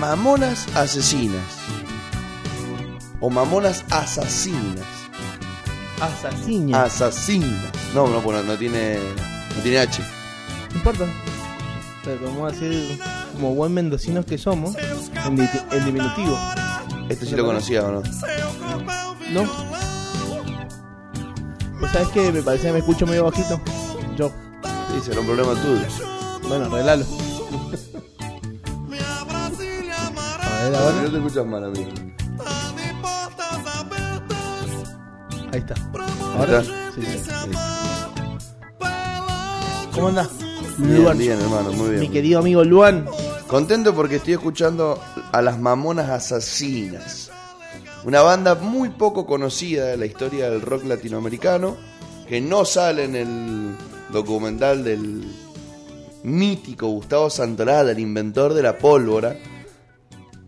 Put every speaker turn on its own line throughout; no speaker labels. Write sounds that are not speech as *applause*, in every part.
mamonas asesinas. O mamonas asesinas.
Asasiña.
Ah. Asesinas. No, pues no, bueno, no tiene. No tiene H.
No importa. Pero vamos a decir, como buen mendocinos que somos, en, di- en diminutivo.
Este sí lo conocía o no.
¿No? Pues, ¿Sabes qué? Me parece que me escucho medio bajito. Yo.
Sí, será un problema tuyo.
Bueno, arreglalo. A ver,
Porque
ahora.
No te escuchas mal, amigo.
Ahí está.
Ahí
Ahora.
está.
Sí, sí.
Sí.
¿Cómo andás?
Bien,
Luan.
bien, hermano, muy bien.
Mi querido amigo Luan.
Contento porque estoy escuchando a las Mamonas Asesinas. Una banda muy poco conocida de la historia del rock latinoamericano, que no sale en el documental del mítico Gustavo Santolada, el inventor de la pólvora,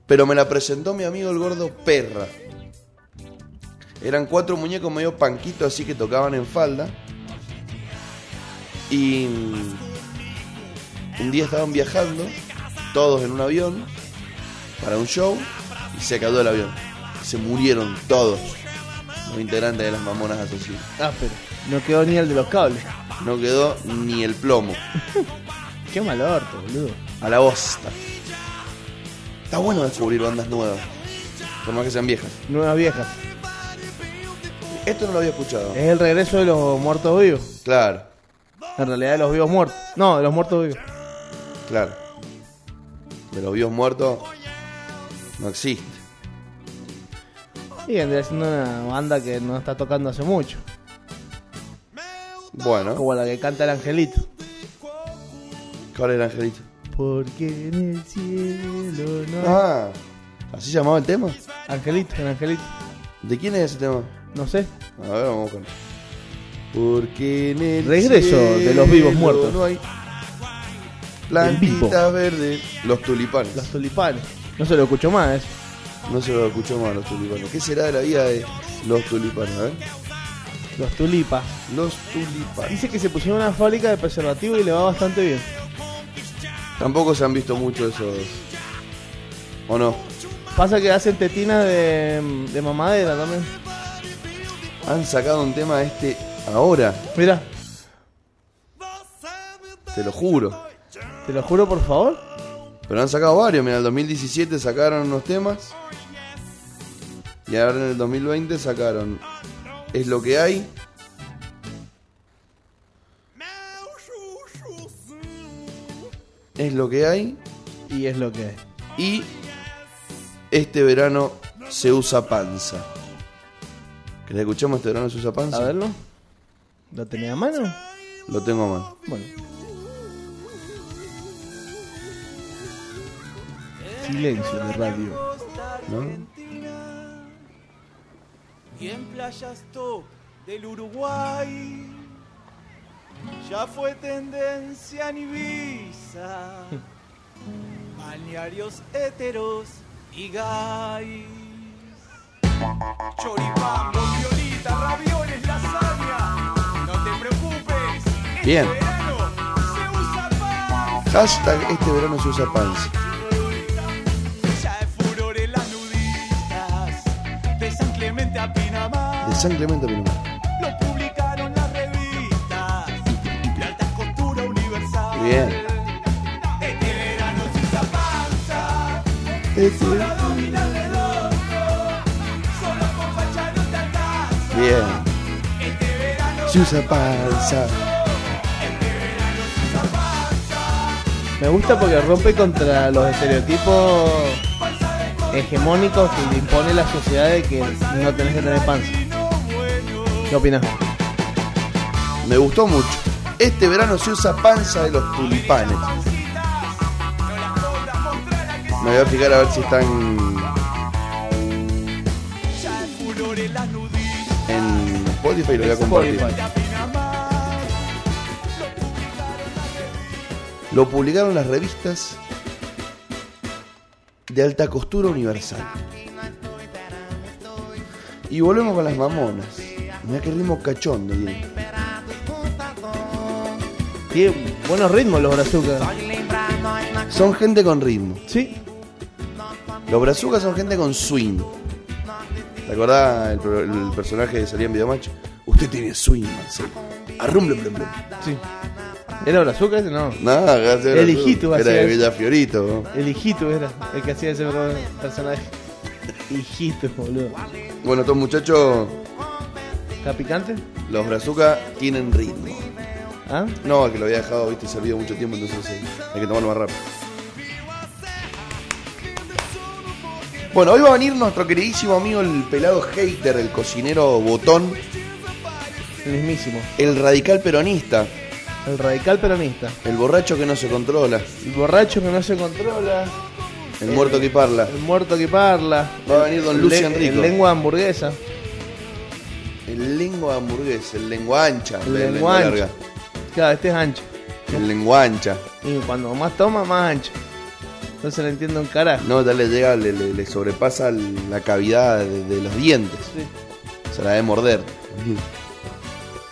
pero me la presentó mi amigo el gordo Perra. Eran cuatro muñecos medio panquitos así que tocaban en falda. Y un día estaban viajando, todos en un avión, para un show, y se cayó el avión. Se murieron todos los integrantes de las mamonas asociadas.
Ah, pero no quedó ni el de los cables.
No quedó ni el plomo.
Qué mal orto, boludo.
a la bosta. Está bueno descubrir bandas nuevas, por más que sean viejas.
Nuevas viejas.
Esto no lo había escuchado.
Es el regreso de los muertos vivos.
Claro,
En realidad, de los vivos muertos. No, de los muertos vivos.
claro. De los vivos muertos no existe.
Y vendría siendo una banda que no está tocando hace mucho.
Bueno,
Como la que canta el angelito.
¿cuál era Angelito?
Porque en el cielo no.
Ah, ¿así llamaba el tema?
Angelito, el angelito.
¿De quién es ese tema?
No sé.
A ver, vamos con. Porque en el
Regreso de los vivos
cielo
muertos.
No hay
vivo.
plantitas verdes. Los tulipanes.
Los tulipanes. No se lo escucho más. ¿eh?
No se lo escuchó más los tulipanes. ¿Qué será de la vida de los tulipanes? A ver.
Los tulipas.
Los tulipanes.
Dice que se pusieron una fábrica de preservativo y le va bastante bien.
Tampoco se han visto mucho esos. ¿O no?
Pasa que hacen tetinas de, de mamadera también.
Han sacado un tema este ahora,
Mira,
te lo juro.
te lo juro por favor.
Pero han sacado varios. Mira, en el 2017 sacaron unos temas. Y ahora en el 2020 sacaron. Es lo que hay. Es lo que hay.
Y es lo que es.
Y este verano se usa panza. ¿Que le escuchamos este verano se usa panza?
A verlo. ¿Lo tenía a mano?
Lo tengo mal.
Bueno. Silencio de radio.
¿no?
y en playas top del Uruguay. Ya fue tendencia en *laughs* Ibiza, balnearios heteros y gays. Choripambo, violita, ravioles, lasaña. No te preocupes, este
Bien.
verano se usa pan.
Hashtag este verano se usa panza.
Ya es furor en las nudistas, de San Clemente a Pinamar.
De San Clemente a Pinamar.
Lo publicaron las revistas La alta costura universal
Bien.
Este verano se usa panza
Este-
Para dominar redondo Solo con facha no te alcanza
Bien.
Este verano
Se usa panza.
Me gusta porque rompe contra los estereotipos hegemónicos que le impone la sociedad de que no tenés que tener panza. ¿Qué opinas?
Me gustó mucho. Este verano se usa panza de los tulipanes. Me voy a fijar a ver si están
Ya es furor en las nudistas
en Spotify y lo voy a compartir.
Spotify.
Lo publicaron las revistas de alta costura universal. Y volvemos con las mamonas. Mira qué ritmo cachondo, Diego.
Tiene buenos ritmos los brazucas.
Son gente con ritmo.
Sí.
Los brazucas son gente con swing. ¿Te acordás el, pro- el personaje que salía en Videomatch? Usted tiene swing, Marcelo. Arrum, blum, blum, blum.
Sí. ¿Era Brazuca ese? No.
No, gracias.
El
Brazuca.
hijito
Era
hacía
de
eso.
Villa Fiorito. ¿no?
El hijito era el que hacía ese bro- personaje. Hijito, boludo.
Bueno, estos muchachos,
¿Está picante?
los brazucas tienen ritmo.
¿Ah?
No, el que lo había dejado, viste, servido mucho tiempo, entonces sí, hay que tomarlo más rápido. Bueno, hoy va a venir nuestro queridísimo amigo el pelado hater, el cocinero botón,
El mismísimo.
el radical peronista,
El radical peronista.
el borracho que no se controla,
El borracho que no se controla.
el muerto que parla,
El muerto que parla.
Va a venir don
El
Lucio
le-
Enrico.
El lengua hamburguesa.
el lengua hamburguesa, el lengua ancha,
El
el
lengua
lengua
ancha.
larga,
Claro, este es ancho.
el lengua ancha.
Y cuando más toma, más ancho. No se le entiende un carajo.
No, ya le llega, le, le- le sobrepasa la cavidad de- de los dientes.
Sí.
Se la debe
*laughs*
morder.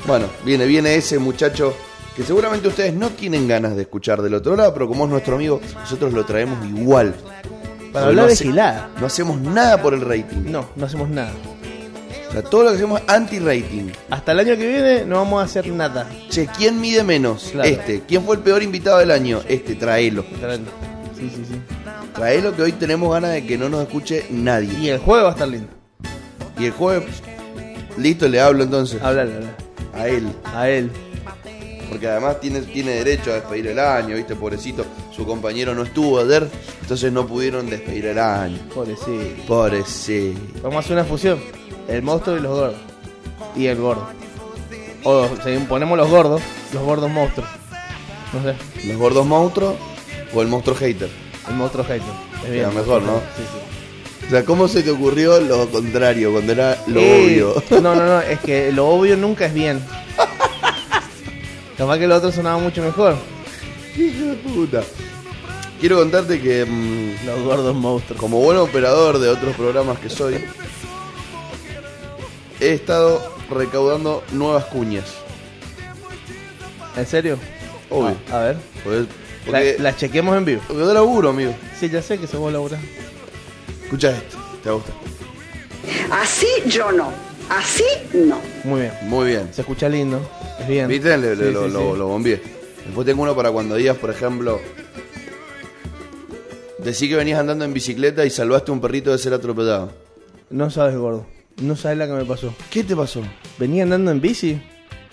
Bueno, viene, viene ese muchacho que seguramente ustedes no tienen ganas de escuchar del otro lado, pero como es nuestro amigo, nosotros lo traemos igual.
Para
No
hablar de
hace-
gilada.
No hacemos nada por el rating.
No, no hacemos nada.
O sea, todo lo que hacemos es anti-rating.
Hasta el año que viene no vamos a hacer nada.
Che, ¿quién mide menos?
Claro.
Este. ¿Quién fue el peor invitado del año? Este, traelo.
Literalmente. Sí, sí, sí.
Traelo que hoy tenemos ganas de que no nos escuche nadie.
Y el juego va a estar lindo.
Y el jueves, listo, le hablo entonces
Háblale, háblale.
a él.
A él.
Porque además tiene, tiene derecho a despedir el año, ¿viste? Pobrecito, su compañero no estuvo ayer, entonces no pudieron despedir el año.
Pobrecito.
Pobrecito.
Vamos a hacer una fusión. El monstruo y los gordos. Y el gordo. O si ponemos los gordos, los gordos monstruos. No sé,
¿Los gordos monstruos o el monstruo hater?
el monstruo hater. Es bien.
Queda mejor, ¿no?
Sí, sí.
O sea, ¿cómo se te ocurrió lo contrario cuando era lo
Eh,
obvio? *laughs*
No, no, no, es que lo obvio nunca es bien. Capaz que lo otro sonaba mucho mejor.
Hijo de puta. Quiero contarte que, mm,
Los gordos monstruos.
como buen operador de otros programas que soy, he estado recaudando nuevas cuñas.
¿En serio?
Obvio.
A, a ver.
Porque,
Ah. La-
porque,
Las chequemos en vivo.
porque da laburo, amigo.
Sí, ya sé que se vos laburás.
Escucha esto, te gusta.
Así yo no. Así no.
Muy bien.
Muy bien.
Se escucha lindo. Es bien.
¿Viste? Le- le-
Sí,
lo,
sí,
lo-
sí.
lo bombié. Después tengo uno para cuando digas, por ejemplo, decí que venías andando en bicicleta y salvaste a un perrito de ser atropellado.
No sabes, gordo. No sabes la que me pasó.
¿Qué te pasó?
Venía andando en bici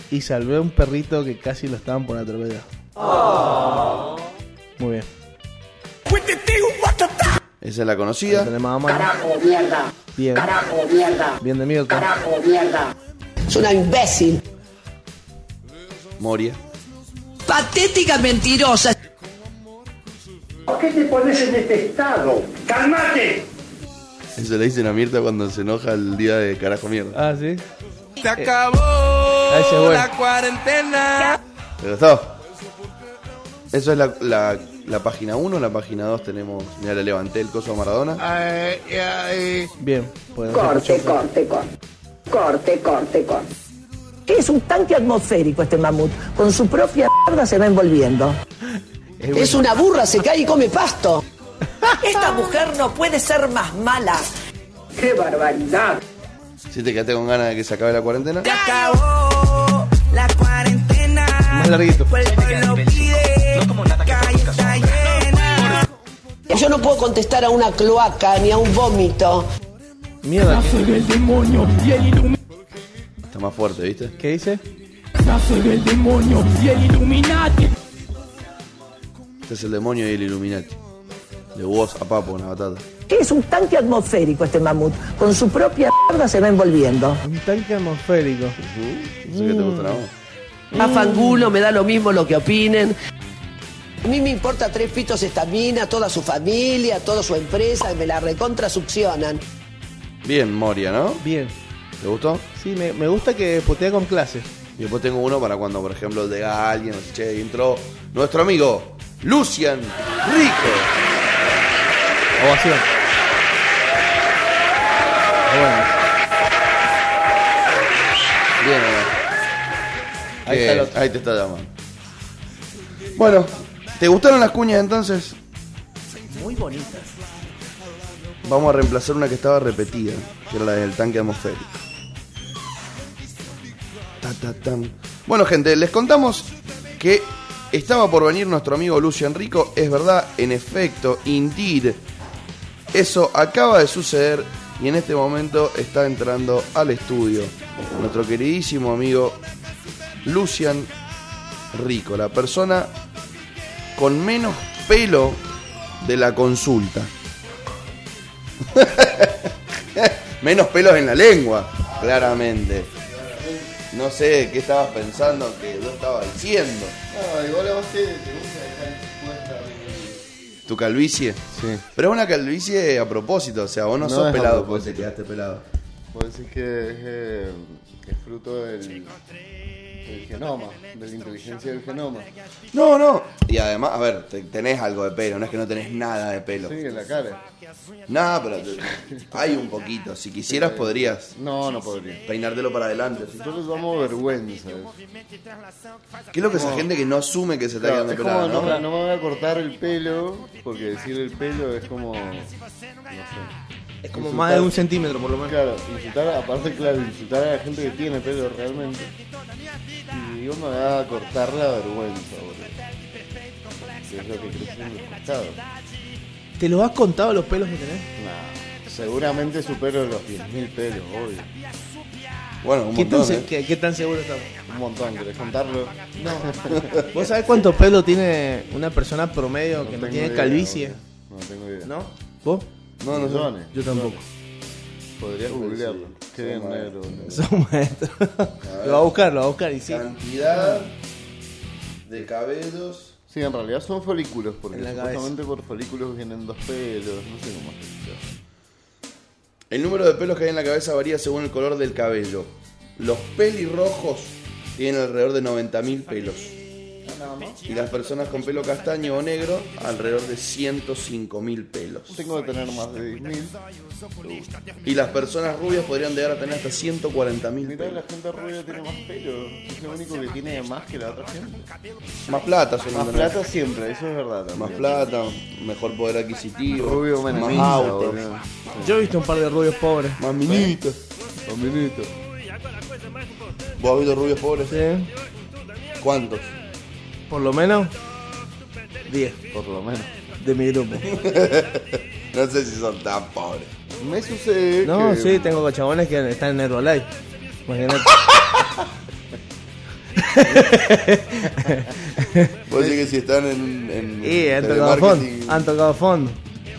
y salvé a un perrito que casi lo estaban por atropellar.
Oh.
Muy bien.
Esa la
Lo
conocía.
tenemos a mano.
Carajo, mierda.
Bien.
Carajo, mierda.
Bien de Milton.
Carajo, mierda.
Es una imbécil.
Moria.
Patética mentirosa.
¿Por qué te pones en este estado? ¡Cálmate!
Eso le dicen a Mirta cuando se enoja el día de carajo mierda.
Ah, sí.
Se acabó
Ahí se fue.
la cuarentena.
¿Te gustó? Eso es la, la- la página 1, la página 2 tenemos. Mira, le levanté el coso a Maradona.
Ah. Bien. Pues,
Corte, corte, corte. Corte, corte, corte.
Es un tanque atmosférico este mamut. Con su propia mierda se va envolviendo. Es una burra, se cae y come pasto. Esta mujer no puede ser más mala.
¡Qué barbaridad!
Si te quedaste con ganas de que se acabe la cuarentena.
Se acabó la cuarentena.
Más larguito.
Vuelve y lo pide. Calle está llena.
Yo no puedo contestar a una cloaca ni a un vómito.
Mierda. ¿qué-
Está más fuerte, ¿viste?
¿Qué dice?
Este es el demonio y el Illuminati. De vos a papo, una batata.
Es un tanque atmosférico este mamut. Con su propia mierda se va envolviendo.
Un tanque atmosférico.
No sé qué te gusta nada más.
A Fangulo me da lo mismo lo que opinen. A mí me importa tres pitos esta mina, toda su familia, toda su empresa, me la recontra succionan.
Bien, Moria, ¿no?
Bien.
¿Te gustó?
Sí, me, me gusta que putea con clase.
Y después tengo uno para cuando, por ejemplo, llega alguien, che, entró nuestro amigo Lucian Rico.
Ovación. Ah, Bueno.
Bien, eh.
Ahí
Que-
está el otro.
ahí te está llamando. Bueno, ¿te gustaron las cuñas entonces?
Muy bonitas.
Vamos a reemplazar una que estaba repetida, que era la del tanque atmosférico. Ta, ta, tan. Bueno, gente, les contamos que estaba por venir nuestro amigo Lucio Enrico. Es verdad, en efecto, indeed. Eso acaba de suceder y en este momento está entrando al estudio nuestro queridísimo amigo Lucian Rico, la persona con menos pelo de la consulta. *laughs* menos pelos en la lengua, claramente. No sé qué estabas pensando que yo estaba diciendo.
No, igual a vos te, te gusta dejar expuesta mi-
Tu calvicie.
Sí.
Pero es una calvicie a propósito, o sea, vos no,
No
sos
es a
pelado porque
propósito.
te quedaste pelado.
Vos decís que es, eh, es fruto del, del genoma, de la inteligencia del genoma.
No, no. Y además, a ver, te- tenés algo de pelo, no es que no tenés nada de pelo.
Sí, en la cara.
Nada, pero te- hay un poquito. Si quisieras, podrías
No, no podría.
peinártelo para adelante. así.
Nosotros llamo vergüenza. eso.
¿Qué es lo que esa gente que no asume que se está
Claro,
quedando
es como,
pelada?
no, me-
¿no?
no me voy a cortar el pelo, porque decir el pelo es como. No sé.
Es como más de un centímetro por lo menos.
Claro, insultar, aparte, claro, insultar a la gente que tiene pelo realmente. Y yo me voy a cortar la vergüenza, boludo. Porque es lo que crecí en el costado.
¿Te lo has contado los pelos que tenés?
Nah, seguramente supero los 10.000 pelos, obvio.
Bueno, un
¿Qué tan,
montón.
se-
¿eh?
qué- qué tan seguro *laughs* estamos?
Un montón, ¿querés contarlo? *laughs*
*laughs* No. ¿Vos sabés cuántos pelos tiene una persona promedio que no
tengo
tiene
idea,
calvicie?
boludo. No tengo idea.
¿No? ¿Vos?
¿eh?
No, no sé.
Yo tampoco.
Podría googlearlo. Qué bien negro, boludo.
Son maestros. *laughs* Lo va a buscar, lo va a buscar y sí.
Cantidad de cabellos.
Sí, en realidad son folículos, porque
En la
supuestamente por folículos vienen dos pelos, no sé cómo es.
El número de pelos que hay en la cabeza varía según el color del cabello. Los pelirrojos tienen alrededor de 90.000 pelos. Y las personas con pelo castaño o negro, alrededor de 105.000 pelos.
Tengo que tener más de 10.000.
Y las personas rubias podrían llegar a tener hasta 140.000
Mirá,
pelos.
la gente rubia tiene más pelo. Es lo único que tiene más que la otra gente.
Más plata, suelen
Más
tener.
plata siempre, eso es verdad. también.
Más plata, mejor poder adquisitivo.
Rubio,
más
menemista,
auto,
boludo.
Yo he visto un par de rubios pobres.
más minitos.
Un minuto.
¿Vos has visto rubios pobres?
Sí.
¿Cuántos?
Por lo menos 10
Por lo menos.
de mi
*laughs*
grupo.
No sé si son tan pobres.
Me sucede
No,
que...
sí, tengo chabones que están en Herbalife.
*laughs*
Imagínate.
Vos decís que si están en. en
Y han tocado fondo.
telemarketing,
Han tocado fondo.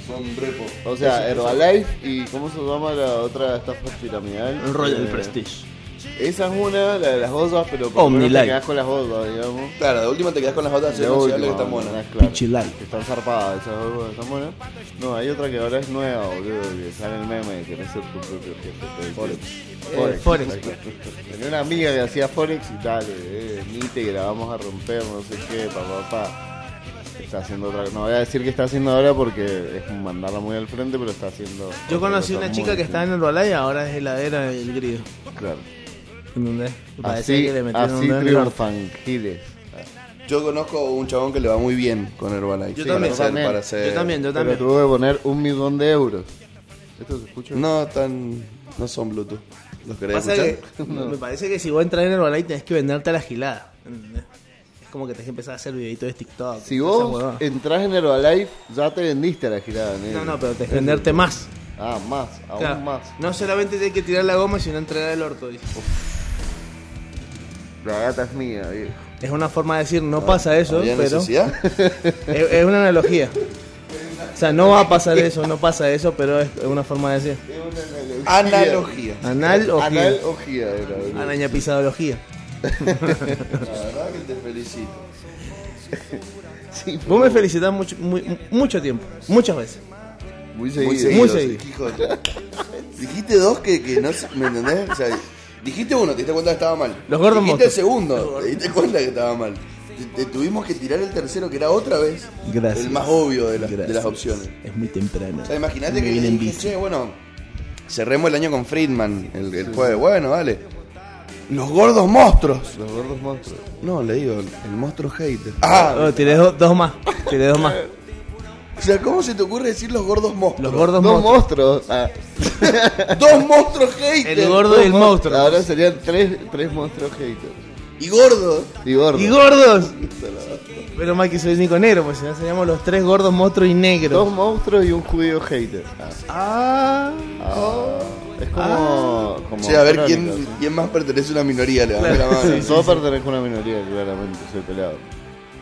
Son repo.
O sea, Herbalife y ¿cómo se llama la otra estafa piramidal? Eh, Esa es una, la de las bodas, pero
Oh,
por lo menos
Omnilife.
te quedás con las bodas, digamos.
Claro, de última te quedás con las otras
De
no se habla
última,
que están
boludo,
buenas.
claro,
Pichi Light.
que Están zarpadas esas dos están buenas. No, hay otra que ahora es nueva, boludo, que sale el meme de que no ser tu propio jefe. te dice-
Forex.
Eh, Forex.
exacto. *laughs* Tenía una amiga que hacía Forex y dale, eh, mite que la vamos a romper, no sé qué, papá, papá. Está haciendo otra No voy a decir que está haciendo ahora porque es mandarla muy al frente, pero está haciendo.
Yo
otra
conocí
cosa
una
muy
chica que estaba en Herbalife y ahora es heladera del grido.
distinta. Claro.
¿Entendés? Y Parecía
Así,
que le metieron
así
un dedo en el orto.
triunfan giles.
Yo conozco un chabón que le va muy bien con Herbalife.
Yo
para
también.
hacer-
también.
para hacer-
Yo también, yo
Pero
también.
tuvo que poner un millón de euros. ¿Esto se escucha?
No, tan. No son Bluetooth. ¿Los querés
Pasa
escuchar?
que, Me parece que si vos entras en Herbalife tenés que venderte a la gilada. ¿entendés? Es como que tenés que empezar a hacer videitos de TikTok.
Si
esas
vos
huevadas.
entrás en Herbalife, ya te vendiste a la girada,
No,
negro.
no, pero tenés que venderte más.
Ah, más, aún
Claro.
más.
No solamente tenés que tirar la goma, sino entregar el orto. dice.
La gata es mía, viejo.
Es una forma de decir, no pasa eso,
Ah, ¿Había
pero
necesidad?
*laughs* es, es una analogía. O sea, no va a pasar eso, no pasa eso, pero es es una forma de decir.
*laughs*
Analogía.
Anal o
Anal ojía, era, boludo.
Anañapisadología.
La verdad que te felicito.
Sí,
Vos me felicitás mucho, muy- mucho tiempo, muchas veces.
muy
Muy
seguido.
seguido.
muy seguido.
hijo de- dijiste dos que, que no se- ¿Me entendés? O sea, dijiste uno, te diste cuenta que estaba mal.
Los gordos
Dijiste
monstruos.
el segundo, te diste cuenta que estaba mal. Te, te tuvimos que tirar el tercero, que era otra vez.
Gracias.
El más obvio de, las- de las
Gracias.
opciones.
Es muy temprano.
O sea, imagínate que
Me viene
le
en
dije,
bici.
che, bueno, cerremos el año con Friedman el, el jueves. Bueno, vale. Los gordos monstruos.
Los gordos monstruos.
No, le digo, el monstruo hater. Ah,
Oh, tiré dos, dos más, tiré dos más.
sea, ¿cómo se te ocurre decir los gordos monstruos?
Los gordos
Dos
monstruos.
monstruos. Ah,
Dos monstruos haters.
El gordo
dos
y el
monstruos.
monstruo.
Ahora serían tres, tres monstruos haters.
Y gordo.
Y gordos.
¡Y gordos! Pero más que soy el único negro, pues si no seríamos los tres gordos, monstruos y negros.
Dos monstruos y un judío hater. Ah,
Ah,
ah.
Oh.
Es como.
O
como
sea, a ver
crónicas.
quién, quién más pertenece a una minoría. Le damos la mano.
Todo pertenece a una minoría, claramente, soy pelado.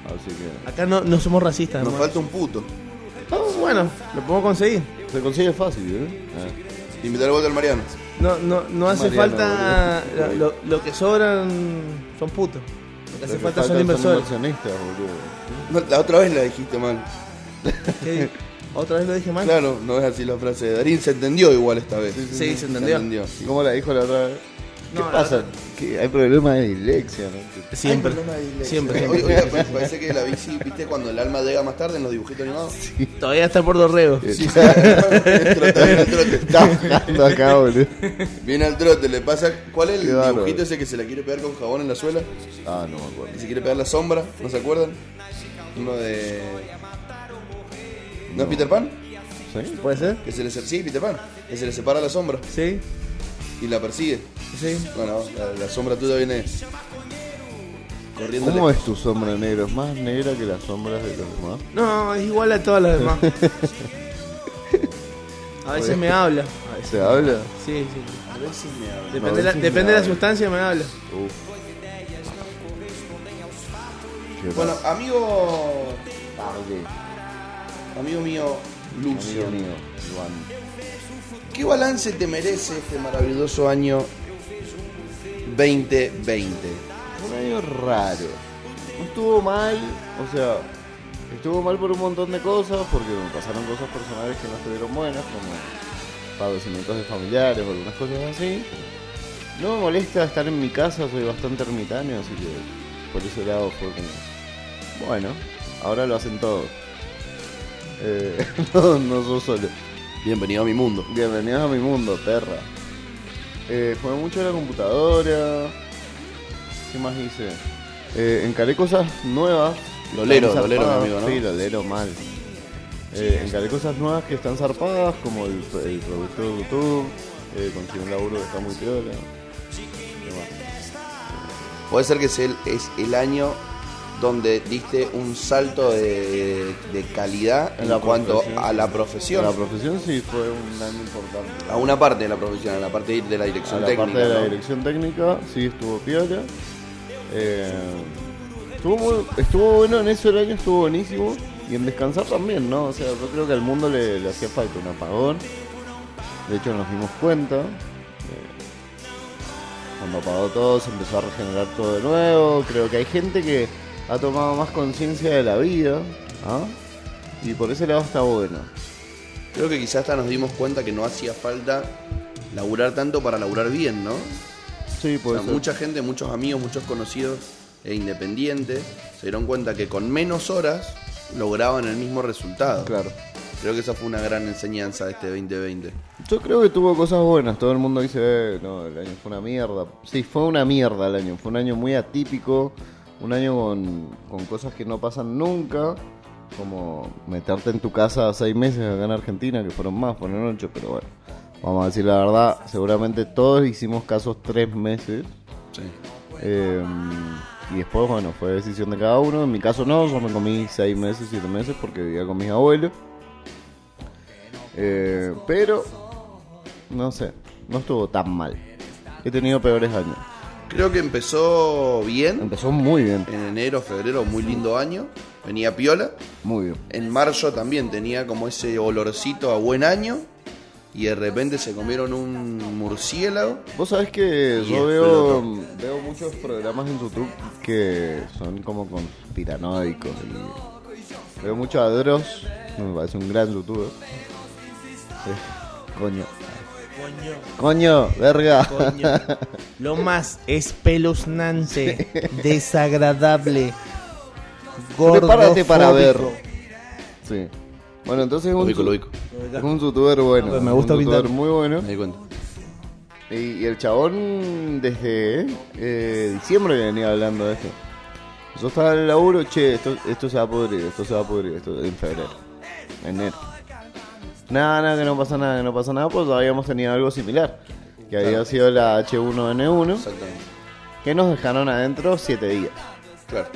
Así que.
acá no, no somos racistas.
Nos
hermano.
falta un puto.
Oh, bueno, lo puedo conseguir.
Se consigue fácil, ¿eh? Ah.
Invitar al voto al Mariano.
No, no, no hace
Mariano,
falta.
boludo.
Lo, lo que sobran son putos. Lo que hace
Lo que
falta son
faltan
inversores.
inversionistas, boludo.
No, la otra vez la dijiste mal.
*laughs* ¿Qué? ¿Otra vez lo dije mal?
Claro, no es así la frase de Darín. Se entendió igual esta vez.
Ah. sí, sí, se entendió.
sí.
¿Cómo la dijo la otra vez? ¿Qué
No, la
pasa? ¿Qué? Hay problemas de dislexia, ¿no? *laughs*
Siempre.
Ay, problema de dislexia.
Siempre,
Hoy-
siempre.
hoy parece- parece que la bici, viste, cuando el alma llega más tarde en los dibujitos animados. Eh,
Todavía está por Dorrego.
*laughs* Sí, sí, trota, viene al trote.
Está bajando
*laughs*
acá, boludo.
Viene al trote, le pasa. ¿Cuál es el
Qué bárbaro.
dibujito ese que se la quiere pegar con jabón en la suela?
Ah, no me acuerdo.
Que se quiere pegar la sombra, ¿no se acuerdan? Uno de. ¿No, es Peter Pan?
¿Sí?
¿Puede ser?
Que se le se- sí, Peter Pan. Que se le separa la sombra
Sí,
y la persigue.
sí.
Bueno, la, la sombra tuya viene corriendo.
¿Cómo es tu sombra negra? ¿Es más negra que las sombras de los demás?
No, es igual a todas las *laughs* demás. A veces me habla.
¿Se habla?
Sí, sí.
A
Depende,
veces
la,
me
depende de la
habla.
sustancia, me habla.
Uf. Qué
Bueno, amigo.
tarde.
Amigo mío, Lucio.
Amigo mío, Juan.
¿Qué balance te merece este maravilloso año 2020?
Un año raro. No estuvo mal, o sea, estuvo mal por un montón de cosas, porque me pasaron cosas personales que no estuvieron buenas, como padecimientos de familiares o algunas cosas así. No me molesta estar en mi casa, soy bastante ermitaño, así que por ese lado fue como. Bueno, ahora lo hacen todos. Eh, *laughs* no, no soy solo.
Bienvenido a mi mundo.
Bienvenidos a mi mundo, perra. Eh, jugué mucho a la computadora. ¿Qué más hice? Eh, encaré cosas nuevas. que
Lolero,
están
lolero, mi
zarpadas.
amigo, ¿no?
Sí, lolero mal. Eh, encaré cosas nuevas que están zarpadas, como el, el producto de YouTube. Eh, conseguí un laburo que está muy piola. ¿Qué más?
Puede ser que es el, es el año donde diste un salto de, de calidad en,
En la
cuanto
profesión.
a la profesión.
La profesión sí fue un año importante.
a una parte de la profesión, a la parte de la
A
dirección
la
técnica.
parte de la
¿no?
dirección técnica, sí estuvo piola. Eh, estuvo, muy- estuvo bueno en eso el año, estuvo buenísimo. Y en descansar también, ¿no? O sea, yo creo que al mundo le, le hacía falta un apagón. De hecho, nos dimos cuenta. eh, cuando apagó todo, se empezó a regenerar todo de nuevo. Creo que hay gente que ha tomado más conciencia de la vida. ¿ah? Y por ese lado está bueno.
Creo que quizás hasta nos dimos cuenta que no hacía falta laburar tanto para laburar bien, ¿no?
Sí,
O
puede
sea,
ser.
mucha gente, muchos amigos, muchos conocidos e independientes se dieron cuenta que con menos horas lograban el mismo resultado.
Claro.
Creo que esa fue una gran enseñanza de este 2020.
Yo creo que tuvo cosas buenas. Todo el mundo dice, "Eh, no, el año fue una mierda. Sí, fue una mierda el año. Fue un año muy atípico. Un año con, con cosas que no pasan nunca. Como meterte en tu casa seis meses acá en Argentina, que fueron más, fueron ocho, pero bueno. Vamos a decir la verdad, seguramente todos hicimos casos tres meses.
Sí.
Eh, y después, bueno, fue decisión de cada uno. En mi caso no, yo me comí seis meses, siete meses porque vivía con mis abuelos. Eh, pero, no sé, no estuvo tan mal. He tenido peores años.
Creo que empezó bien.
Empezó muy bien,
En enero, febrero, muy lindo año. Venía piola.
muy bien.
En marzo también tenía como ese olorcito a buen año. Y de repente se comieron un murciélago.
Vos sabés que
Y
yo
explotó.
veo, veo muchos programas en YouTube que son como conspiranoicos. y veo mucho a Dross, que me parece un gran youtuber. Eh, coño. Coño, verga.
Coño. Lo más espeluznante, desagradable, gordo.
*laughs* Prepárate para verlo. Sí. Bueno, entonces es un,
Ubico,
tu-
lo ubico.
es un youtuber bueno.
No, pero me gusta
un youtuber
pintar.
muy bueno.
Me di cuenta.
Y, y el chabón desde eh, diciembre que venía hablando de esto. Yo estaba en el laburo, che, esto, esto se va a pudrir, esto se va a pudrir, esto en febrero. enero. Nada, nada, que no pasó nada, que no pasó nada, pues habíamos tenido algo similar. Que había sido la H1N1,
Exactamente.
que nos dejaron adentro 7 días.
Claro.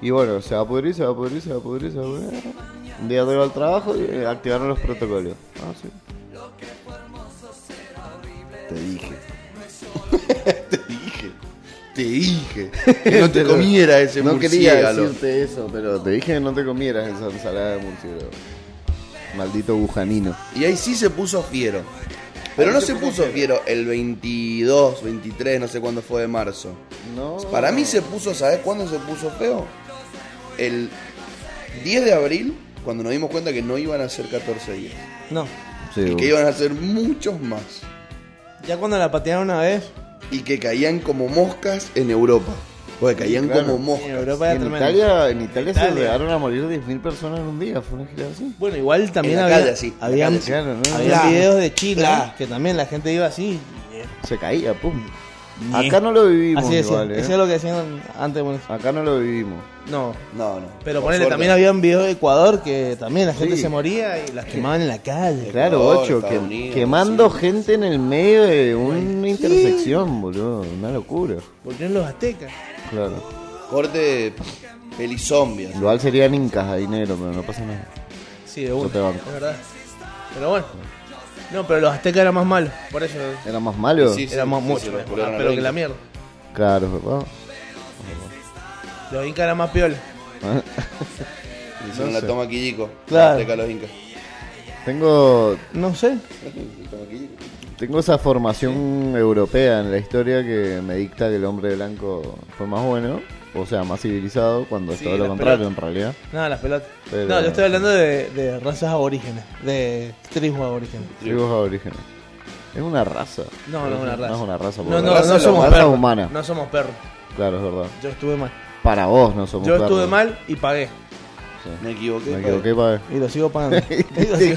Y bueno, se va a pudrir, se va a pudrir, se va a pudrir, se va a pudrir. Un día llego al trabajo y eh, activaron los protocolos. Ah, sí. Te dije.
Te dije. Te *laughs* dije. Que
*laughs*
no te comiera ese
No quería
murciélago.
decirte eso, pero te dije que no te comieras esa ensalada de murciélago. Maldito bujanino.
Y ahí sí se puso fiero. Pero no se puso fiero el 22, 23, no sé cuándo fue de marzo.
No.
Para mí se puso, ¿sabes cuándo se puso feo? El 10 de abril, cuando nos dimos cuenta que no iban a ser 14 días.
No.
Sí,
Y
vos.
que iban a ser muchos más.
Ya cuando la patearon una vez,
Y que caían como moscas en Europa. Porque caían
claro.
como
en
moscas.
Europa era
en,
tremendo.
Italia, en Italia se
Italia.
llegaron a morir 10.000 personas en un día. Fue una gira así.
Bueno, igual también
la
había,
calle, sí, en la
habían,
calle, sí.
Claro, ¿no?
habían
Claro.
videos de Chile
Claro.
que también la gente iba así.
Se caía, pum. Acá no lo vivimos
Así decían,
igual, ¿eh?
Eso es lo que decían antes de Buenos Aires.
Acá no lo vivimos.
No.
No, no.
Pero
Por
ponele,
suerte.
también habían videos de Ecuador que también la gente
Sí.
se moría y las quemaban en la calle.
Claro,
Ecuador,
ocho,
Estados
que-
Unidos,
quemando
sí.
gente en el medio de una intersección, boludo. Una locura.
Volvieron los aztecas.
Claro.
Corte pelizombia.
Igual serían incas ahí negro, pero no pasa nada.
Sí, de
Yo te
uno.
banco.
Es verdad. Pero bueno. No, pero los aztecas eran más malos. Por eso
¿Era más malo?
Sí, sí.
eran más
se
mucho.
los
más
curaron
pero
al
que la
veinte.
mierda.
Claro, ¿verdad?
Los incas eran más piola.
Ah.
Le Hicieron la toma a Quillico.
Claro.
Azteca a los incas.
*laughs* Tengo,
No sé.
tengo esa formación europea en la historia que me dicta que el hombre blanco fue más bueno, o sea, más civilizado, cuando es
Sí,
todo lo
la
contrario
pelota.
en realidad.
Nada, las pelotas.
Pero-
No, yo estoy hablando de, de razas aborígenes. De tribus aborígenes.
Tribus aborígenes. Es una raza.
No, no es una raza.
No es una raza.
No,
porque
no,
raza
no
es la
somos
raza
perros.
humana.
No somos perros.
Claro, es verdad.
Yo estuve mal.
Para vos no somos
Yo
perros.
estuve mal y
*laughs*
pagué.
Sí.
Me equivoqué.
Me
padre.
*laughs*
equivoqué, padre.
Y lo sigo pagando. Y lo
*laughs* Viste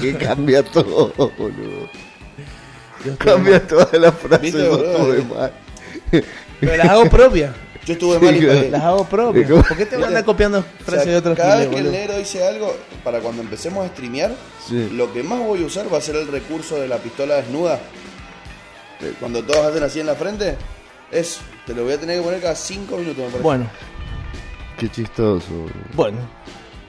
sigo-
que cambia todo, boludo.
yo estuve mal.
Cambia toda la frase.
Viste,
yo
boludo.
estuve mal.
Pero las hago
*laughs*
propias.
Yo estuve mal y
Sí,
pagué.
Las hago propias.
¿Cómo?
¿Por qué te andas copiando
O sea,
frases de otros
cada vez
giles,
que el
boludo?
negro dice algo, para cuando empecemos a streamear,
Sí.
lo que más voy a usar va a ser el recurso de la pistola desnuda. Cuando todos hacen así en la frente, es, te lo voy a tener que poner cada 5 minutos, me parece.
Bueno,
Qué chistoso, boludo.
bueno.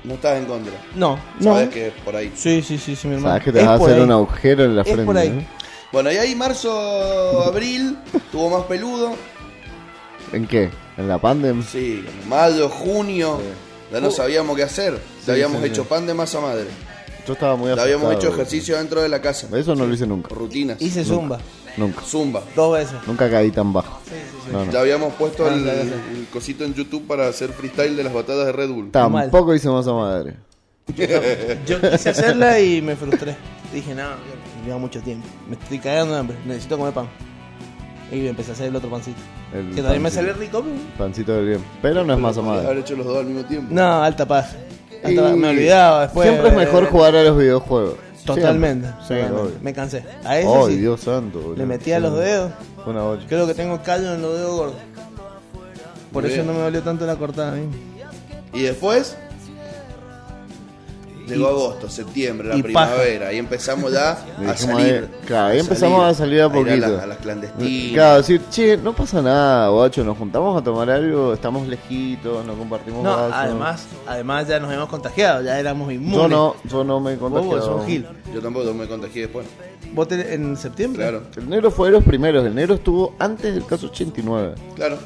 No estás en contra.
No, no.
Sabes que es por ahí.
Sí, sí, sí, sí, mi hermano.
Sabes que te
Es
vas a
por
hacer
ahí.
un agujero en la
Es
frente.
por ahí.
¿eh?
Bueno, y ahí
*laughs*
marzo, abril, tuvo más peludo.
¿eh? ¿En qué? ¿En la pandemia?
Sí, mayo, junio. Ya no sabíamos qué hacer.
Uh. Sí,
Ya habíamos
sí,
hecho
sí.
pan de masa madre.
Yo estaba muy
Ya habíamos hecho
asustado,
ejercicio dentro de la casa.
boludo. Eso no lo hice nunca.
Rutinas.
Hice zumba.
Nunca.
Zumba.
Dos veces.
Nunca caí tan bajo. No, no.
Ya habíamos puesto
Ah,
el,
ya, ya, ya.
el cosito en YouTube para hacer freestyle de las batallas de Red Bull.
Tampoco hice masa madre.
Yo quise hacerla y me frustré. Dije, no, lleva mucho tiempo. Me estoy cagando de hambre. Necesito comer pan. Y empecé a hacer el otro pancito.
El
que también me
pancito.
salió rico. pero-
Pancito del bien. Pero no es masa
Podrías haber
madre.
hecho los dos al mismo tiempo.
No, alta paz. Alta
Y-
paz. Me olvidaba después.
Siempre es mejor jugar a los videojuegos.
Totalmente.
Siempre. Sí,
totalmente.
obvio.
Me cansé. A eso
Ay,
sí.
Dios santo, boludo.
Le metía los dedos.
Una olla.
Creo que tengo callo en los dedos gordos. Por
Muy
eso
bien.
no me dolió tanto la cortada a mí.
Y después llegó agosto, septiembre, la
y
primavera. Ahí empezamos ya
*laughs*
Le
a
dijimos,
salir.
eh, claro, ahí
a
empezamos a salir a
ir
poquito. Mm,
las- a las clandestinas.
Claro, decir, che, no pasa nada, guacho, nos juntamos a tomar algo, estamos lejitos, no compartimos
No,
vaso.
además, además ya nos hemos contagiado, ya éramos inmunes.
Yo no, yo no me he
Vos,
contagiado.
vos sos Oh, un gil.
Yo tampoco me contagié después.
Vos tenés- en septiembre.
Claro,
El negro fue de los primeros, el negro estuvo antes del caso 89.
claro.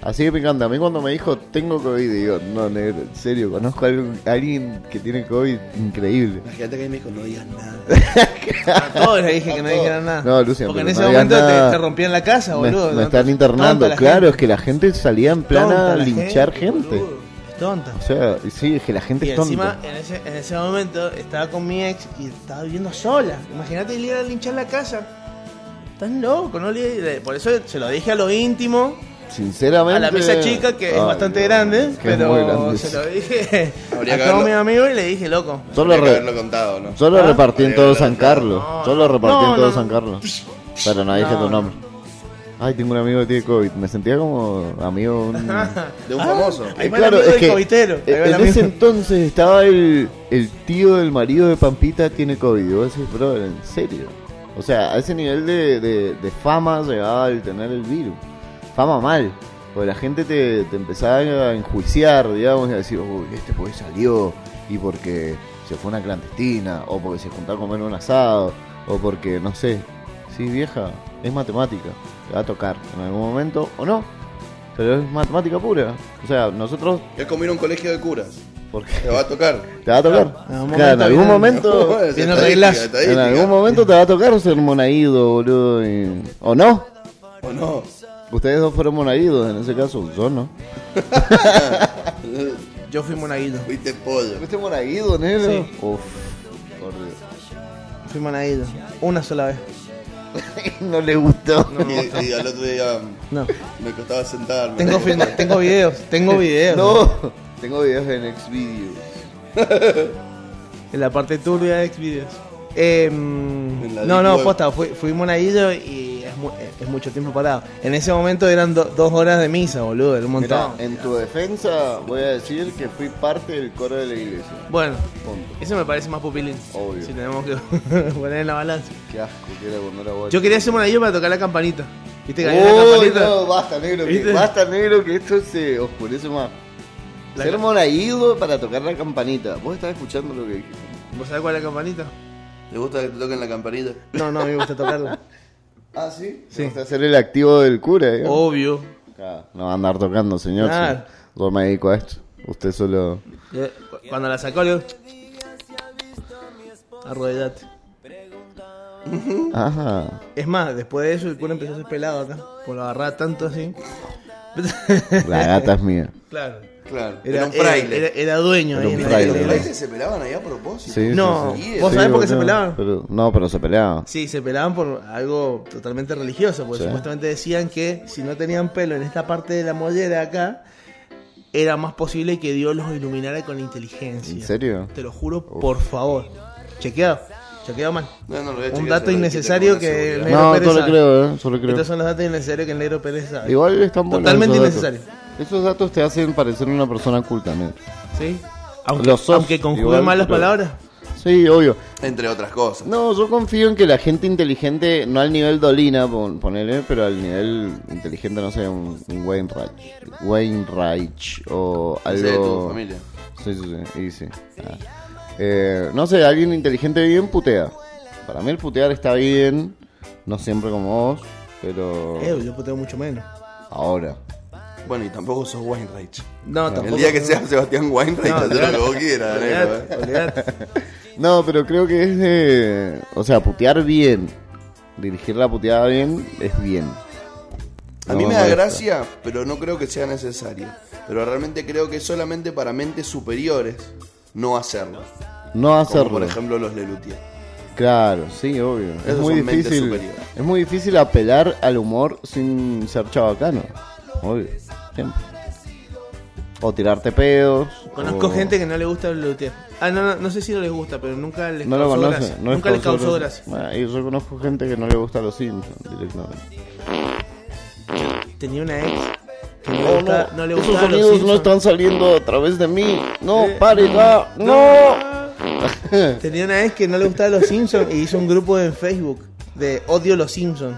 Así que me encanta, a mí cuando me dijo tengo COVID, digo, no negro, en serio, conozco a alguien, a alguien que tiene COVID increíble.
Imagínate que ahí me dijo, no digas nada.
A *laughs* todos les dije que no
todos.
dijeran nada.
No, Lucian,
Porque
pero
en
no
ese
digas
momento
nada.
te, te rompían la casa,
me,
boludo.
me
¿no?
están internando,
Tonta la
claro,
gente.
es que la gente salía en plan
Tonta
a
la
linchar gente.
boludo. Es Tonta.
O sea, y sí, es que la gente
Y
es tonta.
encima, en ese, en ese momento, estaba con mi ex y estaba viviendo sola. Imagínate ir a linchar la casa. Estás loco, ¿no? Le- eh, Por eso se lo dije a lo íntimo,
Sinceramente.
a la mesa chica, que es
Ay,
bastante
Dios,
grande,
que es muy
pero
grande.
se lo dije
Habría que
a todos mis
haberlo-
amigos y le dije, loco.
Solo,
Tenía que
re-
haberlo contado, ¿no?
solo
¿Ah?
repartí en todo San Carlos.
No,
solo repartí
no,
en todo
no.
San Carlos. Pero no dije
No,
tu
no.
nombre. Ay, tengo un amigo que tiene COVID. Me sentía como amigo. de
*laughs*
un-
De
Ah.
un famoso.
Ahí va el amigo del coitero. Ahí va el
En
amigo.
ese entonces estaba el, el tío del marido de Pampita tiene COVID. Y vos decís, brother, en serio. O sea, a ese nivel de, de- de fama llegaba el tener el virus. Fama mal. Porque la gente te, te empezaba a enjuiciar, digamos, y a decir, uy, este pues salió. Y porque se fue a una clandestina. O porque se juntó a comer un asado. O porque, no sé. Sí, vieja, es matemática. Te va a tocar en algún momento o no. Pero es matemática pura. O sea, nosotros...
Es como ir a un colegio de curas.
Porque
Te
*laughs*
va a tocar.
te va a tocar.
En algún
Claro, en
momento
algún
viene-
momento.
Es
Tiene
estadística,
reglas.
En
estadística.
algún momento te va a tocar ser monaído, boludo. y- ¿O no?
¿O no?
Ustedes dos fueron monaídos en ese caso, yo no.
Yo fui monaguido.
Fuiste
*laughs*
pollo.
¿Fuiste monaído, negro?
Sí.
Uf, por Dios. *laughs*
Fui monaguido. Una sola vez.
no le gustó.
Y, y al otro día mm,
No.
me costaba sentarme. *laughs*
*laughs* Tengo, filma- tengo videos. Tengo videos.
No. Tengo videos en Xvideos.
En la parte turbia de Xvideos. Eh,
En la
no,
deep
no,
web.
posta, fui, fui monaguillo y es, mu- es mucho tiempo parado. En ese momento eran do- dos horas de misa, boludo, era un montón.
Mira, en tu defensa voy a decir que fui parte del coro de la iglesia.
Bueno,
Punto.
eso me parece más pupilín.
Obvio.
Si tenemos que *laughs* poner en la balanza.
Qué asco que era cuando era guacho.
Yo quería ser monaguillo para tocar la campanita. ¿Viste que había una
Uy,
campanita?
no, basta negro, que,
¿Viste?
basta negro que esto se oscurece más.
La
Ser
ca-
monaído para tocar la campanita. Vos estás escuchando lo que dijiste.
¿Vos sabés cuál es la campanita?
¿Te gusta que te toquen la campanita?
No, no, a mí me gusta tocarla.
Ah, sí.
Sí.
Vas a hacer el activo del cura, ¿eh?
Obvio.
Ah, no va a andar tocando, señor.
Claro.
sí. Yo me dedico a esto. Usted solo.
Yo- eh, cu- cuando la sacó, le digo. Arrodillate.
Ajá.
Es más, después de eso el culo empezó a ser pelado acá. Por lo agarraba tanto así.
La gata es mía.
*laughs* claro.
Claro. Era,
Era,
un fraile.
Era, era dueño
Era
ahí
un
en la-
fraile,
¿Los
en la-
frailes se pelaban allá a propósito?
Sí,
No,
sí, sí.
¿vos
Sí,
sabés por qué se
boludo,
peleaban?
pero- no, pero se peleaban.
Sí, se pelaban por algo totalmente religioso, porque
Sí.
supuestamente decían que si no tenían pelo en esta parte de la mollera acá, era más posible que Dios los iluminara con inteligencia.
¿En serio?
Te lo juro, por favor. Chequeado, chequeado man.
No, no, lo voy a
Un
chequear,
dato
se lo
innecesario
quita con una
que-
seguridad.
Negro
No,
Pérez
solo
sabe.
creo, ¿eh? Solo creo.
Estos son los datos innecesarios que el negro Pérez sabe.
Igual están buenos
Totalmente
esos datos.
innecesarios.
Esos datos te hacen parecer una persona culta, negro.
¿Sí? Aunque,
Los sos,
aunque conjugue
igual,
malas
pero-
palabras.
Sí, obvio.
Entre otras cosas.
No, yo confío en que la gente inteligente, no al nivel Dolina, pon- ponele, pero al nivel inteligente, no sé, un, un Wainwright, Wainwright o
Ese
algo...
de tu familia.
Sí, sí, sí, y sí. Ah. Eh, no sé, alguien inteligente bien putea. Para mí el putear está bien, no siempre como vos, pero
Eh, yo puteo mucho menos.
ahora.
Bueno, y tampoco sos Weinreich.
No, tampoco.
El día que seas Sebastián Weinreich,
No,
haz lo que
claro.
vos quieras, negro.
Olvidate,
eh.
olvidate.
No, pero creo que es de... O sea, putear bien, dirigir la puteada bien, es bien.
A
No
mí me da
molesta.
gracia, pero no creo que sea necesario. Pero realmente creo que es solamente para mentes superiores no hacerlo.
No
Como
hacerlo.
por ejemplo los Lelutier.
Claro, sí, obvio. Es
Esos
muy,
son mentes
difícil,
superiores.
es muy difícil apelar al humor sin ser chabacano. Obvio, siempre. O tirarte pedos.
Conozco
o-
gente que no le gusta el gluten. Ah, no, no, no sé si no les gusta, pero nunca les
no lo
causó
conoce.
gracia.
No es
nunca les causó
consuelo.
gracia.
Bueno, y yo conozco gente que no le gusta los Simpsons directamente.
Tenía una ex que no, le gusta- no le
Esos
gustaba los
sonidos Oh, no
Simpsons.
están saliendo a través de mí. No,
Eh,
pare ya. No.
Tenía una ex que no le gustaba los Simpsons y hizo un grupo en Facebook de odio los Simpsons.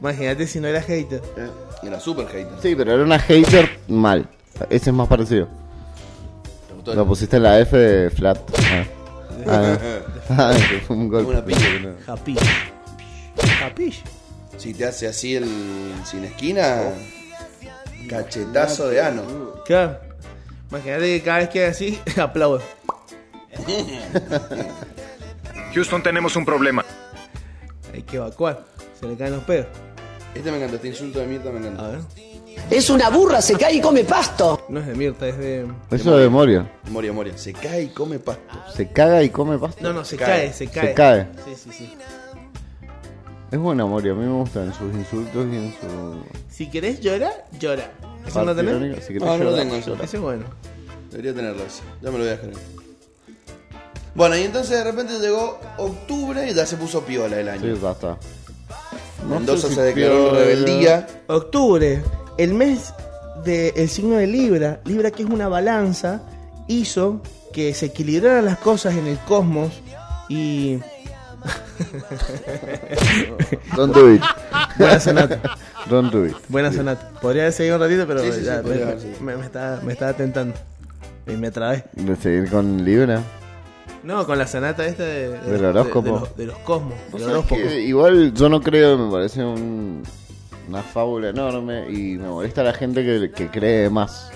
Imagínate si no era hater.
Eh. Era super hater.
Sí, pero era una hater mal. Ese es más parecido.
¿Te gustó?
Lo pusiste en la F de flat.
*laughs*
Ah. Ah, no. Ah, *laughs* que fue un golpe.
Una piña.
No.
Happy. Happy.
Si te hace así el sin esquina,
Oh.
cachetazo de ano.
Claro. Imagínate que cada vez que es así, *laughs* aplaudo.
Houston, tenemos un problema.
Hay que evacuar. Se le caen los pedos.
Este me encanta, este insulto de mierda me
A
Ah.
encanta.
ver.
Es una burra, se cae y come pasto.
No es de Mirta, es de.
Eso de Moria.
Moria, Moria. Se cae y come pasto.
Se caga y come pasta.
No, no, se
Cae.
cae, se cae.
cae.
Sí, sí, sí.
Es buena Moria, a mí me gustan sus insultos y en su.
Si querés llora, llora. ¿Eso no
parte
lo tenés?
irónica. Si querés
Ah, No, no lo
llorar,
tengo eso.
llora.
Eso es bueno.
Debería tenerlo ese. Ya me lo voy a descargar. Bueno, y entonces de repente llegó octubre y ya se puso piola el año.
Sí, ya está.
Mendoza
sé
se
si
declaró en
piola.
rebeldía.
Octubre, el mes del signo de Libra, Libra que es una balanza, hizo que se equilibraran las cosas en el cosmos y...
Don't do it.
Buena sonata,
Don't do it.
buena sonata. Podría haber seguido un ratito, pero
Sí, sí, sí,
ya
podría
me,
haber seguido.
me- me estaba, me estaba tentando. Y me trabé.
De seguir con Libra.
No, con la sonata esta de, de-
Del horóscopo.
De, de los, de los cosmos. del
¿Sabes
horóscopo.
qué? Igual yo no creo, me parece un- una fábula enorme y me molesta la gente que, que cree más.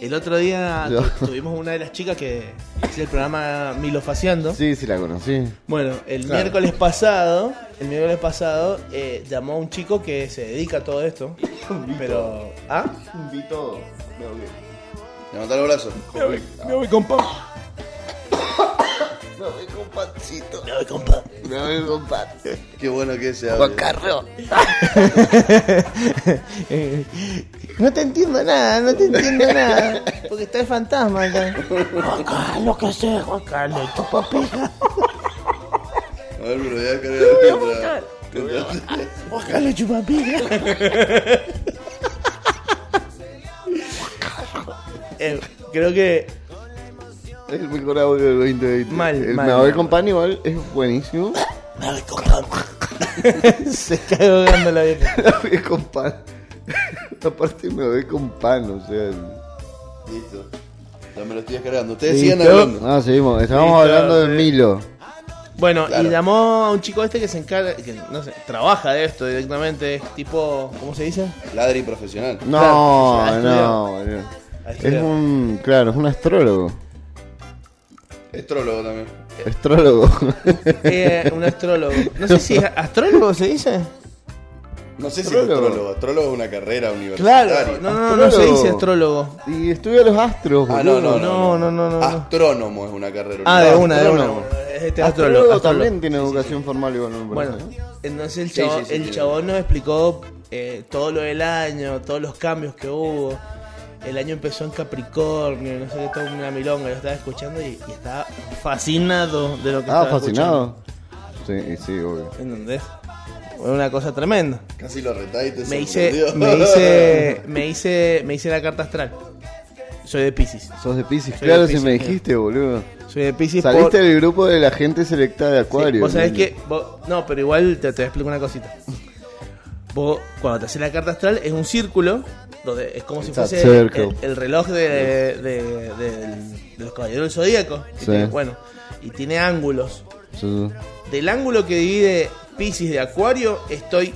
El otro día *laughs*
Yo-
tu- tuvimos una de las chicas que hacía el programa Milofaciando.
Sí, sí la conocí.
Bueno, el
Claro.
miércoles pasado, el miércoles pasado eh, llamó a un chico que se dedica a todo *laughs* esto, pero ah,
Vi todo.
Levantá los brazos.
me voy con
*laughs*
Qué bueno que se habla.
*laughs* No te entiendo nada, no te entiendo nada, porque está el fantasma acá. Juan Carlos, ¿qué haces, Juan Carlos? Tu papija.
A ver, me lo voy a cargar. Mientras-
Juan Carlos, chupapija. Eh, creo que
Es el mejor audio del 2020.
Mal,
el
mal,
Me voy
mal.
con pan igual es buenísimo. *laughs*
*laughs* se cagó dando la vieja.
Me voy con pan. *laughs* Aparte me voy con pan, o sea.
Listo. Ya me lo estoy descargando. Ustedes sigan
Listo.
hablando.
Ah, seguimos. Estábamos
Listo,
hablando de
sí.
Milo.
Bueno,
Claro.
y llamó a un chico este que se encarga, que no sé, trabaja de esto directamente, es tipo, ¿cómo se *laughs* dice?
Ladri profesional.
No,
Claro,
no.
ha
boludo.
Ha
Es
estudiado.
un. Claro, es un astrólogo.
Estrólogo también.
Astrólogo. *laughs*
Eh, un astrólogo. No sé *laughs* si es astrólogo se dice.
No sé si es
Astrólogo.
astrólogo. Astrólogo es una carrera universitaria.
Claro, no, no, no, no se
Astrólogo.
dice astrólogo.
y estudia los astros.
Ah, no,
boludo.
no, no.
No, no, no, no, no.
Astrónomo es una carrera
Ah, de una, de una.
astrónomo.
Es este astrólogo.
Astrólogo,
astrólogo.
también tiene educación formal igual, no me
Bueno,
parece, ¿eh?
entonces el
Sí,
chabón,
sí, sí,
el
sí.
chabón nos explicó eh, todo lo del año, todos los cambios que hubo. El año empezó en Capricornio, no sé qué, toda una milonga. Yo estaba escuchando y, y estaba fascinado de lo que
Ah,
estaba escuchando.
fascinado. Sí, sí, obvio.
¿Entendés? Fue una cosa tremenda.
Casi lo retáis. te
Me hice,
*laughs* sorprendió.
me hice, me hice, me hice la carta astral. Soy de Pisces.
Sos de Pisces,
Soy
claro,
de
si
Piscis,
me
sí.
dijiste, boludo.
Soy de Pisces.
Saliste
por-
del grupo de la gente selecta de Acuario.
Sí, vos sabés
boludo.
que. vos- no, pero igual te, te explico una cosita. Vos, cuando te haces la carta astral, es un círculo. Donde es como si
Exacto.
fuese
Circle.
el, el reloj de, de- del- de los caballeros del zodíaco. Y
Sí.
tiene- bueno, y tiene ángulos.
Sí,
Del ángulo que divide Pisces de Acuario, estoy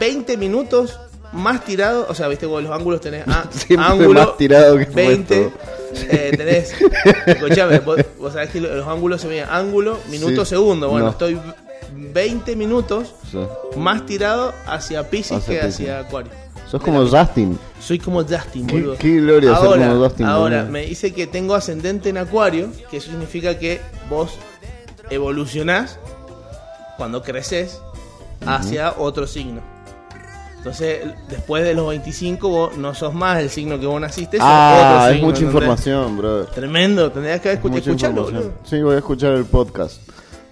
20 minutos más tirado. O sea, viste, vos los ángulos tenés. ah,
*laughs* Siempre
ángulo
más tirado que
20.
puesto.
eh, tenés. Escuchame, vos, vos sabés que lo- los ángulos se miden ángulo, minuto,
Sí,
segundo. Bueno,
no.
estoy v- 20 minutos
sí, sí.
más tirado hacia Pisces
Hacia
que
Piscis.
hacia Acuario.
Sos como Justin.
Soy como Justin,
Qué-
boludo.
qué gloria ser
ahora,
como Justin,
Ahora,
boludo.
me dice que tengo ascendente en Acuario, que eso significa que vos evolucionás cuando creces hacia otro signo. Entonces, después de los 25, vos no sos más el signo que vos naciste, sos
ah,
otro
es
signo,
mucha
¿entendés?
información, bro.
Tremendo, tendrías que escuchar,
Mucha
escucharlo,
información.
boludo.
Sí, voy a escuchar el podcast.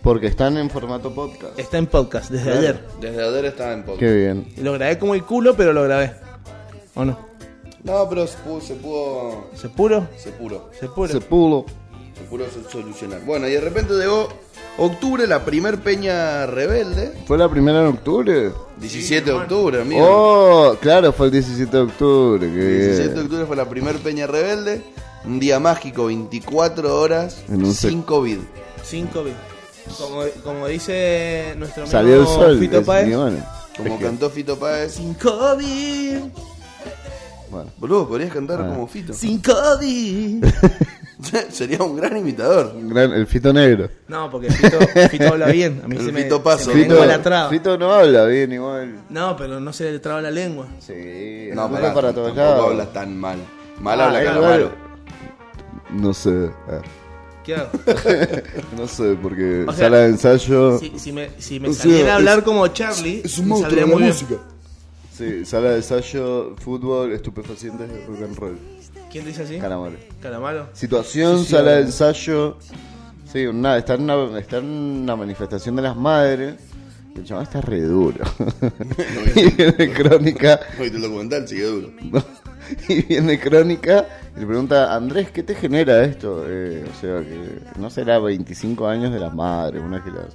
Porque están en formato podcast.
Está en podcast desde
Claro.
ayer.
Desde ayer estaba en podcast.
Qué bien.
Lo grabé como el culo, pero lo grabé. ¿O no?
No, pero se pudo, se pudo.
¿Se puro?
Se pudo.
¿Se puro?
Se pulo.
Se pudo sol- solucionar. Bueno, y de repente llegó octubre, la primer peña rebelde.
¿Fue la primera en octubre?
17 de octubre, amigo.
Oh, claro, fue el 17 de octubre. qué
El 17 de
bien.
octubre fue la primer peña rebelde. Un día mágico, 24 horas
En un sec-
sin COVID.
5 bits. Como, como dice nuestro amigo
Salió el sol.
Fito
es
Páez.
mi mano.
Como
Es que-
cantó Fito Páez.
Sin COVID,
bueno.
Boludo, podrías cantar
Ah.
como Fito.
sin COVID.
*laughs* Sería un gran imitador.
Un gran- el Fito negro.
No, porque Fito, Fito habla bien. A mí
El
se me,
Fito Paso.
se me
Fito-
lengua la traba.
Fito no habla bien igual.
No, pero no se le traba la lengua.
Sí,
No,
habla para todos
tampoco
lados.
habla tan mal. Mal
Ah,
habla
eh,
Calamaro.
No sé. ah,
¿Qué hago?
*laughs* No sé, porque
O sea,
sala de ensayo. Sí.
Si, si me, si me
O sea,
saliera a hablar
es-
como Charlie, me saldría muy bien.
sala de ensayo, fútbol, estupefacientes, rock and roll.
¿Quién dice así?
Calamaro.
Calamaro.
Situación,
Sí, sí,
sala de
obvio.
ensayo. Sí, una, está, en una, está en una manifestación de las madres. El chaval está re duro. y viene Crónica.
Oíste el documental, sigue duro.
¿no? *laughs* Y viene Crónica y le pregunta, Andrés, ¿qué te genera esto? Eh, o sea, que no será 25 años de las madres, una que las...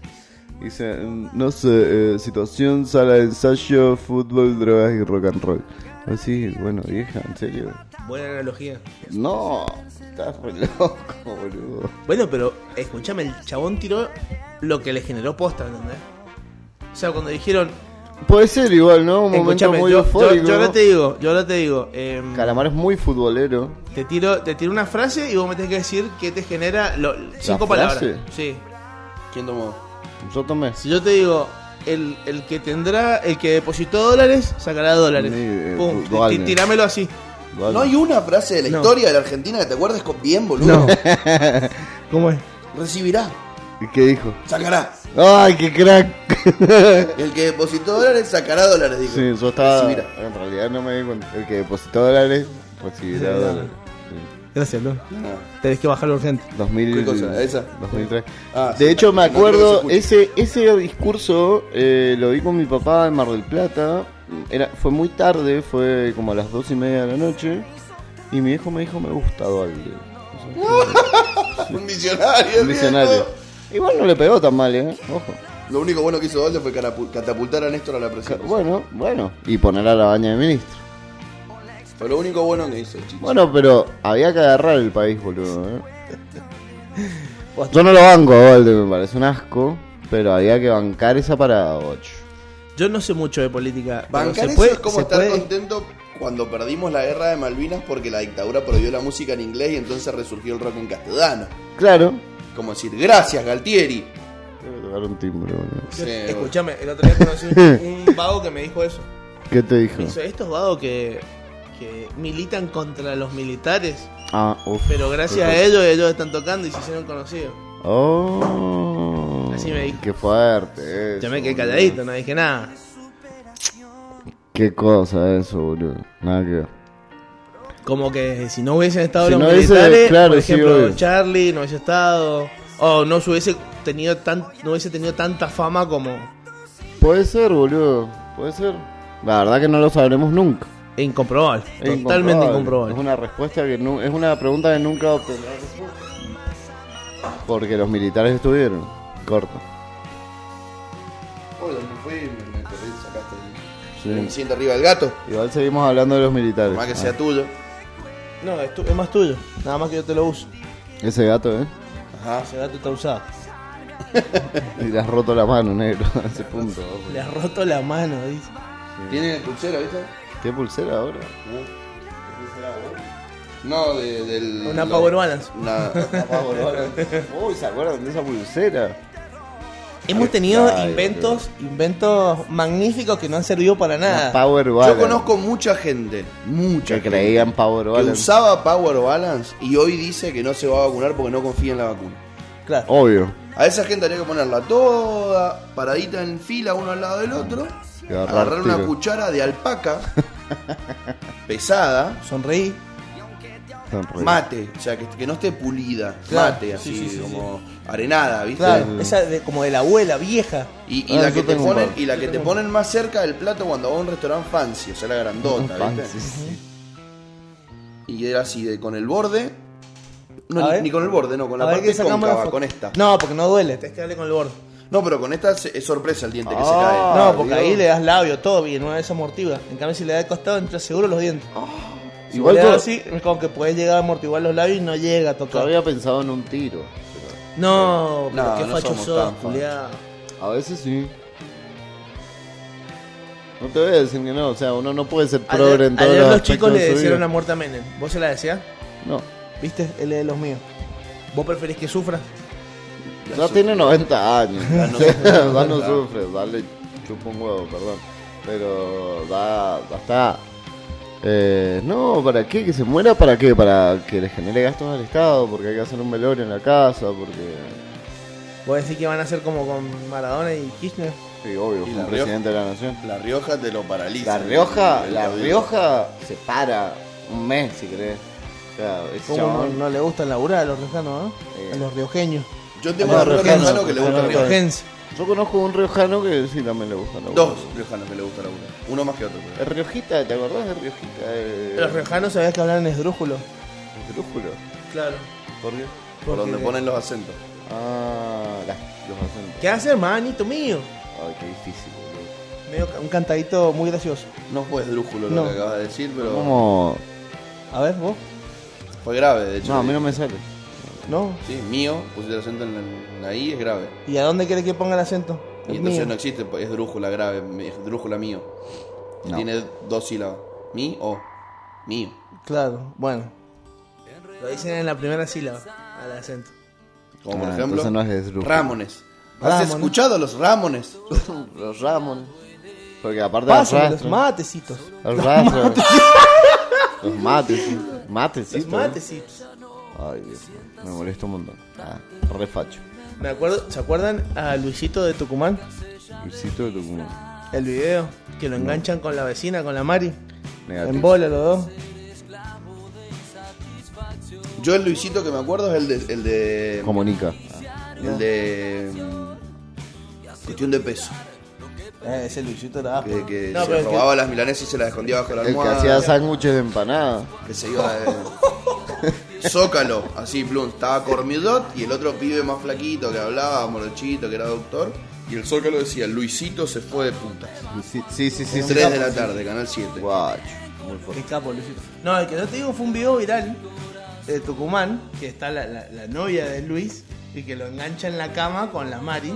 Dice, no sé, eh, situación, sala de ensayo, fútbol, drogas y rock and roll. Así, bueno, vieja, en serio.
Buena analogía.
No, estás re loco, boludo.
Bueno, pero escúchame, el chabón tiró lo que le generó posta, ¿entendés? O sea, cuando dijeron,
Puede ser igual, ¿no? Un momento
escúchame,
muy
yo, yo,
eufórico.
yo ahora te digo, yo ahora te digo, em,
Calamar es muy futbolero.
te tiro, te tiro una frase y vos me tenés que decir qué te genera lo- cinco
frase?
palabras. Sí.
¿Quién tomó?
Yo tomé.
Si yo te digo, el, el que tendrá, el que depositó dólares, sacará dólares.
Sí, eh,
Pum,
dólares.
ti- tirámelo así.
Vale.
¿No hay una frase de la
No.
historia de la Argentina que te acuerdes con bien, *laughs* boludo?
¿Cómo es?
Recibirá,
¿Y qué dijo?
sacará.
¡Ay, qué crack!
El que depositó dólares sacará dólares, digo.
sí, yo estaba.
Recibirá.
En realidad no me di cuenta. El que depositó dólares, recibirá
Sí,
dólares.
Gracias, Lu.
No.
Tenés que bajarlo urgente.
2000,
¿Qué cosa? ¿Esa?
2003.
Ah,
de
sí,
hecho, me
no creo que se
acuerdo,
escuche.
ese, ese discurso eh, lo vi con mi papá en Mar del Plata. Era, fue muy tarde, fue como a las dos y media de la noche. Y mi hijo me dijo, me gusta Dualde.
Un visionario.
Un visionario.
viejo.
Igual no le pegó tan mal, ¿eh? Ojo.
Lo único bueno que hizo Dolce fue carapu- catapultar a Néstor a la
Ca-
presidencia.
Bueno, bueno. Y poner a la baña de ministro.
Fue lo único bueno que hizo, chico.
Bueno, pero había que agarrar el país, boludo.
*laughs*
¿eh? Yo no lo banco a Dualde, me parece un asco. Pero había que bancar esa parada, 8.
Yo no sé mucho de política. pero
Bancar
se
eso
puede-
es como
se
estar
puede-
contento cuando perdimos la guerra de Malvinas porque la dictadura prohibió la música en inglés y entonces resurgió el rock en castellano.
Claro.
Como decir, gracias Galtieri.
Tengo que tocar un timbre, boludo.
Yo-
Sí,
Escuchame, el otro día conocí
*laughs*
un un vago que me dijo eso.
¿Qué te dijo?
Me dice, estos vagos que, que militan contra los militares,
Ah, uf.
pero gracias a ellos ellos están tocando y se hicieron conocidos.
Oh.
Así me dijo.
Qué fuerte.
Yo
eso,
me quedé
boludo.
calladito, no dije nada.
Qué cosa eso, boludo. Nada que ver.
Como que si no hubiesen estado
Si
los
no hubiese-
militares,
claro,
por
sí,
ejemplo,
obvio.
Charlie no hubiese estado, o no se hubiese tenido tan, no hubiese tenido tanta fama como
Puede ser, boludo. Puede ser. La verdad que no lo sabremos nunca.
e incomprobable,
Es
totalmente incomprobable.
Es una respuesta que nu- es una pregunta que nunca obtendrá respuesta. Porque los militares estuvieron. Corto.
Uy, donde fui, me, me corrí, sacaste
Sí.
el- Me siento arriba del gato,
Igual seguimos hablando de los militares.
por más que
Ah,
sea tuyo.
No, es, tu- es más tuyo, nada más que yo te lo uso.
Ese gato, eh.
Ajá.
Ese gato está usado.
Y le has roto la mano, negro. A ese punto.
Le has roto la mano, dice.
¿Tiene pulsera, viste?
¿Qué pulsera ahora?
No, de- del.
Una
lo-
power balance.
Una,
*laughs*
Uy, ¿se acuerdan de esa pulsera?
Hemos tenido
Ay,
inventos, inventos magníficos que no han servido para
La
nada.
Power
Ah, Yo
Balance.
conozco mucha gente, mucha
que
gente,
creían Power
que
Balance.
usaba Power Balance y hoy dice que no se va a vacunar porque no confía en la vacuna.
Claro.
Obvio.
A esa gente habría que ponerla toda paradita en fila uno al lado del otro,
Y agarrar
agarrar una
tiro.
cuchara de alpaca
Oh.
pesada,
Sonreí.
Sonreí.
mate, o sea, que, que no esté pulida,
Claro,
mate, así
sí, sí, sí,
como arenada, ¿viste?
Claro. Esa de, como de la abuela vieja.
Y, y
Ah,
la
yo
que te
tengo un
ponen,
par.
y la que te ponen más cerca del plato cuando vas a un restaurante fancy, o sea, la grandota, ¿viste?
Fancy, sí.
Y era así, de, con el borde.
A
No, ni,
ver.
ni con el borde, no, con la
A ver
parte
que sacamos la
cóncava,
foto.
con esta. No.
No, porque no duele, tenés que darle con el borde.
pero con esta se- es sorpresa el diente que se
Ah.
cae.
no, porque
Dios.
ahí le das labio, todo bien, una vez amortigua. En cambio, si le das de costado, entra seguro los dientes. Si
Ah.
vos
Igual
le das
yo-
así, es como que puedes llegar a amortiguar los labios y no llega a
Yo
tocar.
había pensado en un tiro.
No, pero
No,
qué
no
facho
somos
sos,
tan fachos.
culiado.
A veces sí. No te voy a decir que no. O sea, uno no puede ser progre en
Ayer,
todos
ayer
los
los
aspectos
chicos
de
le
su
desearon
vida.
la muerte a Menem. ¿Vos se la deseás?
No.
¿Viste? Él es de los míos. ¿Vos preferís que sufra?
Ya tiene 90 años. Ya *laughs*
no
no,
sufre.
sufre. Dale, chupa un huevo, perdón. Pero da, da está. Eh, no, ¿para qué? ¿Que se muera? ¿Para qué? Para que le genere gastos al Estado, porque hay que hacer un velorio en la casa, porque...
¿Vos decís que van a ser como con Maradona y Kirchner?
Sí, obvio,
¿Y
fue
La
un
Rioja?
presidente de la nación.
La Rioja te lo paraliza.
La Rioja,
El
la
caudillo.
Rioja se para un mes, si crees. O sea, ese
¿Cómo no,
chabón,
no le gusta laburar a los riojanos, ¿eh?
Eh.
A los riojeños.
Yo tengo
Ah,
un
Riojano,
riojano que le gusta el
Riojano
riojano.
también.
Urgencia.
Yo conozco un riojano que sí también le gusta la uva.
Dos riojanos que le gusta la uva. Uno más que otro. pero-
El Riojita, ¿te acordás de Riojita? Eh,
Los riojanos sabías que hablan en esdrújulo.
el Drújulo.
Claro.
¿Por qué?
Por
Porque-
donde ponen los acentos.
Ah, la- los acentos.
¿Qué hace, hermanito mío?
Ay, qué difícil, boludo.
Medio ca- un cantadito muy gracioso.
No fue esdrújulo lo
No.
que acabas de decir, pero
¿Cómo?
A ver, vos.
fue grave, de hecho.
No, a mí no me sale.
No.
Sí, es mío, pusiste el acento en, en la I, es grave.
¿Y a dónde quiere que ponga el acento?
Y
El
entonces
mío.
no existe, es drújula grave, es drújula mío. Que
No.
Tiene dos sílabas. Mi o mío.
Claro, bueno. Lo dicen en la primera sílaba, al acento.
Como
Ah,
por ejemplo,
entonces no es esdrújula.
Ramones. ¿Has
Ramones.
escuchado los Ramones?
los Ramon. Porque aparte del
Pásame los
rastro.
matecitos.
El rastro. Los mates. sí. Mates, sí,
Los
todo.
matecitos.
Ay, Dios mío. Me molesta un montón. Ah, refacho.
Me acuerdo, ¿se acuerdan a Luisito de Tucumán?
Luisito de Tucumán.
El video que lo enganchan con la vecina, con la Mari.
Negativo.
En bola los dos.
Yo el Luisito que me acuerdo es el de... El de
Comunica.
el de... mm, Cuestión de peso.
Eh, ese Luisito era
Que, que
No, pero
se
es que-
robaba las milanesas y se las escondía bajo la
El que
almohada.
hacía sándwiches de empanada.
que se iba de... Zócalo, así, plum. Estaba Cormidot y el otro pibe más flaquito que hablaba, morochito, que era doctor. Y el Zócalo decía, Luisito se fue de putas.
Sí, sí, sí. sí,
3
sí.
de la tarde, Canal 7.
Guacho. Muy
Qué
fuerte.
capo, Luisito. No, el que yo te digo fue un video viral de Tucumán, que está la, la- la novia de Luis y que lo engancha en la cama con la Mari.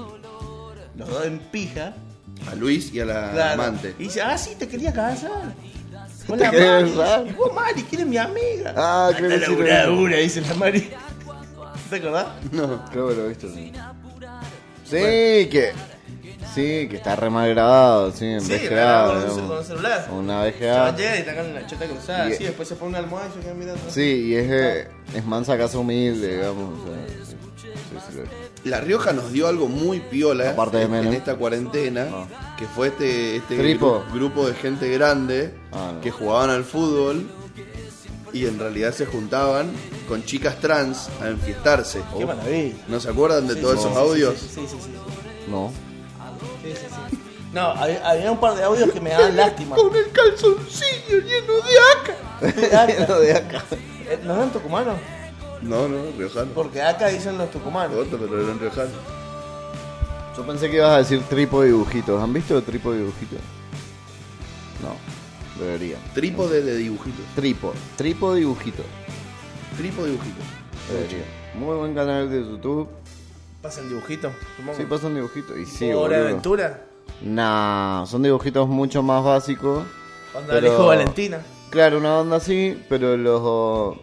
Los dos en pija.
A Luis y a la
Claro.
amante.
Y dice, ah, sí, te quería casar. Con
¿Te
la
querías
Mari.
casar?
Y vos, Mari, que eres mi amiga.
Ah, creo que
Anda
sí lo
laburá
vi.
dura, dice la Mari. ¿Te acordás?
No.
Creo que lo he visto. Sí, Sí, que. Sí, que está re mal grabado, sí, en vez
grabado
grabado.
con un-
digamos.
con un celular.
Una vez
Chaval
grabado.
llega y te agarra la chota cruzada,
Y-
así, después se pone una almohada y se queda mirando.
Sí, y es, eh, es mansa casa humilde, digamos. o sea, sí, sí, sí, lo es.
La Rioja nos dio algo muy piola
Aparte de
en,
Menem. Ah.
en esta cuarentena, que fue este, este
Tripo.
gru- grupo de gente grande
Ah, no.
que jugaban al fútbol y en realidad se juntaban con chicas trans a enfiestarse.
Qué
Oh.
maravilla.
¿No se acuerdan de
Sí,
todos
sí,
esos
sí,
audios?
Sí, sí, sí. sí, sí.
*laughs* No.
Sí, sí, sí. No, había, había un par de audios que me daban lástima. Con el calzoncillo lleno de aca. Eh, ¿No eran tucumanos?
No, no, riojano.
Porque aca dicen los tucumanos.
Otro, pero eran riojanos.
Yo pensé que ibas a decir tripo de dibujitos. ¿Han visto tripo de dibujitos? No, debería.
Trípode de dibujitos.
Tripo, tripo de dibujitos.
Tripo de dibujitos.
Debería. Muy buen canal de YouTube.
Pasan dibujitos.
Sí,
supongo.
pasan dibujitos. Y sí,
Hora de
boludo.
aventura.
Nah, son dibujitos mucho más básicos.
Onda
Pero-
Alejo Valentina.
Claro, una onda así, pero los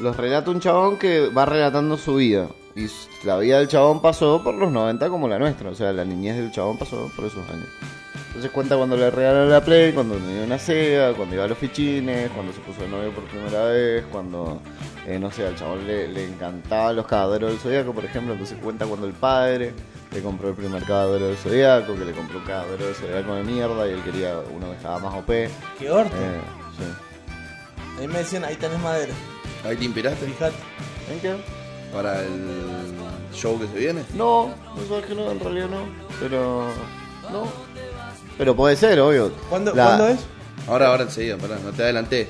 los relata un chabón que va relatando su vida. Y s- la vida del chabón pasó por los 90 como la nuestra, o sea, la niñez del chabón pasó por esos años. Entonces cuenta cuando le regalaron la Play, cuando tenía una Sega, cuando iba a los fichines, cuando se puso de novio por primera vez, cuando, eh, no sé, al chabón le, le encantaban los cavaderos del Zodíaco, por ejemplo, entonces cuenta cuando el padre le compró el primer cabadero del Zodíaco, que le compró un cabadero del Zodíaco de mierda y él quería uno que estaba más OP. Eh,
Qué orto.
sí.
A mí me decían, ahí tenés madera.
Ahí te inspiraste
Fijate.
¿En qué?
para el show que se viene.
No, no sabes que no, en realidad no. Pero. No. Pero puede ser, obvio.
¿Cuándo,
La-
¿cuándo es?
Ahora, ahora enseguida, pará, no te adelanté.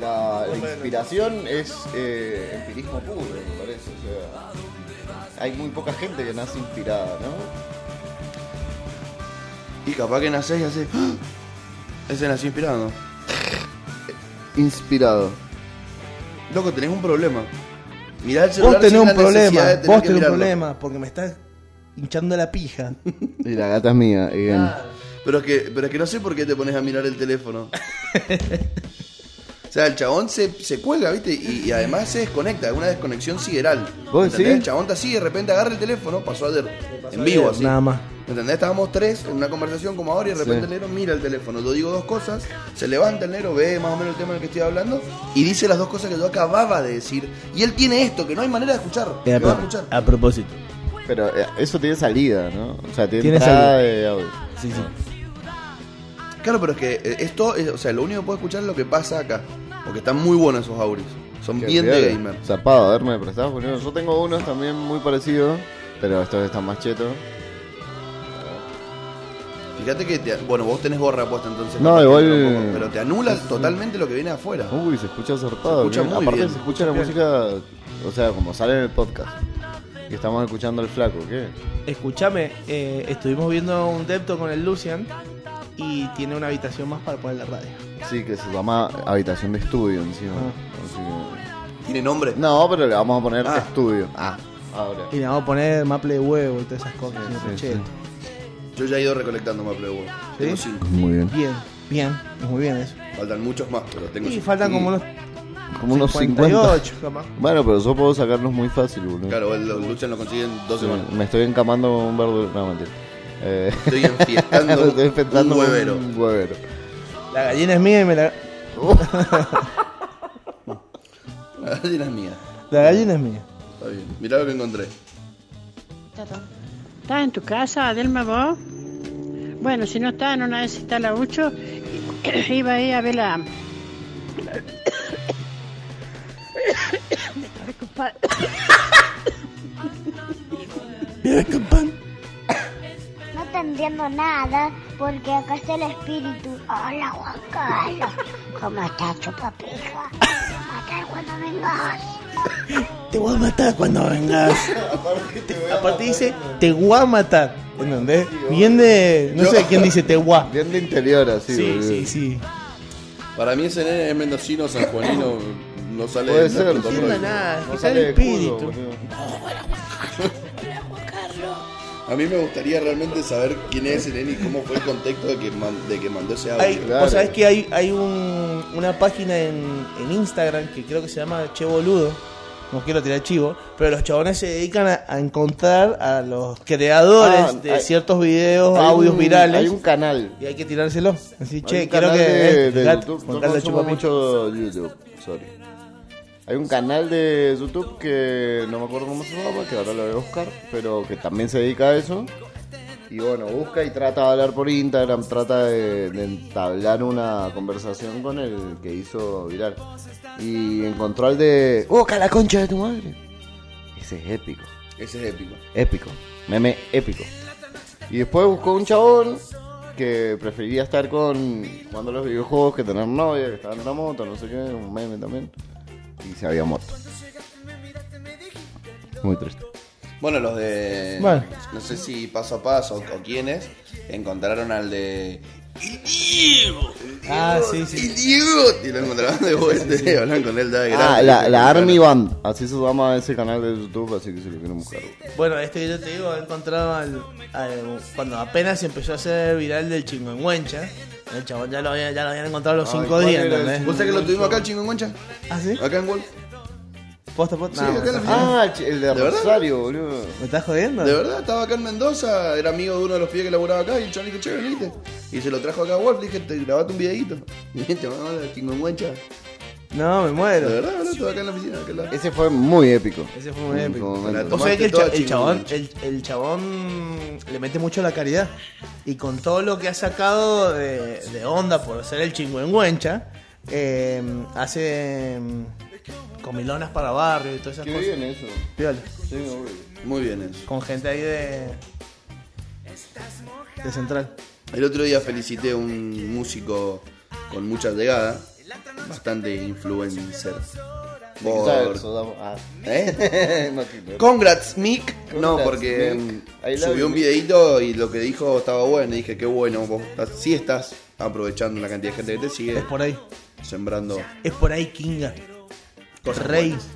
La, la inspiración es eh, empirismo puro, me parece. o sea, hay muy poca gente que nace inspirada, ¿no?
Y capaz que nacés y haces. ¡Ah! Ese nació inspirado.
Inspirado.
Loco, tenés un problema. Mirá el celular.
Vos tenés
sin
un
la necesidad
problema.
de tener
Vos
que
tenés un
mirarlo.
problema porque me estás hinchando la pija.
Y la gata es mía, again.
Pero es, que, pero es que no sé por qué te pones a mirar el teléfono. O sea, el chabón se, se cuelga, ¿viste? Y, y además se desconecta, es una desconexión sideral.
¿Vos
¿Entendés?
decís?
El chabón está así, de repente agarra el teléfono, pasó ayer, en vivo
ayer,
así.
nada más.
¿Entendés? Estábamos tres en una conversación como ahora y de repente
Sí.
el negro mira el teléfono. Yo digo dos cosas, se levanta el negro, ve más o menos el tema del que estoy hablando y dice las dos cosas que yo acababa de decir. Y él tiene esto, que no hay manera de escuchar. Que
Eh, a,
va a
pro-
escuchar.
a propósito.
Pero eh, eso tiene salida, ¿no? O sea, tiene,
Tiene
entrada
salida.
de audio.
Sí, sí.
Claro, pero es que eh, esto, es- o sea, lo único que puedo escuchar es lo que pasa acá. Porque están muy buenos esos auris. Son
Qué
bien de
piola.
gamer.
Zarpado, a ver, me prestás, Julián. Yo tengo unos también muy parecidos, pero estos están más chetos.
Fíjate que, te- bueno, vos tenés gorra puesta entonces.
No,
capaz que
igual- Uh.
entra un poco, pero te anula totalmente lo que viene afuera.
Uy, se escucha
Se
zarpado.
escucha
bien.
muy
Aparte
bien.
se escucha la música, o sea, como sale en el podcast. Y estamos escuchando al flaco, ¿qué?
Escúchame, eh, estuvimos viendo un depto con el Lucian y tiene una habitación más para poner la radio.
Sí, que se llama habitación de estudio encima.
Ah.
Así
Tiene nombre.
que- No, pero le vamos a poner
Ah.
estudio. Ah, ahora.
Y le vamos a poner maple de huevo y todas esas cosas.
Sí,
señor
sí,
Cheto.
Yo ya he ido recolectando maple de huevo. Tengo cinco.
Muy bien.
Bien, bien, es muy bien eso.
Faltan muchos más, pero tengo
Y
cinco.
faltan como unos
Como unos 50.
58, capaz.
Bueno, pero yo puedo sacarlos muy fácil, boludo.
Claro, el- los luchan lo consiguen dos
Sí,
semanas. *laughs*
Me estoy encamando con un verdulero. No, mentira. Eh,
Estoy enfiestando
*laughs* estoy enfrentando
un huevero.
Un huevero.
La gallina es mía y me la.
La gallina es mía.
La gallina es mía.
Está bien. Mirá lo que encontré.
¿Estás en tu casa, Adelma, vos? Bueno, si no está, en una vez está la Ucho, *clears throat* iba ahí a ver la...
No te entiendo nada porque acá está el espíritu. Hola, Juan Carlos. ¿Cómo estás, chupapija? Matar cuando vengas.
Te voy a matar cuando vengas. Aparte dice, te voy a matar. ¿Entendés? Bien de. No
Yo-
sé quién dice te voy.
Bien de interior, así,
Sí,
boludo.
sí, sí.
Para mí ese nene es mendocino, sanjuanino, no sale
Puede
de
ser.
Santo
entiendo
Tomás.
nada,
No
quizá
sale
el
de culo,
espíritu.
boludo.
A mí me gustaría realmente saber quién es ese nene y cómo fue el contexto de que, man- de que mandó ese audio.
Hay,
Claro.
Vos sabés que hay, hay un- una página en, en Instagram que creo que se llama Che Boludo. No quiero tirar chivo, pero los chabones se dedican a, a encontrar a los creadores
Ah,
de
hay-
ciertos videos,
Hay
audios
un-
virales.
Hay un canal.
Y hay que tirárselo. Así,
Hay
che,
un
quiero
canal
que.
de, de
Gat-
YouTube.
Juan
Yo
Carlos
consumo
Chupapi.
mucho YouTube. Sorry. Hay un canal de YouTube que no me acuerdo cómo se llama, que ahora lo voy a buscar, pero que también se dedica a eso. Y bueno, busca y trata de hablar por Instagram, trata de, de entablar una conversación con el que hizo viral. Y encontró al de... ¡Boca la concha de tu madre! Ese es épico.
Ese es épico.
Épico. Meme épico. Y después buscó un chabón que prefería estar con jugando a los videojuegos que tener novia, que estaba en una moto, no sé qué, un meme también. Y se había muerto. Muy triste.
Bueno, los de.
Bueno.
No sé si paso a paso o quiénes encontraron al de.
Ah, sí, sí.
¡El Diego! Y lo encontraron de vuelta *laughs* y hablan con él. da
Ah,
grande.
la, la Army Band, así se llama ese canal de YouTube, así que si lo quieren buscar.
Bueno, este que yo te digo, he encontrado al, al- cuando apenas se empezó a hacer viral del chingüengüencha. El chabón ya lo, había- ya lo habían encontrado los
Ay,
cinco
¿cuál
días,
era el
¿entendés?
¿Vos sabés que lo tuvimos acá, en Chingonguancha?
¿Ah, sí?
Acá en Wolf.
¿Posta, posta?
Sí,
No,
acá en la
me-
Ah, el ch- el de
¿De verdad?
Rosario, boludo.
¿Me estás jodiendo?
De verdad, estaba acá en Mendoza, era amigo de uno de los pibes que laburaba acá y el chabón le dijo, che, venite. Y se lo trajo acá a Wolf, le dije, te grabaste un *laughs* videito. Y te mandó la chingüengüencha.
No, me
De
muero.
verdad, boludo, estaba acá en la oficina. Acá en la...
Ese fue muy épico.
Ese fue un
En
épico.
su momento.
La-
Vos sabés que el,
Tomaste todo
cha- el chabón, el,
chingüengüencha.
el chabón le mete mucho a la caridad. Y con todo lo que ha sacado de, de onda por ser el chingüengüencha, eh, hace mm, comilonas para barrio y todas esas
Qué
cosas.
bien eso.
Piola.
Sí, obvio.
Muy bien eso.
Con gente ahí de. de Central.
El otro día felicité a un músico con mucha llegada, bastante influencer. Por...
Eso, damos- ah. *laughs*
¿Eh?
No, tipo,
Congrats, Mick. no,
Congrats,
porque
Mick.
mm,
I love
subió
you,
un
Mick.
videito y lo que dijo estaba bueno. Y dije, qué bueno, vos estás- sí estás aprovechando la cantidad de gente que te
Es
sigue,
por ahí.
sembrando
Es por ahí, Kinga.
cosas
Rey.
buenas.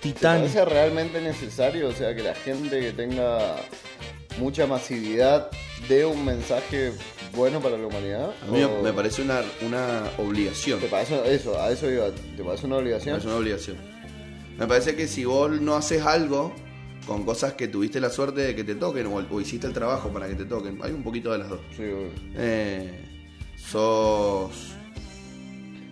Titán.
¿Parece realmente necesario? O sea, que la gente que tenga mucha masividad dé un mensaje bueno para la humanidad.
A mí
¿O
me parece una, una obligación.
Oh. ¿Te parece eso? A eso iba. ¿Te parece una
Me
obligación?
parece una obligación. Me parece que si vos no haces algo con cosas que tuviste la suerte de que te toquen o, o hiciste el trabajo para que te toquen, hay un poquito de las dos.
Sí, obvio.
Eh, sos.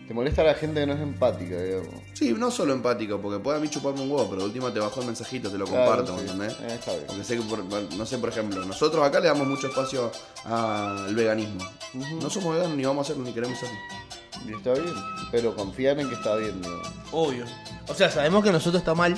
¿Te molesta la gente que no es empática, digamos?
Sí, no solo empático, porque puede a mí chuparme un huevo, pero de última te bajo el mensajito, te lo
Claro,
comparto,
sí.
¿entendés?
Eh, está bien.
Porque sé que, por- no sé, por ejemplo, nosotros acá le damos mucho espacio al veganismo. No somos veganos, ni vamos a hacerlo, ni queremos hacerlo.
Y está bien. Pero confían en que está bien, ¿no?
Obvio. O sea, sabemos que nosotros está mal.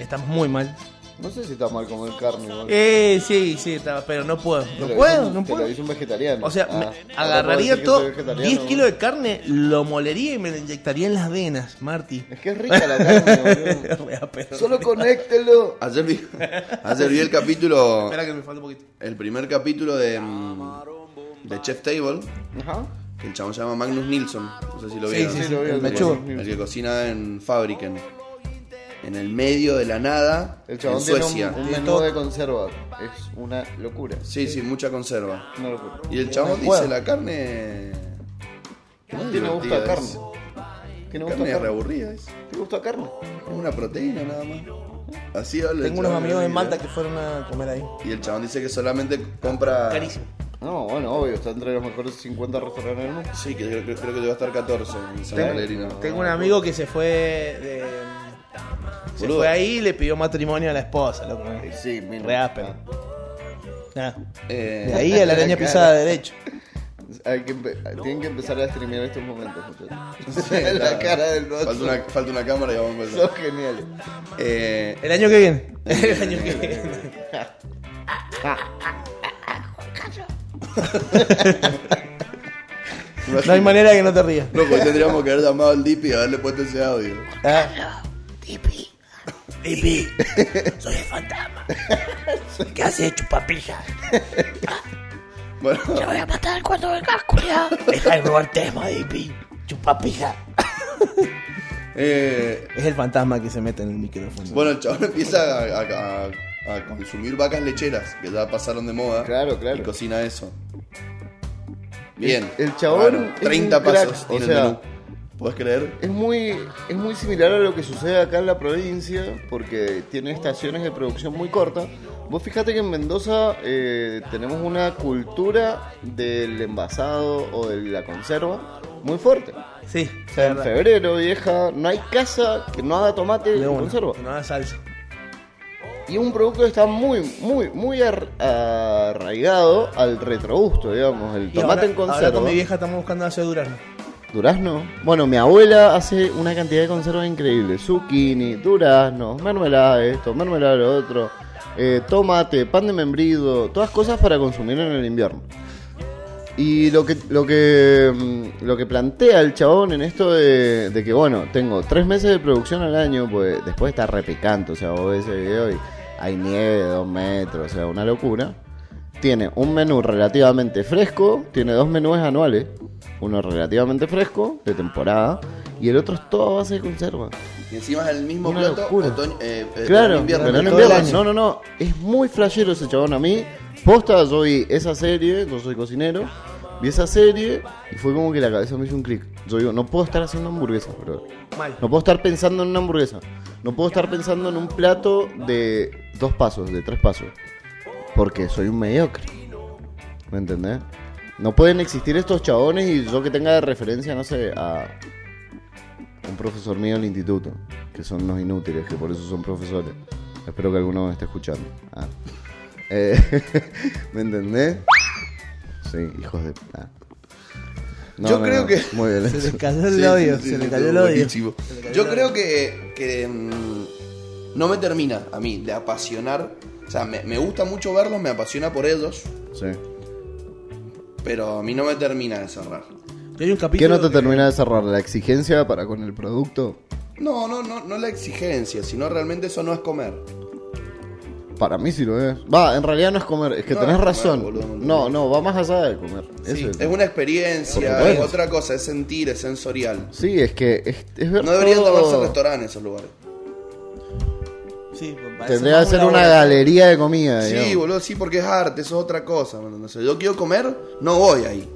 Estamos muy mal.
No sé si está mal comer carne, igual.
Eh, sí, sí, está- pero no puedo.
Te
No
lo
puedo,
hizo-
no
te
puedo.
lo hizo un vegetariano.
O sea,
Ah,
me
ahora puedo decir
agarraría
que
todo.
soy vegetariano,
10
¿no?
kilos de carne, lo molería y me lo inyectaría en las venas, Marty. *laughs*
Es que es rica la carne,
boludo. Pero-
Solo conéctelo.
Ayer vi, *laughs* ayer vi el capítulo.
Espera que me falta un poquito.
El primer capítulo de. mm, de Chef Table.
Ajá.
Que el chabón se llama Magnus Nilsson. No sé si lo
Sí,
vieron.
sí, sí, lo vi,
el,
el
que-
mechudo.
el que cocina en Fabriken. En el medio de la nada.
El chabón
en
tiene
Suecia.
un, un menú de conserva. Es una locura.
Sí, sí, mucha conserva.
Una locura.
Y el chabón
Una
dice:
hueva.
La carne.
No tiene gusto a carne. Tiene gusto a
Carne
carne.
reaburrida. Es
¿Te gusta carne?
Es una proteína nada más. Así habla el
Tengo unos
chabón
amigos
el
en Malta
video.
que fueron a comer ahí.
Y el chabón dice que solamente compra.
Carísimo.
No, bueno, obvio, está entre los mejores 50 restaurantes del mundo.
Sí, que creo, creo- creo que te va a estar 14 en San
Tengo-
Valerino.
Tengo un amigo que se fue de. Se
Boludo.
fue ahí y le pidió matrimonio a la esposa, loco.
Sí, mira.
Re áspero. Ah.
Eh,
De ahí a la
*laughs*
araña
cara.
pisada derecho.
Hay que empe- tienen que empezar a streamear estos momentos, muchachos.
Sí,
*laughs* la
claro.
cara del otro.
Falta una, falta una cámara y vamos a
Son
empezar.
geniales.
Eh,
El año que viene. El año que viene. *laughs* No hay manera que no te rías.
Loco, hoy tendríamos que haber llamado al Dipi y haberle puesto ese audio.
Ah,
Tipi.
*laughs*
Tipi. Soy el fantasma. ¿Qué has hecho, papilla?
Bueno,
Te voy a matar cuando vengas, culiao. Deja de robar tema, Tipi. Chupapija.
eh,
es el fantasma que se mete en el micrófono.
bueno, el chabón empieza a, a- a- a consumir vacas lecheras, que ya pasaron de moda.
Claro, claro.
Y cocina eso. Bien.
El chabón
Bueno,
es
30
un crack,
pasos
o
tiene
sea-
el menú. ¿Puedes creer?
Es muy, es muy similar a lo que sucede acá en la provincia, porque tiene estaciones de producción muy cortas. Vos fijate que en Mendoza eh, tenemos una cultura del envasado o de la conserva muy fuerte.
Sí,
O sea, en febrero, vieja, no hay casa que no haga tomate y
de una,
conserva.
que No da salsa.
Y un producto que está muy, muy, muy ar- arraigado al retrogusto, digamos. El
Y
tomate
ahora-
en
Ahora con
conserva.
mi vieja estamos buscando hacer durazno.
Durazno. Bueno, mi abuela hace una cantidad de conservas increíbles. Zucchini, duraznos, mermelada de esto, mermelada de lo otro, eh, tomate, pan de membrillo, todas cosas para consumir en el invierno. Y lo que, lo que, mm, lo que plantea el chabón en esto de, de que, bueno, tengo tres meses de producción al año, pues después está repicante, o sea, vos ves ese video y hay nieve de dos metros, o sea, una locura. Tiene un menú relativamente fresco, tiene dos menús anuales, uno relativamente fresco, de temporada, y el otro es todo a base de conserva.
Y encima es el mismo
Una
plato.
locura.
otoño- eh, eh,
Claro,
invierno,
pero no
todo el
invierno.
año.
No, no, no. Es muy flashero ese chabón a mí. Posta, yo vi esa serie, yo soy cocinero. Vi esa serie y fue como que la cabeza me hizo un clic. Yo digo, no puedo estar haciendo hamburguesas, bro.
Mal.
No puedo estar pensando en una hamburguesa. No puedo estar pensando en un plato de dos pasos, de tres pasos. Porque soy un mediocre. ¿Me entendés? No pueden existir estos chabones y yo que tenga de referencia, no sé, a un profesor mío del instituto, que son unos inútiles, que por eso son profesores. Espero que alguno me esté escuchando. Ah. Eh, *laughs* ¿Me entendés? Sí, hijos de... ah.
Yo creo que-
Muy
*laughs*
bien.
Se le cayó
Sí,
el
sí,
odio,
sí,
se
sí,
le
sí,
cayó el odio.
buenísimo. Yo creo que, que, mm, no me termina a mí de apasionar. O sea, me, me gusta mucho verlos, me apasiona por ellos,
Sí.
pero a mí no me termina de cerrar.
Y hay un
¿Qué
capítulo.
no te
que-
termina de cerrar? ¿La exigencia para con el producto?
No, no, no, no la exigencia, sino realmente eso no es comer.
Para mí sí lo es. Va, en realidad no es comer, es que
No,
tenés
es comer,
razón.
boludo, no.
no, no, va más allá de comer. Eso es.
Es una
Por
experiencia, es
supuesto.
otra cosa, es sentir, es sensorial.
Sí, es que es, es ver
No deberían
todo.
llamarse restaurantes esos lugares.
Sí, pues, parece
Tendría que
más
ser una
laboratorio.
galería de comida,
Sí,
digamos.
boludo, sí, porque es arte, eso es otra cosa. ¿me entendés? yo quiero comer, no voy ahí.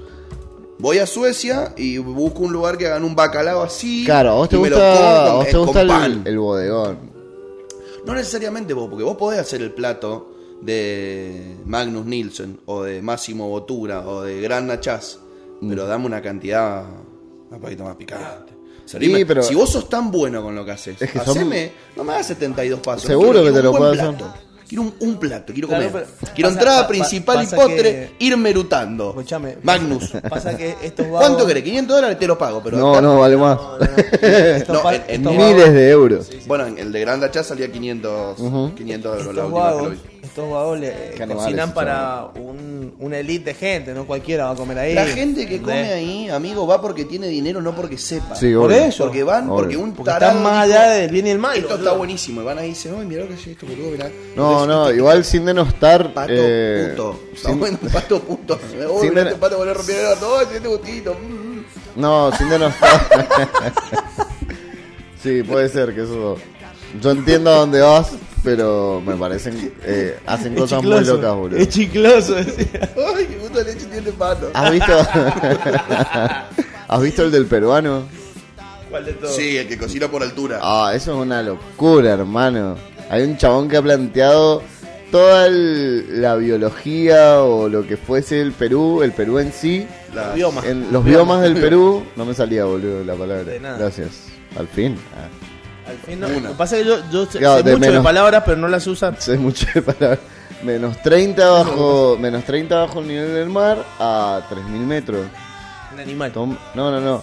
Voy a Suecia y busco un lugar que hagan un bacalao así.
Claro, a vos te
y me lo
gusta,
como
a
con-
vos te
con
gusta el,
pan.
el bodegón.
No necesariamente vos, porque vos podés hacer el plato de Magnus Nielsen o de Máximo Botura o de Gran Nachas,
Mm.
pero dame una cantidad un poquito más picante. Servime-
Sí, pero-
si vos sos tan bueno con lo que haces,
Es que son-
haceme, no me hagas 72 pasos.
Seguro
quiero-
que te
quiero
lo
un buen
puedo hacer.
plato. Quiero un, un plato, quiero
Claro,
comer.
pero-
quiero
pasa-
entrada
pa-
principal
pasa
y postre,
que-
ir merutando.
Escuchame.
Magnus.
Pasa que
*laughs*
estos vagos.
¿Cuánto querés? ¿500 dólares? Te lo pago, pero.
No, no, vale más. *laughs*
No,
pa-
en- en
estos
mi-
Miles de euros.
Bueno, en el de Gran Dachá salía 500,
Ujú.
500 euros la
Estos
última que lo
vagos,
vi.
estos vagos le
Qué animales,
cocinan para un, una elite de gente, no cualquiera va a comer ahí.
La gente que come ahí,
¿entendés?
amigo, va porque tiene dinero, no porque sepa.
Sí,
Por
obvio.
eso.
Porque van,
Obvio.
porque un
Porque
tarado
están más
dijo,
allá del bien y el mal.
Esto está buenísimo. Y van ahí y dicen, ay, mirá lo que es esto, boludo, mirá.
No,
Entonces,
no,
este
igual sin denostar.
Pato
eh,
puto. Está
sin-
bueno, pato
*laughs*
puto. Oh,
sin
mirá
ver-
este pato volvió a romper el gato. Ay, este gustito. mm, mm.
No, *laughs* sin denostar. sí, puede ser que eso. Yo entiendo a dónde vas, pero me parecen. eh, hacen
Es
cosas muy
chicloso,
locas, boludo.
Es chicloso.
*laughs*
decía.
Ay, qué gusto de leche tiene este pato.
¿Has visto? *laughs* ¿Has visto el del peruano?
¿Cuál de todos?
Sí, el que cocina por altura.
Ah, eso es una locura, hermano. Hay un chabón que ha planteado toda el- la biología o lo que fuese el Perú, el Perú en sí,
La-
Bioma.
en los biomas del Perú. No me salía, boludo, la palabra.
De nada.
Gracias. Al fin. Ah,
Al fin no.
Una.
Lo que pasa es que yo, yo sé-
Claro,
sé
de
mucho
menos.
de palabras, pero no las usan.
sé mucho de palabras. Menos 30 bajo, menos 30 bajo el nivel del mar a 3.000 metros.
Un animal.
Tom- no, no, no.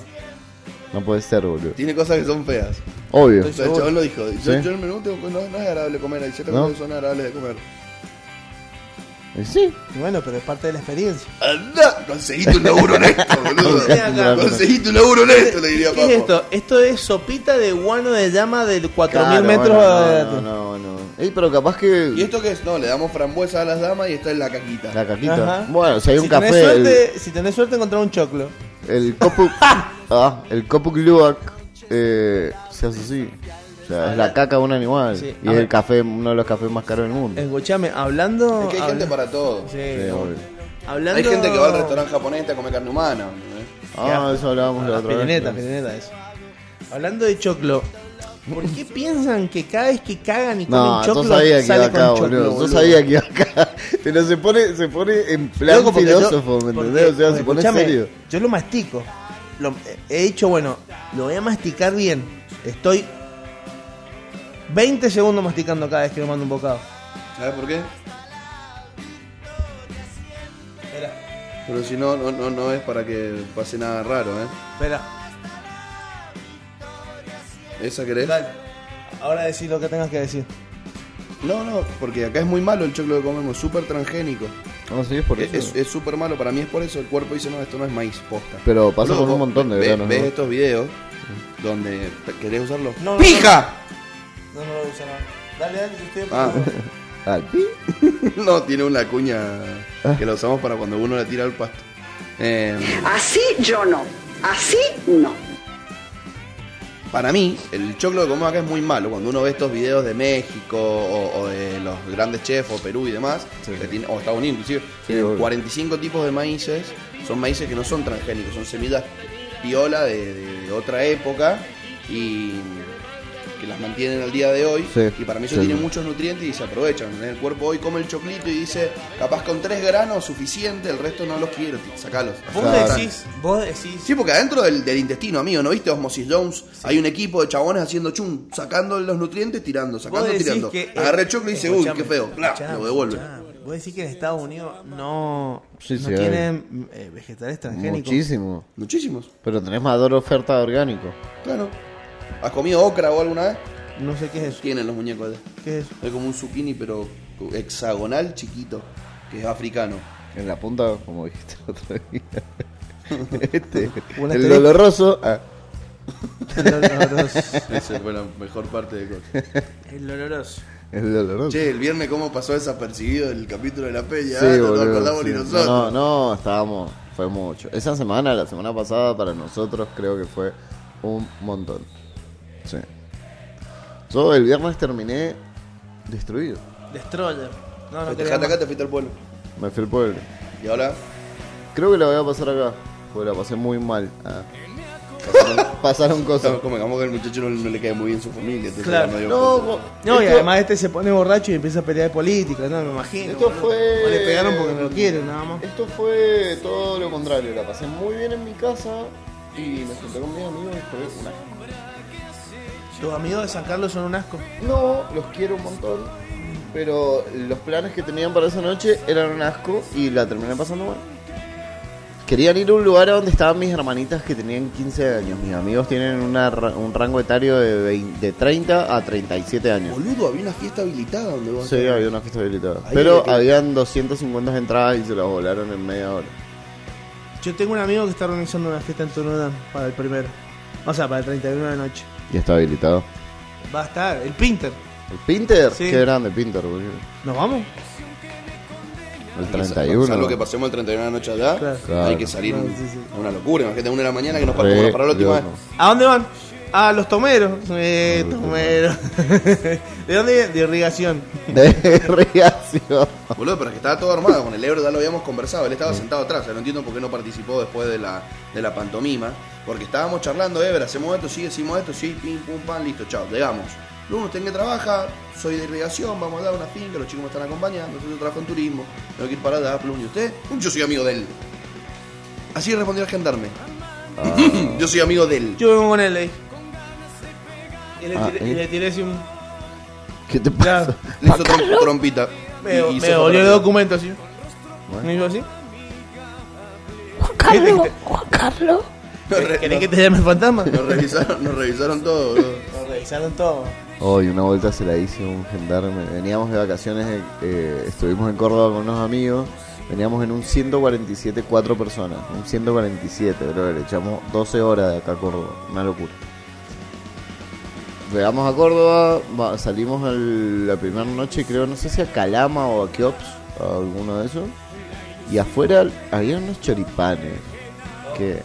No puede ser, boludo.
Tiene cosas que son feas.
Obvio.
O sea, el chabón lo dijo. Yo,
Sí.
yo en el menú tengo- no, no es agradable comer ahí. Ciertas
¿No?
cosas son agradables de comer.
Y Sí.
Y Bueno, pero es parte de la experiencia.
Andá, conseguí tu laburo
*laughs*
honesto, boludo.
Conseguí tu laburo
conseguí tu laburo honesto, le diría
¿Qué
Papo.
es esto? Esto es sopita de guano de llama del 4000
Claro,
metros.
bueno,
a-
no, no, no, no. Ey, pero capaz que.
¿Y esto qué es? No, le damos frambuesa a las damas y está en la caquita.
La caquita.
Ajá.
Bueno, si hay un
si
café,
Tenés suerte, Si tenés suerte, encontrás un choclo.
el, el
*laughs*
Kopuk. ah, el Kopuk Luwak eh, se hace así. O sea, es la caca de un animal.
Ah. Sí,
y
a
es
ver.
el café, uno de los cafés más caros del mundo.
Escuchame, hablando.
Es que hay gente
habla-
para todo.
Sí,
Sí, obvio.
hablando.
Hay gente que va al restaurante japonés a comer carne humana. ¿eh?
Ah, eso hablábamos la
Ah,
otra
pirineta,
vez.
pirineta, eso. Hablando de choclo, ¿por qué piensan que cada vez que cagan y comen
No, yo
choclo
sabía que iba
sale con
acá,
choclo,
boludo. Yo
boludo?
sabía que iba acá. *laughs* Pero se pone, se pone en plan
Loco, porque yo-
filósofo, ¿me
porque-
entendés? O sea, se
porque
pone
escuchame,
serio.
Yo lo mastico. Lo- he dicho, bueno, lo voy a masticar bien. Estoy 20 segundos masticando cada vez que me mando un bocado.
¿Sabes por qué? Pero si no, no, no, no es para que pase nada raro, ¿eh?
Espera,
¿Esa querés?
dale. Ahora decir lo que tengas que decir.
No, no, porque acá es muy malo el choclo que comemos, súper transgénico.
No, sí, es
Eh,
por
Es-
eso.
Es es súper malo, para mí es por eso, el cuerpo dice, no, esto no es maíz, posta.
Pero pasa
Boludo,
con un
vos
montón de
ves-
granos,
Ves
¿no?
estos videos donde te- querés usarlo.
No, no,
¡Pija!
No, no lo voy a usar ahora. Dale, dale, yo estoy
Ah,
*laughs*
Al pi.
*laughs* no, tiene una cuña que la usamos para cuando uno la tira al pasto. Eh,
Así yo no. Así no.
para mí, el choclo que comemos acá es muy malo. Cuando uno ve estos videos de México o, o de los grandes chefs o Perú y demás, que tiene- o Estados Unidos inclusive, tienen
obvio.
45 tipos de maíces. Son maíces que no son transgénicos, son semillas piola de, de- de otra época y que las mantienen al día de hoy.
Sí,
y para mí eso
sí.
tiene muchos nutrientes y se aprovechan. El cuerpo hoy come el choclito y dice, capaz con tres granos suficiente, el resto no los quiero, t- sacalos.
Vos
Claro.
decís, vos decís.
Sí, porque adentro del, del intestino, amigo, ¿no viste Osmosis Jones? Hay un equipo de chabones haciendo chum, sacando los nutrientes, tirando,
Vos
sacando,
decís
tirando.
que. eh,
Agarré el choclo y dice, uy,
Escuchame,
qué feo. Bla,
escuchame,
lo devuelve.
escuchame. Ah, Vos decís que en Estados Unidos no,
Sí,
no
sí, hay.
tienen eh, vegetales transgénicos.
Muchísimo.
Muchísimos,
Pero tenés mayor oferta de orgánico.
claro. ¿Has comido okra o alguna vez?
No sé qué es eso.
Tienen los muñecos. de-
¿Qué es eso?
Es como un zucchini, pero hexagonal chiquito, que es africano.
*laughs*
En la punta, como dijiste *laughs* la otra vez. este,
Un
el
asterisco.
doloroso. ah,
El oloroso.
Esa fue la mejor parte de Coca.
El oloroso.
el doloroso.
Che, el viernes cómo pasó desapercibido el capítulo de la peña.
Sí,
¿eh? no nos
boludo,
acordamos
sí.
ni nosotros.
No, no, no, estábamos. Fue mucho. Esa semana, la semana pasada, para nosotros creo que fue un montón. Sí. Yo el viernes terminé destruido.
Destroyer. No, no
Festejaste acá,
quería.
te fuiste al pueblo.
Me fui al pueblo.
Y ahora,
Creo que la voy a pasar acá. Porque la pasé muy mal. Ah. Pasaron, pasaron cosas.
*laughs*
no, como como que al muchacho no, no le cae muy bien su familia. entonces
Claro.
ya dio
No,
cuenta.
bo-
No, y
esto-
además este se pone borracho y empieza a pelear de política, no, me imagino.
Esto
boludo.
fue-
O le pegaron porque no lo quieren, nada más.
Esto fue todo lo contrario, la pasé muy bien en mi casa y me junté con mis amigos y fue un asco.
Tus amigos de San Carlos son un asco.
No, los quiero un montón, Pero los planes que tenían para esa noche eran un asco y la terminé pasando mal. Querían ir a un lugar a donde estaban mis hermanitas que tenían 15 años. Mis amigos tienen una ra- un rango etario de, 20 de 30 a 37 años.
Boludo, había una fiesta habilitada donde vos.
Sí, había una fiesta habilitada. Pero habían 250 entradas y se las volaron en media hora.
Yo tengo un amigo que está organizando una fiesta en Tunuda para el primero. O sea, para el 31 de la noche.
Y está habilitado.
Va a estar, el Pinter.
¿El Pinter?
Sí.
Qué grande Pinter, boludo.
¿Nos vamos?
El 31.
lo que pasemos el 31 de la noche allá,
Claro.
hay que salir
No,
una locura. Imagínate, una de la mañana que nos
Re,
partimos una para la última.
Dios, no.
¿A dónde van? A los tomeros. Eh, tomeros. *laughs* ¿De dónde? vienen? De irrigación.
*laughs* De reacción.
Boludo, pero es que estaba todo armado con el Ebro, ya lo habíamos conversado. Él estaba sentado atrás, o sea, no entiendo por qué no participó después de la, de la pantomima. Porque estábamos charlando, Ebro, hacemos esto, sí, hicimos esto, sí, pim, pum, pan, listo, chao, llegamos. Lunes, ¿usted en qué trabaja? Soy de irrigación, vamos a dar una finca, los chicos me están acompañando, yo trabajo en turismo, tengo que ir para allá, plum, ¿y usted? Yo soy amigo de él. Así respondió el gendarme. *laughs* yo soy amigo de él.
Yo vengo con él ahí. Y le,
Ah,
tiré,
¿eh?
y le tiré así un.
¿Qué te pasa?
Le hizo trom- trompita. Y-
Me,
y se
me
fue
dolió el
rápido.
documento así. ¿Me hizo
*laughs*
así? Juan Carlos. Juan Carlos. ¿Querés que te llame el
*laughs*
fantasma?
Nos revisaron, nos revisaron todo, boludo.
Nos revisaron todo.
Hoy una vuelta se la hice un gendarme. Veníamos de vacaciones, eh, eh, estuvimos en Córdoba con unos amigos. Veníamos en un 147, cuatro personas. Un 147, bro. Le echamos 12 horas de acá a Córdoba. Una locura. Llegamos a Córdoba, va- salimos al- la primera noche, creo, no sé si a Calama o a Kiops, a alguno de esos. Y afuera había unos choripanes. Que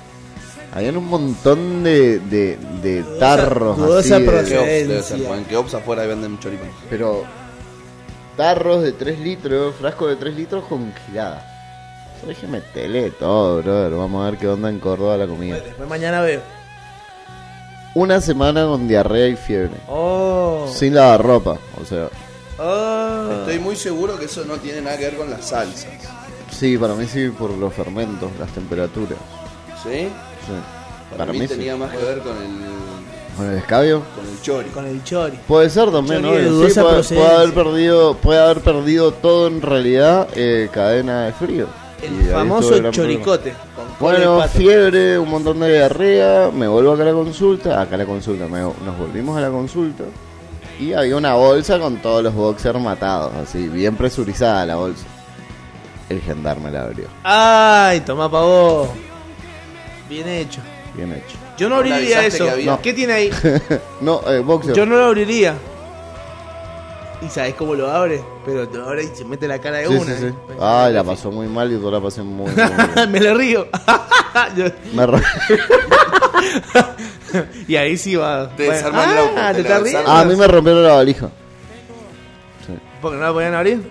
habían un montón de, de, de tarros. así de-
Debe ser, porque En Keops afuera venden choripán.
Pero tarros de 3 litros, frasco de 3 litros con gilada. Yo dije, metele todo, brother. Vamos a ver qué onda en Córdoba la comida.
Después mañana veo.
Una semana con diarrea y fiebre.
Oh.
Sin lavar ropa. O sea,
Estoy muy seguro que eso no tiene nada que ver con las salsas.
sí, para mí sí, por los fermentos, las temperaturas.
¿Sí?
Sí.
Para, mí,
sí.
tenía más que ver con el,
Con el escabio.
con el chori.
Con el chori.
Puede ser también, ¿no?
Chori de
Sí,
dudosa
puede, puede
procedencia.
haber perdido, puede haber perdido todo en realidad eh, cadena de frío. Y ahí
El
estuvo
famoso
el gran problema.
choricote. Con cola y
Bueno,
pato.
fiebre, un montón de diarrea, me vuelvo acá a la consulta, acá a la consulta, me- nos volvimos a la consulta y había una bolsa con todos los boxers matados, así, bien presurizada la bolsa. El gendarme la abrió,
Ay, toma pa' vos. Bien hecho.
bien hecho.
Yo no abriría eso. ¿Qué tiene
*laughs*
ahí?
no, eh, boxer.
Yo no lo abriría. Y sabes cómo lo abre, pero te lo abre y se mete la cara de
Sí,
una.
sí, sí.
¿eh?
Ay, la pasó muy mal y yo la pasé
*laughs*
muy mal.
me le río. *laughs* Yo-
Me re-
y ahí sí va.
Te
Bueno,
desarman el
ah,
auto,
te
te
estás
lo
riendo.
a mí me rompieron la valija.
Porque no la podían abrir.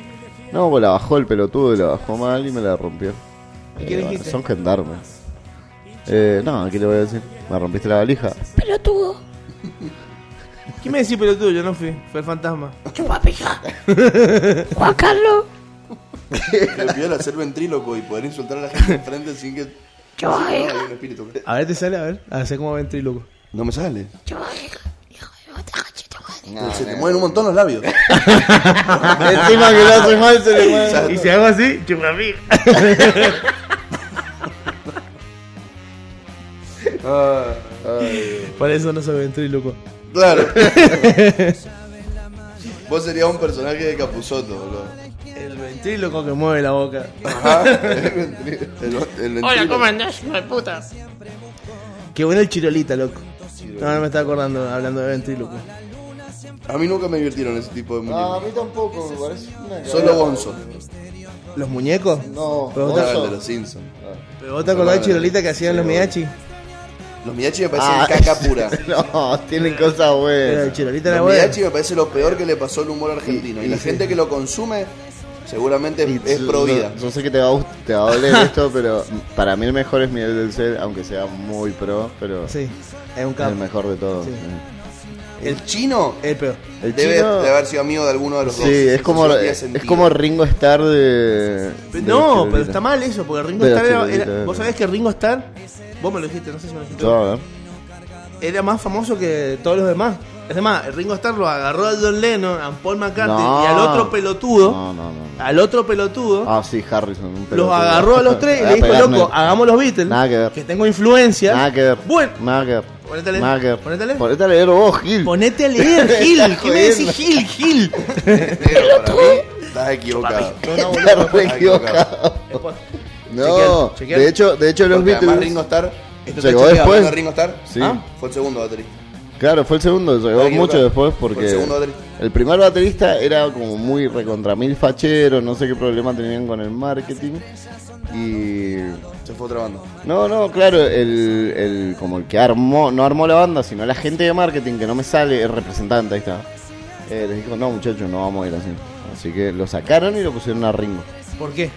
No, pues la bajó el pelotudo y la bajó mal y me la rompió.
¿Y qué
Eh,
dijiste?
Son gendarmes. Eh, no, aquí le voy a decir. Me rompiste la valija.
Pelotudo. ¿Qué me decís pelotudo? Yo no fui, fue el fantasma.
Chupapija.
Juan Carlos.
*laughs* Le pidió el hacer ventríloco y poder insultar a la gente enfrente sin que.
Yo,
No, hay
eh.
un espíritu.
A ver, te sale, a ver. A ver, sé cómo ventriloco.
No me sale.
No,
se te
no.
mueven un montón los *laughs* labios.
Encima que
Ah.
lo hace mal, se le mueve.
Y si hago así, *laughs* chupapija. Ah, Por eso no soy ventriloco.
*laughs* Claro. Vos serías un personaje de Capuzoto, boludo. *laughs*
El ventríloco que mueve la boca.
Ajá. El ventrí- el- el ventríloco.
andás, hijo de puta? Qué bueno el chirolita, loco. No, no me estaba acordando hablando de ventriloco.
A mí nunca me divirtieron ese tipo de
No, Ah, a
muñecos.
mí tampoco, me parece una
Solo Bonzo.
¿Los muñecos?
No,
Pero vos,
Era el
te-
de los Simpsons.
pero vos te acordás de chirolita que hacían los miachi.
Los Miyachi me parecen
Ah,
caca *laughs* pura.
*laughs* no, tienen cosas
Pero el
buenas.
chirolita era
Los
buena.
Miyachi me parece lo peor que le pasó al humor argentino. Y,
y
la
sí.
gente que lo consume seguramente
Y
es
yo-
pro vida.
Yo, yo sé que te va, a gust- te va
*laughs*
a doler esto, pero para mí el mejor es Miguel del Cel, aunque sea muy pro, pero
Sí, es un
es el
capo.
mejor de todos.
Sí.
El chino
El peor.
El
debe
chino-
de haber sido amigo de alguno de los dos.
Sí, es
Eso
como,
no tiene
es
sentido.
como Ringo Starr de. de
No,
Chirolita.
pero está mal eso, porque Ringo
De la
Starr era,
chirolita,
era-
era.
Vos sabés que Ringo Starr, vos me lo dijiste, no sé si me lo dijiste.
Yo, a ver.
Era más famoso que todos los demás. Es más, Ringo Starr lo agarró a John Lennon, a Paul McCartney
No.
y al otro pelotudo.
No, no, no.
Al otro pelotudo.
Ah, sí, Harrison. un
Los
pelotudo. Ah,
agarró a los tres y
Voy
le
a
dijo,
pegarme.
loco, hagamos los Beatles.
Nada que ver.
Que tengo influencia.
Nada que ver.
Bueno.
Nada que ver.
Ponete a leer.
Nada que ver.
Ponete a leer.
Ponete a leer vos, Gil. *laughs*
Ponete a leer, Gil.
Estás
¿Qué me decís,
jodiendo.
Gil, Gil? *laughs*
Negro, para mí, estás equivocado.
Estás re equivocado. No,
Chequealo, chequealo.
de hecho, de hecho los
Porque además
Beatles.
Ringo Starr. Esto está
llegó
chequeado,
después.
hablando de Ringo Starr.
Sí.
¿Ah? Fue el segundo baterista.
Claro, fue el segundo, llegó
Estaba
mucho
equivocado.
después
Fue el
porque
segundo baterista.
el primer baterista era como muy recontra mil fachero, no sé qué problema tenían con el marketing y
se fue otra banda.
No, no, claro, el, el como el que armó, no armó la banda, sino la gente de marketing que no me sale, el representante, ahí está. Eh, les dijo, "No, muchachos, no vamos a ir así." Así que lo sacaron y lo pusieron a Ringo,
¿Por qué?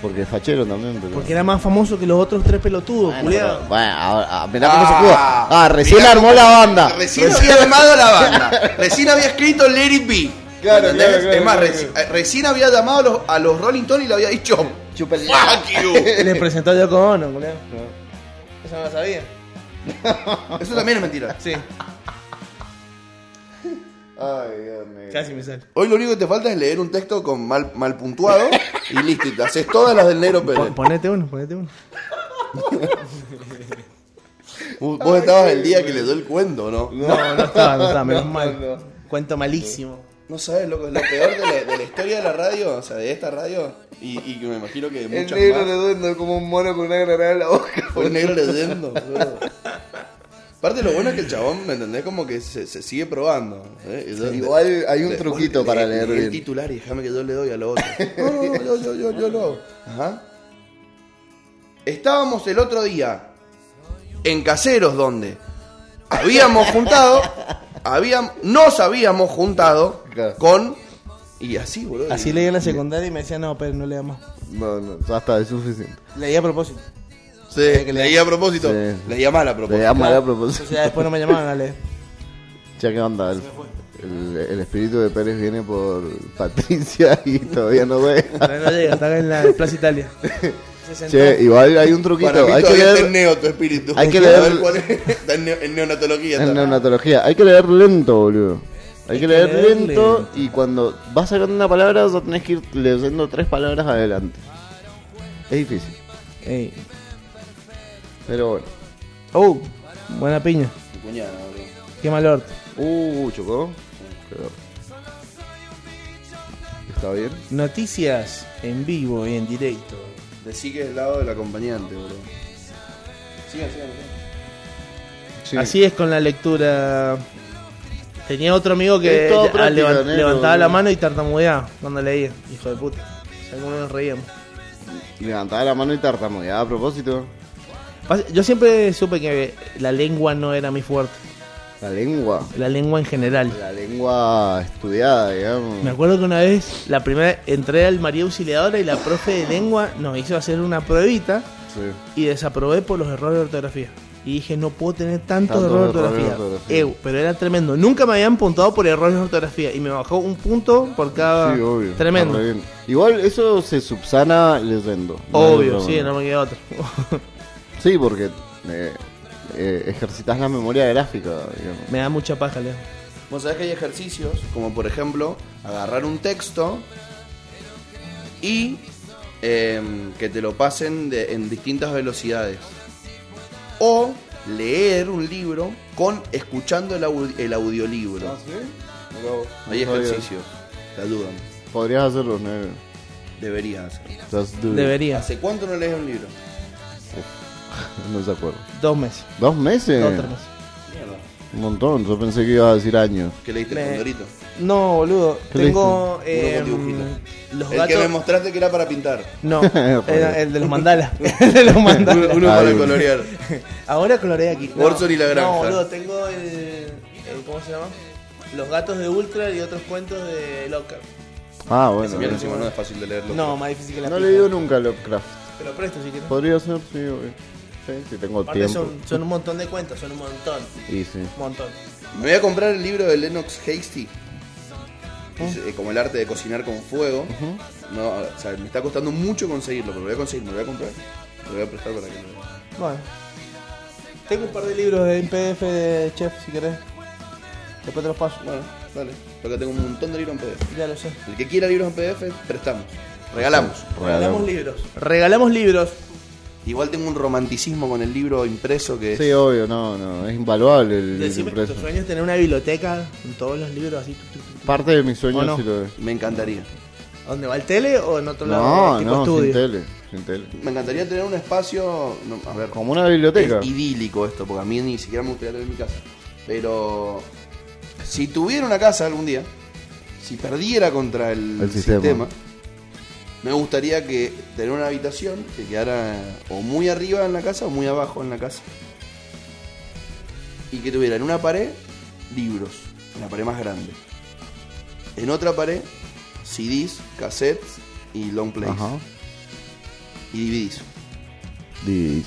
porque es fachero también, pero
Porque era más famoso que los otros tres pelotudos,
Bueno,
culiao.
pero- bueno, ahora, ah, mirá cómo se jugó. Ah, recién armó la banda.
Recién había armado la banda. Recién había escrito Let It Be.
Claro,
¿Entendés?
claro, claro,
Es más,
claro,
reci- eh, recién había llamado a los, a los Rolling Stones y le había dicho ¡Fuck you!
Le presentó a Yoko Ono, culiao. Eso no lo sabía.
*laughs* Eso también es mentira.
Sí.
Ay, Dios mío.
Casi me sale.
Hoy lo único que te falta es leer un texto con mal, mal puntuado y listo. Y te haces todas las del negro Pérez.
Pon- Ponete uno, ponete uno.
Vos vos estabas el día que le doy el cuento, ¿no?
No, no estaba, no estaba, menos mal. Cuento malísimo.
No sabes, loco, es lo peor de la, de la historia de la radio, o sea, de esta radio, y, y que me imagino que de
El
muchas
negro
más.
le duende como un mono con una granada en la boca.
*laughs* Fue el negro leyendo, boludo. Aparte, lo bueno es que el chabón, ¿me entendés? Como que se, se sigue probando. ¿eh? Y yo-
Igual hay un
le-
truquito
le-
para
le-
leer
leí
bien.
El titular y déjame que yo le doy a
*laughs*
lo otro. No, no, no, yo, yo, yo, yo lo hago. Ajá. Estábamos el otro día en Caseros, donde habíamos juntado, habíamos, nos habíamos juntado
Claro.
con. Y así, boludo.
Así
y-
leía en la secundaria y me decía, no, pero no leía más.
No, no, ya está, es suficiente.
Leía a propósito.
Sí, leí a propósito.
Sí.
Leí a mal a propósito.
Le da mala
O
propósito.
sea, después no me llamaban a leer.
Ya que onda, el, el, el espíritu de Pérez viene por Patricia y todavía no ve.
Todavía no llega, está en la Plaza Italia. Se sentó.
Che, igual hay un
Para
truquito.
mí
Hay que
todavía
leer
está en neo tu espíritu.
hay que
Quiero
leer-
ver cuál es. *laughs* Está en, neo- en neonatología.
en
¿eh?
está.
neonatología. Hay que leer lento, boludo. Hay, que, leer, lento,
lento.
y cuando vas sacando una palabra, ya tenés que ir leyendo tres palabras adelante. Es difícil,
Ey.
pero bueno.
Oh, buena piña.
Tu cuñada, boludo.
Qué mal orto.
Uh, chocó. Quedó. ¿Está bien?
Noticias en vivo y en directo.
Decí que es el lado del acompañante, boludo. Sigan, sigan. sigan.
Sí.
Así es con la lectura. Tenía otro amigo que
Es todo
le- ah,
práctica,
levan-
negro,
levantaba la
boludo.
mano y tartamudeaba cuando leía. Hijo de puta. Algunos nos reíamos.
Levantaba la mano y tartamudeaba a propósito.
Pas- Yo siempre supe que la lengua no era mi fuerte.
La lengua.
La lengua en general.
La lengua estudiada, digamos.
Me acuerdo que una vez, la primera, entré al María Auxiliadora y la profe de lengua nos hizo hacer una pruebita
Sí.
y desaprobé por los errores de ortografía. Y dije, no puedo tener tantos
Tantos
errores de
errores de
ortografía.
ortografía.
Ew, pero era tremendo. Nunca me habían puntado por errores de ortografía y me bajó un punto por cada.
Sí, obvio.
Ah, Tremendo.
Está re bien. Igual eso se subsana leyendo. No hay
Obvio,
otra
sí,
manera.
no me queda otro.
Sí, porque eh, eh, ejercitas la memoria gráfica, digamos.
me da mucha paja, Leo.
Vos sabés que hay ejercicios, como por ejemplo, agarrar un texto y em, que te lo pasen de- en distintas velocidades. O leer un libro con escuchando el, au- el audiolibro.
Ah,
Hay
No sabía.
ejercicios. Te ayudan.
Podrías hacerlo, negro.
Deberías hacer.
Just do it.
Debería.
¿Hace cuánto no lees un libro?
No se acuerdo.
Dos meses.
¿Dos meses?
Dos, tres meses.
Un montón. Yo pensé que ibas a decir años.
Que leíste
Me-
con Dorito.
No, boludo.
¿Qué
Tengo.
leíste? Uno con
em,
dibujito.
los
el
gatos.
que me mostraste que era para pintar.
*laughs*
No,
Joder.
era el de los mandalas. *laughs* el de los
*laughs*
Uno,
mandalas.
uno
Ay,
para
uno. *laughs*
colorear.
Ahora coloreé aquí.
Orson y la granja.
No, boludo, tengo el, el- ¿Cómo se llama? Los gatos de Ultra y otros cuentos de Locker.
Ah, bueno.
Bien, encima no es fácil de leerlo.
No, más difícil que la
No
pija.
le digo nunca a Lovecraft.
Te lo presto si quieres.
Podría ser, sí, obvio. Sí, si tengo
Aparte
tiempo.
son, son un montón de cuentos, son un montón.
Y sí.
Un montón.
Me voy a comprar el libro de Lennox Hasty. que es, eh, como el arte de cocinar con fuego. No, o sea, me está costando mucho conseguirlo, pero lo voy a conseguir, me lo voy a comprar. Me Lo voy a prestar para que lo vea.
Bueno. Tengo un par de libros en PDF de Chef si querés.
Después te los paso. Bueno, dale. Porque tengo un montón de libros en PDF.
Ya lo sé.
El que quiera libros en PDF, prestamos. Regalamos.
Regalamos libros. Regalamos libros.
Igual tengo un romanticismo con el libro impreso que es.
Sí, obvio, no, no, es invaluable el, el
Decime que
impreso.
tu sueño es tener una biblioteca con todos los libros así. tu, tu, tu, tu.
Parte de mis sueños
¿O no?
sí lo es.
Me encantaría.
¿A dónde va el tele o en otro lado?
No,
tipo
no, sin
estudio?
tele, sin tele.
Me encantaría tener un espacio. no, a ver,
Como una biblioteca.
Es idílico esto, porque a mí ni siquiera me gustaría tener mi casa. Pero si tuviera una casa algún día, si perdiera contra el,
El
sistema.
sistema.
me gustaría que tener una habitación que quedara o muy arriba en la casa o muy abajo en la casa. Y que tuviera en una pared libros, en la pared más grande. En otra pared, CDs, cassettes y long plays.
Ajá.
Y DVDs.
Dis.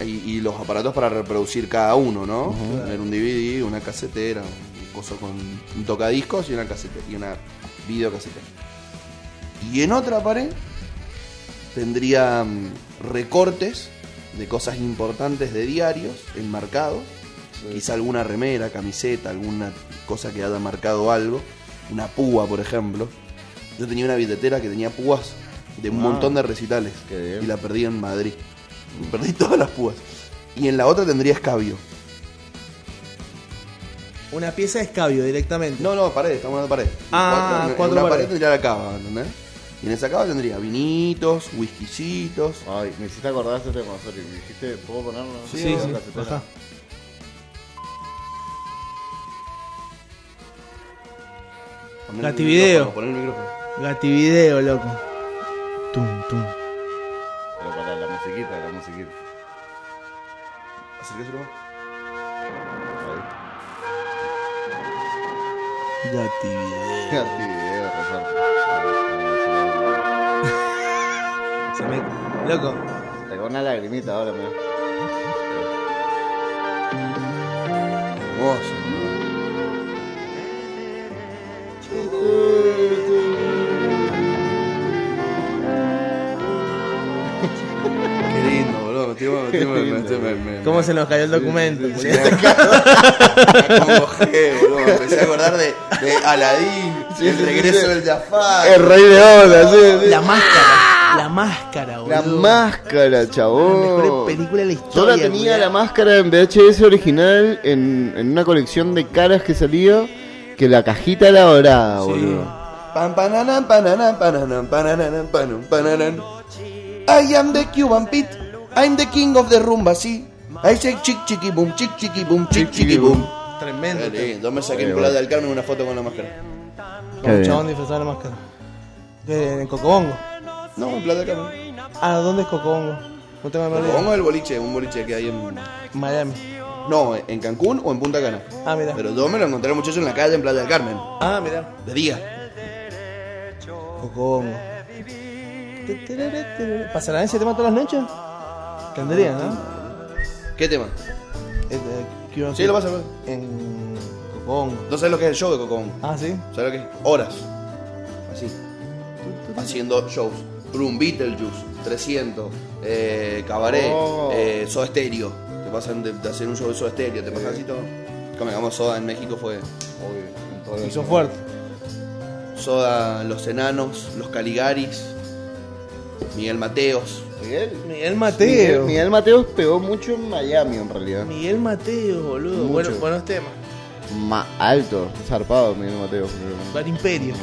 Y, y los aparatos para reproducir cada uno, ¿no? Tener un DVD, una casetera, un coso con un tocadiscos y una casetera, y una videocasetera. Y en otra pared tendría mm, recortes de cosas importantes de diarios enmarcados. Quizá alguna remera, camiseta, alguna cosa que haya marcado algo. Una púa, por ejemplo. Yo tenía una billetera que tenía púas de un
Ah.
montón de recitales.
Qué bien.
Y la perdí en Madrid. Perdí *laughs* todas las púas. Y en la otra tendría escabio.
Una pieza de escabio directamente.
No, no, pared, estamos hablando de pared.
Ah,
en-
cuatro
en una pared
paredes.
tendría la cava, ¿entendés? Y en esa cava tendría vinitos, whiskycitos.
Ay, me hiciste acordar ese tema, sorry. Me dijiste, ¿puedo ponerlo?
Sí, sí,
la casetera.
ajá.
Poné el
Gativideo.
micrófono, poné el micrófono.
Gativideo, loco. Tum, tum.
Pero para la musiquita, la musiquita.
Acérquese, loco.
Ahí.
Gativideo.
Qué actividad, Rosario.
Se me- Loco.
Te cago una lagrimita ahora, mira.
Hermoso. Qué lindo, boludo. Me estoy, me estoy- me- me estoy- me- me-
¿Cómo
me-
se nos cayó el documento?
Sí, me *laughs* congojé, boludo. Me empecé a acordar de, de Aladín, el regreso del Jafar.
El rey de olas, sí.
La máscara. La máscara,
La
boludo.
máscara,
La
chabón.
mejor película de la historia.
Yo la tenía
culiao.
la máscara en VHS original en, en una colección de caras que salía que la cajita era dorada, boludo.
Pan, pananan, pananan, pananan, pananan, panun, pananan. I am the Cuban Pit. I'm the king of the rumba, sí. I say chick chiqui boom, chick chiqui boom, chick chiqui boom.
Tremendo.
Yo me saqué en Playa del Carmen una foto con la máscara.
Qué
Como un
bien.
chabón disfrazado de la máscara. De, en Cocobongo.
No, en Playa del Carmen.
Ah, ¿dónde es Cocobongo? No tengo la menor idea.
Pongo el boliche, un boliche que hay en.
Miami.
No, en Cancún o en Punta Cana.
Ah, mira.
Pero yo me lo encontré al muchacho en la calle en Playa del Carmen.
Ah, mira.
De día.
Cocobongo. ¿Pasarán ese tema todas las noches? Tendría, ¿no?
¿Qué tema?
Este, Cuban
Sí, lo
Pete
pasa.
En Cocobongo.
¿No sabes lo que es el show de Cocón?
Ah, sí.
¿Sabes lo que es? Horas. Así. Haciendo shows. Room, Beetlejuice, 300, eh, Cabaret,
Oh.
eh, Soda Stereo. Te pasan de, de hacer un show de Soda Stereo, te pasan así todo. Como digamos, Soda en México fue
Y son fuertes.
Soda Los Enanos, Los Caligaris, Miguel Mateos.
Miguel.
Miguel
Miguel,
Mateo.
Miguel Mateos pegó mucho en Miami en realidad.
Miguel Mateo, boludo.
Mucho.
Bueno, este buenos temas.
Ma alto, zarpado Miguel Mateos.
Bar Imperio.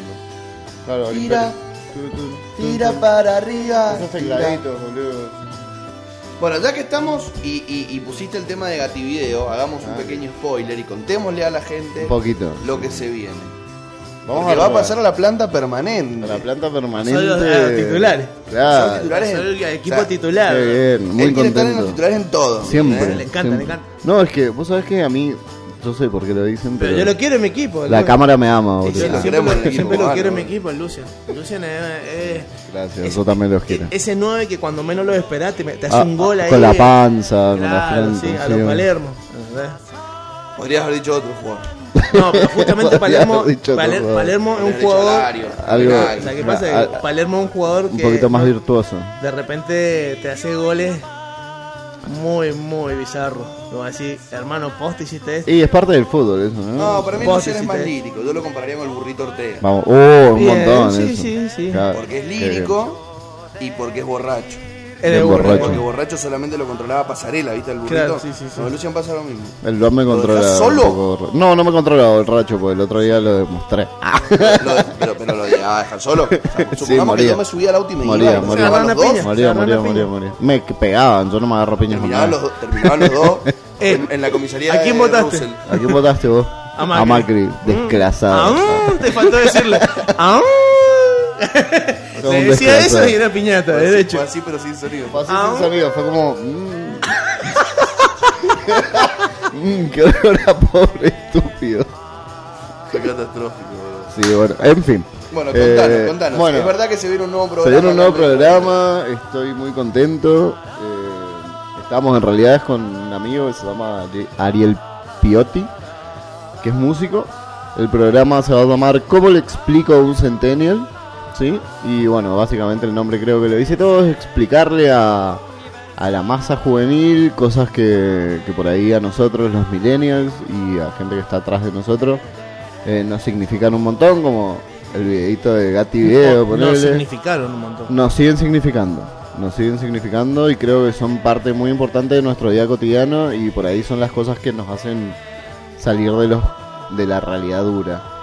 Claro, al
Tira,
imperio. Tu, tu, tu, tu.
para arriba.
Esos tecladitos, boludo.
Bueno, ya que estamos y, y- y pusiste el tema de Gativideo, hagamos un
Ah.
pequeño spoiler y contémosle a la gente
Un poquito.
lo que se viene.
Vamos
Porque va a
arrancar.
pasar a la planta permanente.
A la planta permanente.
Son los- a los titulares.
Claro.
Son titulares.
Son el equipo
eh,
Claro.
titular.
Qué bien, muy
Él quiere estar en
contento.
los titulares en todo.
Siempre.
Eh, Le encanta, le
siempre.
encanta.
No, es que vos sabés que a mí, yo sé por qué lo dicen, pero,
Pero yo lo quiero en mi equipo.
la
Lucian.
cámara me ama,
Sí,
boludo.
lo
siempre
queremos en el
lo,
equipo,
siempre lo
bárbaro.
quiero en mi equipo, el Lucian. Lucian es, es-
Gracias,
es-
yo también los quiero.
Ese 9 que cuando menos lo esperás te, te hace
Ah,
un gol ahí.
con la panza, con la
Claro,
frente.
sí, a los
sí, bueno. *laughs*
Palermo. ¿entendés?
Podrías haber dicho otro jugador.
No, pero justamente Palermo,
Haber dicho
Paler-
todo.
Palermo
Podrías
es
haber
un
dicho
jugador.
Alario,
Algo-
O
Benaghi.
sea, ¿qué pasa?
Ah,
Palermo es un jugador que
Un poquito más
no-
virtuoso.
de repente te hace goles muy, muy bizarro. Me va a decir, hermano, poste hiciste esto.
Y es parte del fútbol eso, ¿no?
No, para mí
Vos
Luciano es
hiciste
más
eso.
lírico. Yo lo compararía con el burrito Ortega.
Vamos, oh, un
Bien,
montón.
sí,
eso.
sí, sí.
Claro,
Porque es
qué bien.
lírico y porque es borracho.
Él es borracho.
Porque borracho solamente lo controlaba pasarela, ¿viste? El burrito.
Claro, sí, sí, sí.
Con Lucian pasa lo
*laughs*
mismo.
El don me
¿Lo
controla.
dejás
un
solo?
poco- no, no me controla borracho, porque el otro día lo demostré.
Ah,
Ah,
Lo de- pero, pero lo llegaba a dejar solo. O sea, supongamos
Sí,
que
moría.
yo me subía al auto y me
moría,
iba.
moría,
Moría,
moría,
los dos.
moría, moría, moría, Me pegaban, yo no me agarro piñas con
Terminaban
nadie.
los, dos- terminaban los
*laughs*
dos en, en la comisaría
¿a quién
de
votaste?
Russell.
¿A quién votaste vos?
*laughs* A Macri. Ah,
desclasado.
¡Aún! Te faltó
*laughs*
decirle. ¡Aún!
Son
Le decía
desgraciados.
eso y era piñata,
Fue así-
de hecho.
Fue así, pero sin sonido.
Fue así
Ah,
sin sonido, fue como. Mmm, *laughs* Mm, qué olor a pobre estúpido.
Fue catastrófico, boludo.
Sí, bueno, en fin.
Bueno, contanos,
Eh,
contanos.
bueno,
es verdad que se viene un nuevo programa.
Se viene un nuevo
Carmen.
programa, estoy muy contento. eh, estamos en realidad es con un amigo que se llama Ari- Ariel Piotti, que es músico. El programa se va a llamar ¿Cómo le explico a un centennial? ¿Sí? Y bueno, básicamente el nombre creo que lo dice todo, es explicarle a, a la masa juvenil cosas que, que por ahí a nosotros, los millennials y a gente que está atrás de nosotros, eh, nos significan un montón, como el videito de Gatti
No,
Video,
no
ponele.
significaron un montón.
Nos siguen significando, nos siguen significando y creo que son parte muy importante de nuestro día cotidiano y por ahí son las cosas que nos hacen salir de los de la realidad dura.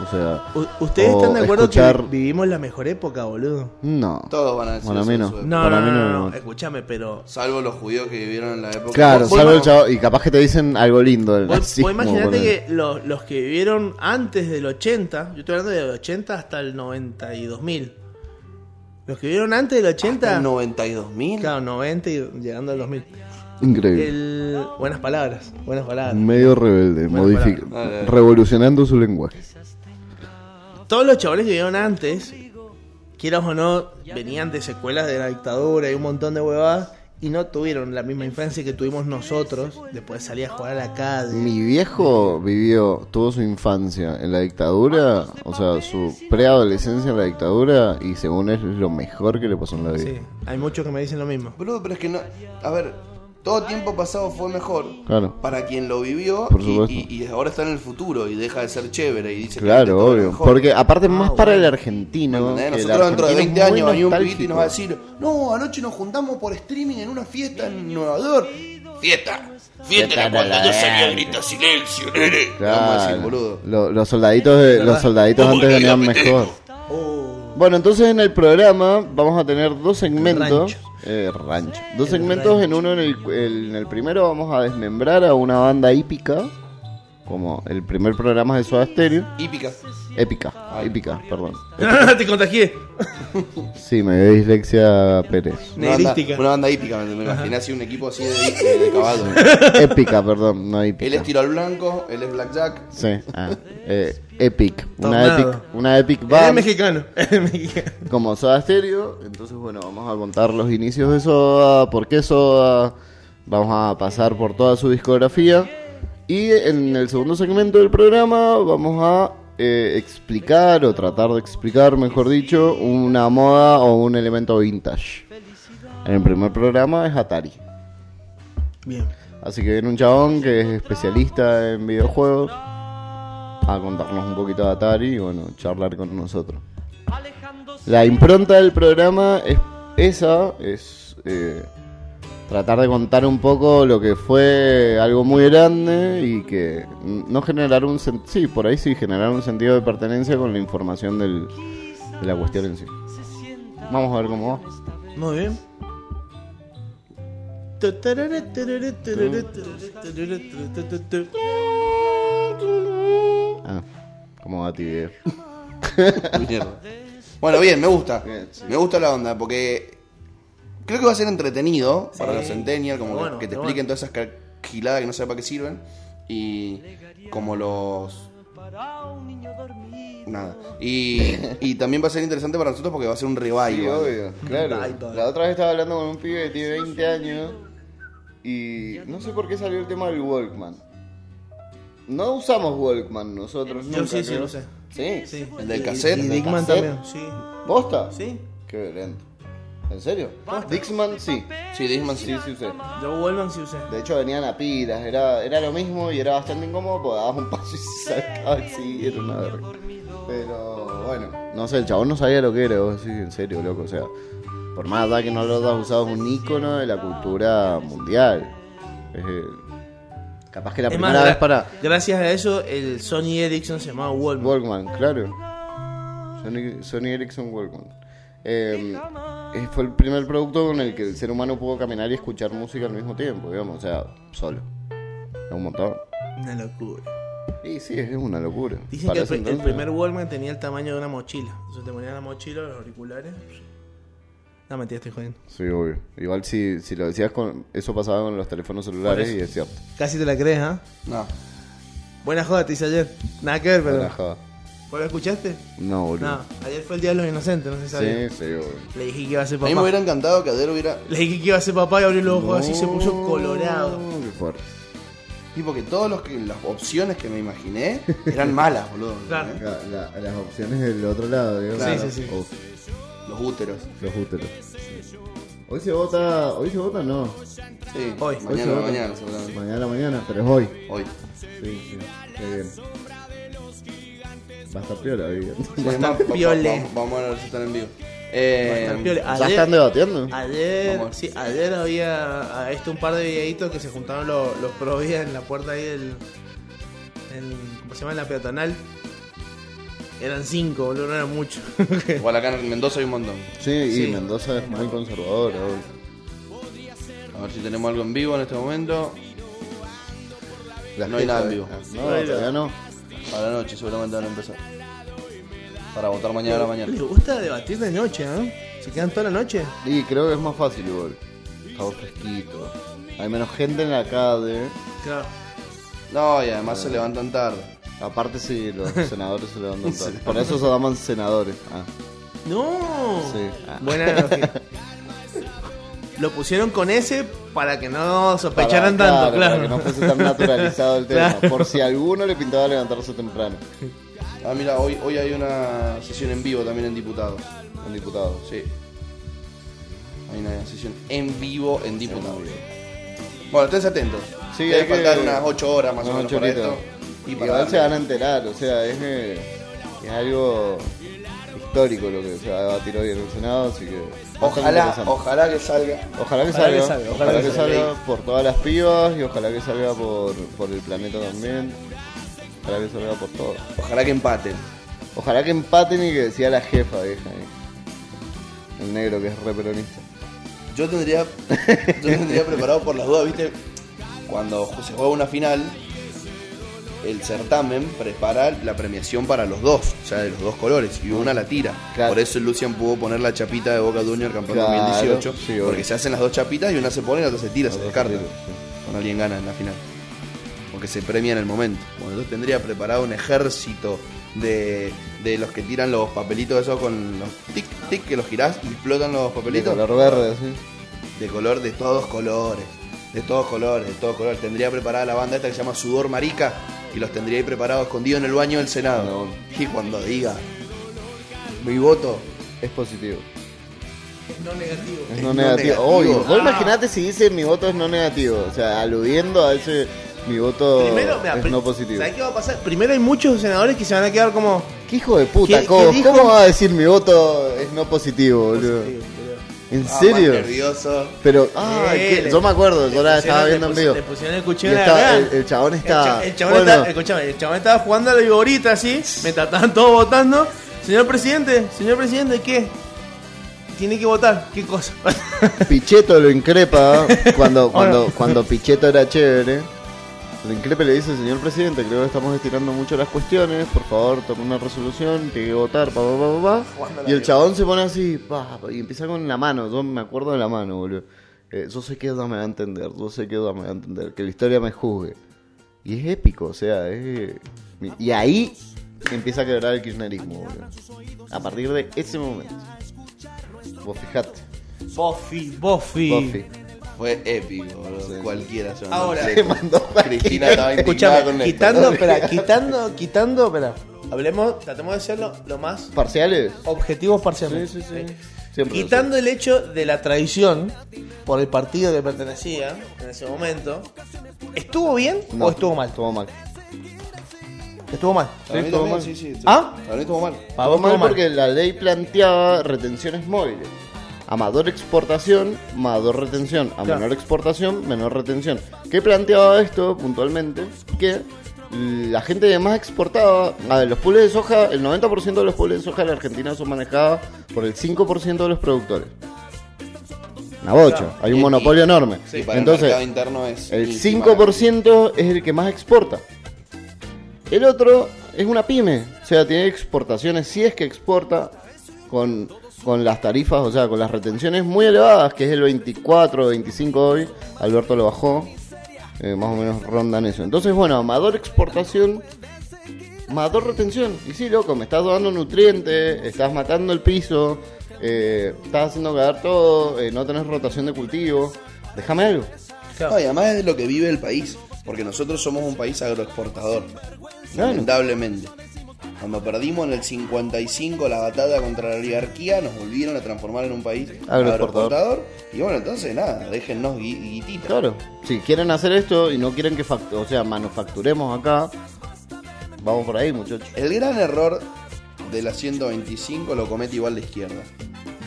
O sea,
U- ¿Ustedes
O
están de acuerdo que
escuchar-
vi- vivimos la mejor época, boludo?
no.
Todos van a decir
Bueno, a mí
eso,
no.
eso.
No, no,
Para
no,
mí
no,
no.
no, escúchame, pero.
Salvo los judíos que vivieron en la época.
Claro,
Vos- vos
salvo el
ima-
chavo y capaz que te dicen algo lindo del
Vos,
nazismo,
vos imaginate
ponele.
que los, los que vivieron antes del 80, yo estoy hablando del 80 hasta el 92.000. Los que vivieron antes del 80,
92.000.
claro, 90 y llegando al 2000.
Increíble.
El- Buenas palabras, buenas palabras.
Medio rebelde,
Bueno,
modifi-
pará. Dale, dale.
revolucionando su lenguaje.
Todos los chavales que vivieron antes, quieras o no, venían de secuelas de la dictadura y un montón de huevadas. Y no tuvieron la misma infancia que tuvimos nosotros después de salir a jugar a la calle.
Mi viejo vivió toda su infancia en la dictadura, o sea, su preadolescencia en la dictadura y según él es lo mejor que le pasó en la vida.
Sí, hay muchos que me dicen
*laughs*
lo mismo.
Boludo, pero es que no. A ver, todo tiempo pasado fue mejor.
Claro.
Para quien lo vivió
Por
y-
supuesto.
y, y ahora está en el futuro y deja de ser chévere y dice que antes
Claro,
todo era
obvio.
mejor.
Porque aparte más para el argentino.
¿Entendés?
que el
Nosotros dentro de
argentino
20
es muy
años hay un pibito y nos va a
nostálgico.
decir: No, anoche nos juntamos por streaming en una fiesta en Nueva York. Fiesta. Fiesta era cuando yo salía a gritar silencio, nene. Vamos a decir,
Claro.
boludo.
Lo- los soldaditos, de- los soldaditos antes venían mejor. Bueno, entonces en el programa vamos a tener dos segmentos.
Rancho.
Eh, rancho. Dos segmentos en uno en el, el- en el primero vamos a desmembrar a una banda hípica, como el primer programa de Soda Stereo.
Hípica.
Épica, hípica, perdón.
Te contagié.
Sí, me dio dislexia Pérez.
Una banda,
Negrística.
una banda hípica, me, me imaginé así un equipo así de, de- de caballo. *laughs*
Épica, *laughs* perdón, no
Él es
hípica.
tiro al blanco, él es blackjack. *laughs*
Sí, ah, eh, epic, una
Tornado.
epic, una epic
Eres
band.
mexicano. *laughs* Eres mexicano.
como Soda Stereo. Entonces, bueno, vamos a contar los inicios de Soda, por qué Soda, vamos a pasar por toda su discografía. Y en el segundo segmento del programa vamos a eh, explicar o tratar de explicar, mejor dicho, una moda o un elemento vintage. En el primer programa es Atari.
Bien.
Así que viene un chabón que es especialista en videojuegos a contarnos un poquito de Atari y bueno, charlar con nosotros. La impronta del programa es esa, es eh, tratar de contar un poco lo que fue algo muy grande y que n- no generar un sen- sí, por ahí sí generar un sentido de pertenencia con la información del- de la cuestión en sí. Vamos a ver cómo va.
Muy bien.
Ah, cómo va ti video.
Mierda. Bueno, bien, me gusta.
Bien, sí.
Me gusta la onda porque creo que va a ser entretenido para
Sí.
los centennial, como
Está bueno,
que te
está
expliquen
bueno.
todas esas ca- giladas que no sé para qué sirven y como los nada. Y, y también va a ser interesante para nosotros porque va a ser un revival.
Sí, obvio,
Ay,
claro.
padre.
La otra vez estaba hablando con un pibe que tiene 20 años y no sé por qué salió el tema del Walkman. No usamos Walkman nosotros nunca.
Yo sí, sí,
creo.
lo sé.
Sí,
Sí.
El del cassette.
Y Dickman
cassette.
también. Sí.
¿Bosta?
Sí.
Qué violento. ¿En serio? Dixman sí.
Sí, Dixman
sí, sí usé.
Yo Wellman sí usé.
De hecho venían a pilas, era, era lo mismo y era bastante incómodo porque dabas un paso y se sacaba el siguiente, era una verga. Pero bueno, no sé, el chabón no sabía lo que era, vos decís, en serio, loco, o sea, por más allá que no lo hayas usado es un ícono de la cultura mundial. Es, eh, capaz que la
Es más,
primera vez
gra-
para
Gracias a eso, el Sony Ericsson se llamaba Wallman.
Walkman, claro. Sony, Sony Ericsson Walkman. Eh, eh, fue el primer producto con el que el ser humano pudo caminar y escuchar música al mismo tiempo, digamos, o sea, solo. Es un montón.
Una locura.
Y sí, es una locura.
Dicen que
Para
el,
ese
pri- el
entonces,
primer Wallman tenía el tamaño de una mochila. Entonces te ponían la mochila, los auriculares. No, mentira, estoy jodiendo.
Sí, obvio. Igual si, si lo decías con... Eso pasaba con los teléfonos celulares
Por eso.
y es cierto.
Casi te la crees, ¿ah?
No.
Buena joda, te hice ayer. Nada que ver,
Buena
pero.
joda.
¿Vos lo escuchaste?
No, boludo.
No, ayer fue el Día de los Inocentes, no se sabía.
sí, sí, obvio.
Le dije que iba a ser
A mí me
papá.
hubiera encantado que ayer hubiera.
Le dije que iba a ser papá y abrió los ojos
No.
así y se puso
Oh.
colorado.
No, qué fuerte.
Y porque todas las opciones que me imaginé eran malas, boludo.
*laughs* Claro.
¿eh?
La- la- las opciones del otro lado, digamos.
Sí, sí, sí.
Uf.
Los úteros.
Los úteros. Hoy se vota, hoy se vota no.
Sí.
Hoy.
Hoy se
Mañana,
vota.
mañana, seguramente.
Mañana, mañana, pero es hoy.
Hoy.
Sí, sí, qué bien. Va a estar piola hoy.
Sí,
estar
va- va-
piole.
va- Vamos, a ver si están en vivo.
Va a estar
Eh,
piola.
¿Ya están debatiendo?
Ayer,
Vamos.
sí, ayer había a este un par de videitos que se juntaron los, los provias en la puerta ahí del. en- ¿Cómo se llama? En la peatonal. Eran cinco, boludo, no eran muchos. *laughs*
igual acá en Mendoza hay un montón.
Sí, y
Sí.
Mendoza es muy conservadora. hoy.
A ver si tenemos algo en vivo en este momento.
Las
No hay nada en vivo.
fiestas- No, todavía no.
Para la noche seguramente van a empezar. Para votar mañana a la mañana.
Les gusta debatir de noche, ¿eh? Se quedan toda la noche.
Y creo que es más fácil igual. Está más fresquito. Hay menos gente en la calle.
Claro.
No, y además se levantan tarde.
Aparte
*laughs*
si los senadores se levantan tarde. Por eso se llaman senadores. Ah,
Pues ¡No!
sí. Ah.
Buena
*laughs*
analogía. Lo pusieron con ese para que no
Para-
sospecharan tanto,
para
claro.
que no fuese tan naturalizado
*laughs*
el tema.
Claro.
Por si a alguno le pintaba levantarse temprano.
Ah, mira, hoy, hoy hay una sesión en vivo también en diputados.
Un diputado.
Sí. Hay una sesión en vivo en diputados. Bueno, estés atentos.
Sí,
Debe
hay que-
faltar unas 8 horas más o
Unas
menos
ocho
para
horitas.
esto.
Y
Y
para
para
se van a
darle.
enterar, o sea, es, eh, es algo histórico lo que se va a debatir hoy en el Senado, así que... va a estar
Ojalá,
interesante.
ojalá que salga.
Ojalá que
Ojalá que
salga,
salga,
ojalá, que, salga por todas las pibas y ojalá que salga por, por el planeta también. Ojalá que salga por todo.
Ojalá que empaten.
Ojalá que empaten y que decía la jefa, vieja. ahí. El negro que es re peronista.
Yo tendría, *laughs* yo tendría preparado por las dudas, ¿viste? Cuando se juega una final, el certamen prepara la premiación para los dos, o sea, de los dos colores, y una la tira.
Claro.
Por eso Lucian pudo poner la chapita de Boca Junior campeón
Claro,
2018,
sí, obvio.
porque se hacen las dos chapitas y una se pone y la otra se tira, se
Otra se
descarta.
tira, sí.
Cuando alguien gana en la final. Porque se premia en el momento. Bueno, yo tendría preparado un ejército de, de los que tiran los papelitos esos con los tic, tic, que los girás y explotan los
De
papelitos.
color verde, sí.
De color de todos colores. De todos colores, de todos colores. Tendría preparada la banda esta que se llama Sudor Marica y los tendría ahí preparados escondidos en el baño del Senado. Y cuando diga mi voto,
Es positivo.
No negativo.
Es
Es
no
no
negativo.
negativo.
Obvio. Vos
Ah.
imaginate si dice mi voto es no negativo. O sea, aludiendo a ese mi voto
Primero, mira,
es
pri-
no positivo.
¿sabés qué va a pasar? Primero hay muchos senadores que se van a quedar como.
¿Qué hijo de puta,
¿Qué-
Cobos?
qué dijo?
¿Cómo va a decir mi voto es no positivo, boludo?
positivo, boludo.
¿En
ah,
serio?
más nervioso.
Pero, ay,
Eh,
qué-
le-
yo me acuerdo, yo
le
la
pusieron-
estaba
le
viendo en
pus-
vivo.
Le pusieron el
Y
cuchillo en la
estaba- el,
garganta.
el chabón está.
cha- el chabón
bueno,
está- escuchame, el chabón estaba jugando a la viborita así, mientras estaban todos votando. Señor presidente, señor presidente, ¿qué? Tiene que votar, ¿qué cosa?
Pichetto lo increpa ¿eh? cuando,
Ahora.
cuando, cuando Pichetto era chévere. Lo increpa y le dice, señor presidente, creo que estamos estirando mucho las cuestiones, por favor, toma una resolución, tiene que votar, pa, pa, pa, pa, pa. Y el chabón se pone así, pa, pa, y empieza con la mano, yo me acuerdo de la mano, boludo. Eh, yo sé que Dios me va a entender, yo sé que Dios me va a entender, que la historia me juzgue. Y es épico, o sea, es... Y ahí empieza a quebrar el kirchnerismo, boludo. A partir de ese momento. Vos fijate,
Buffy, Buffy.
Buffy.
Fue épico, boludo. Cualquiera se mandó
Ahora.
un
Te
seco.
mandó
Cristina estaba indignada con
Escuchame,
esto.
quitando, espera, quitando, quitando, espera. Hablemos, tratemos de ser lo, lo más
¿Parciales?
objetivos parcialmente.
Sí, sí, sí.
¿sí?
Siempre lo
Quitando el hecho de la traición por el partido que pertenecía en ese momento, ¿estuvo bien
No,
o estuvo mal?
Estuvo mal.
¿Estuvo mal?
Para mí estuvo mal.
¿Ah?
Para mí estuvo mal.
Para
Estuvo
vos
mal
estuvo mal.
porque la ley planteaba retenciones móviles. A mayor exportación, mayor retención. A
Claro.
menor exportación, menor retención. ¿Qué planteaba esto puntualmente? Que la gente que más exportaba, a ver, los pules de soja, el 90% de los pules de soja de la Argentina son manejados por el 5% de los productores. Una bocha,
Claro.
hay un
Y- y-
monopolio enorme.
Sí, para el
Entonces,
mercado interno es.
el
ínfima.
5% es el que más exporta. El otro es una pyme. O sea, tiene exportaciones, si es que exporta, con, con las tarifas, o sea, con las retenciones muy elevadas, que es el 24 o 25 hoy. Alberto lo bajó. eh, más o menos rondan eso. Entonces, bueno, amador exportación, amador retención. Y sí, loco, me estás dando nutrientes, estás matando el piso, eh, estás haciendo cagar todo, eh, no tenés rotación de cultivo. Déjame algo.
No, y además es de lo que vive el país. Porque nosotros somos un país agroexportador.
Claro.
Lamentablemente. Cuando perdimos en el 55 la batalla contra la oligarquía, nos volvieron a transformar en un país
Agroexportador.
agroexportador. Y bueno, entonces nada, déjennos gui- guitita.
Claro, si quieren hacer esto y no quieren que fact- o sea, manufacturemos acá, vamos por ahí, muchachos.
El gran error de la 125 lo comete igual la izquierda.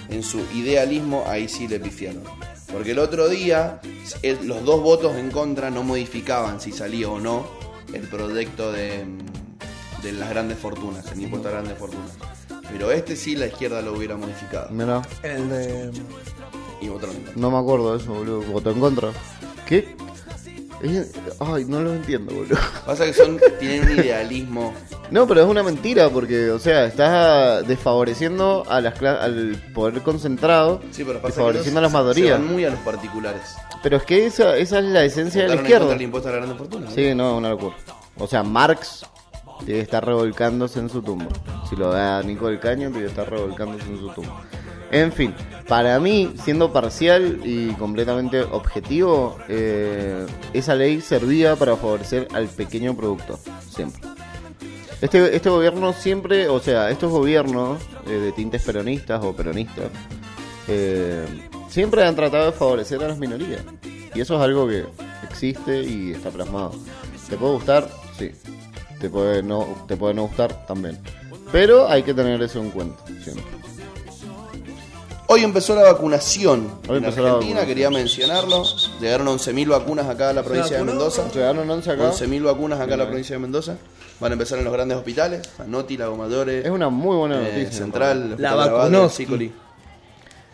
En su idealismo ahí sí le pifiaron. Porque el otro día el- los dos votos en contra no modificaban si salía o no el proyecto de, mm, de las grandes fortunas, el impuesto a grandes fortunas. Pero este sí la izquierda lo hubiera modificado.
Mira,
El de...
Y votaron en contra.
no me acuerdo de eso, boludo. Voto en contra. ¿Qué? Es- Ay, no lo entiendo, boludo. *laughs*
Pasa que son, tienen un idealismo.
No, pero es una mentira porque, o sea, estás desfavoreciendo a las cla- al poder concentrado,
Sí, pero pasa que
desfavoreciendo a
ellos
las
se
mayorías.
van muy a los particulares.
Pero es que esa, esa es la esencia de la
Votaron en
izquierda.
contra el impuesto a las grandes fortunas.
Sí, no, es una locura. O sea, Marx debe estar revolcándose en su tumba. Si lo ve a Nico del Caño, debe estar revolcándose en su tumba. En fin, para mí, siendo parcial y completamente objetivo, eh, esa ley servía para favorecer al pequeño productor, siempre. Este, este gobierno siempre, o sea, estos gobiernos eh, de tintes peronistas o peronistas, eh, siempre han tratado de favorecer a las minorías. Y eso es algo que existe y está plasmado. ¿Te puede gustar? Sí. Te puede no, te puede no gustar también. Pero hay que tener eso en cuenta siempre.
Hoy empezó la vacunación
Hoy
en Argentina,
empezó la vacunación.
quería mencionarlo. Llegaron 11.000 vacunas acá a la provincia de
vacunó?
Mendoza.
Llegaron 11 acá.
11.000 vacunas acá a la provincia de Mendoza. Van a empezar en los grandes hospitales, Anoti, Lago Maggiore,
Es una muy buena
eh,
noticia.
Central,
para mí.
Hospital Abad,
vacunó.
Cicoli.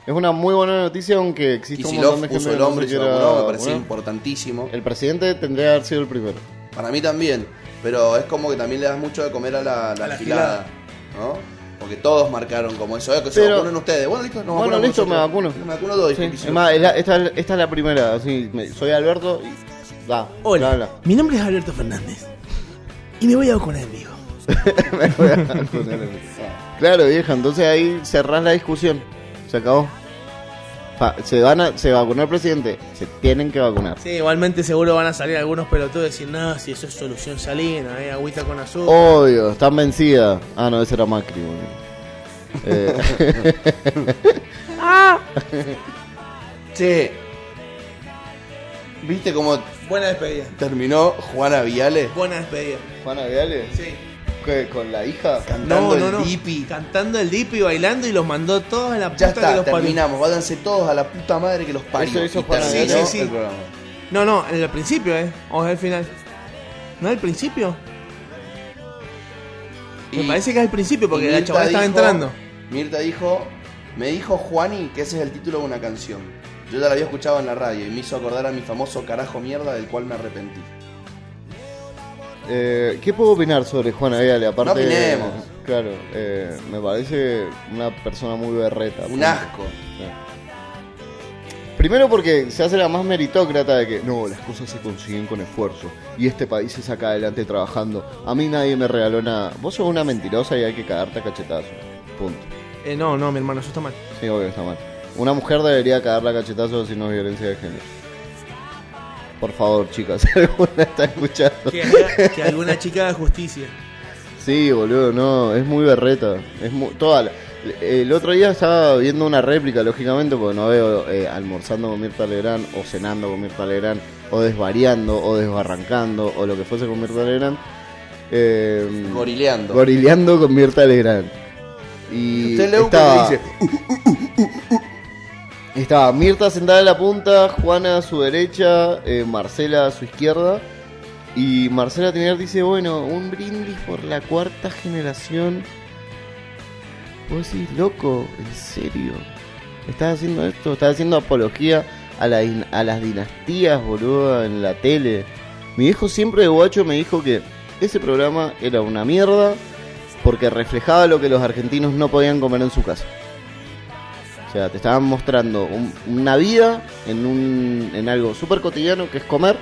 Es una muy buena noticia, aunque existe un
Kicillof
montón de gente
puso
que
el
no
hombre y
se
se
quiera
vacunó, me parecía
vacunar.
importantísimo.
El presidente tendría que haber sido el primero.
Para mí también, pero es como que también le das mucho de comer a la, la
la
gilada, ¿no? Porque todos marcaron como eso, eh, que se
Pero-
vacunen ustedes. Bueno, listo, nos
bueno,
vacunamos
listo, me
nosotros.
vacuno.
Me vacuno dos.
Sí, es más, es la- esta, esta es la primera. así, me- soy Alberto y. Da,
Hola,
bla, bla.
mi nombre es Alberto Fernández y me voy a vacunar, amigo.
Me voy *laughs* a vacunar. claro, vieja, entonces ahí cerrás la discusión. Se acabó. Fa- se, van a, se vacunó el presidente. Se tienen que vacunar.
Sí, igualmente seguro van a salir algunos pelotudos y decir, no, si eso es solución salina, eh, agüita con azúcar.
Oh,
Obvio, están vencidas. Ah, no, ese era Macri, boludo. Eh,
Che, ¿viste cómo
Buena despedida.
terminó Juana Viale
Buena despedida.
Juana Viale,
Sí.
¿qué, ¿con la hija?
cantando el Dipi?
Cantando el dipi, bailando y los mandó todos a la puta
Ya
que
está,
los parió.
terminamos. Váyanse todos a la puta madre que los parió.
Eso hizo
Y
Juana
terminó
Viale. Sí, sí, sí.
el programa.
No, no, en el principio, eh. O es el final. ¿No al principio? Me
Y-
parece que es el principio porque
y
la
Mirta
chavala estaba
dijo-
entrando.
Mirta dijo, me dijo Juani que ese es el título de una canción. Yo ya la había escuchado en la radio y me hizo acordar a mi famoso carajo mierda del cual me arrepentí.
Eh, ¿Qué puedo opinar sobre Juana Viale? Aparte,
No opinemos.
Claro, eh, me parece una persona muy berreta.
Un
punto.
asco.
Primero porque se hace la más meritócrata de que no, las cosas se consiguen con esfuerzo y este país se saca adelante trabajando. A mí nadie me regaló nada. Vos sos una mentirosa y hay que cagarte a cachetazo. Punto.
Eh, no, no, mi hermano, eso está mal.
Sí, obvio, está mal. Una mujer debería cagar la cachetazo si no es violencia de género. Por favor, chicas, *laughs* si alguna está escuchando.
Que, haga- que alguna chica haga justicia.
Sí, boludo, no, es muy berreta. Es mu- toda la- El otro día estaba viendo una réplica, lógicamente, porque no veo eh, almorzando con Mirta Legrand, o cenando con Mirta Legrand, o desvariando, o desbarrancando, o lo que fuese con Mirta Legrand. Eh,
Gorileando.
Gorileando con Mirta Legrand. Y
Usted lee un
estaba,
que dice, Uh,
estaba Mirta sentada en la punta, Juana a su derecha, eh, Marcela a su izquierda. Y Marcela Tiner dice, bueno, un brindis por la cuarta generación. Vos decís, loco, en serio. Estás haciendo esto, estás haciendo apología a, la din- a las dinastías, boludo, en la tele. Mi viejo siempre de guacho me dijo que ese programa era una mierda porque reflejaba lo que los argentinos no podían comer en su casa. O sea, te estaban mostrando un- una vida en, un, en algo súper cotidiano que es comer,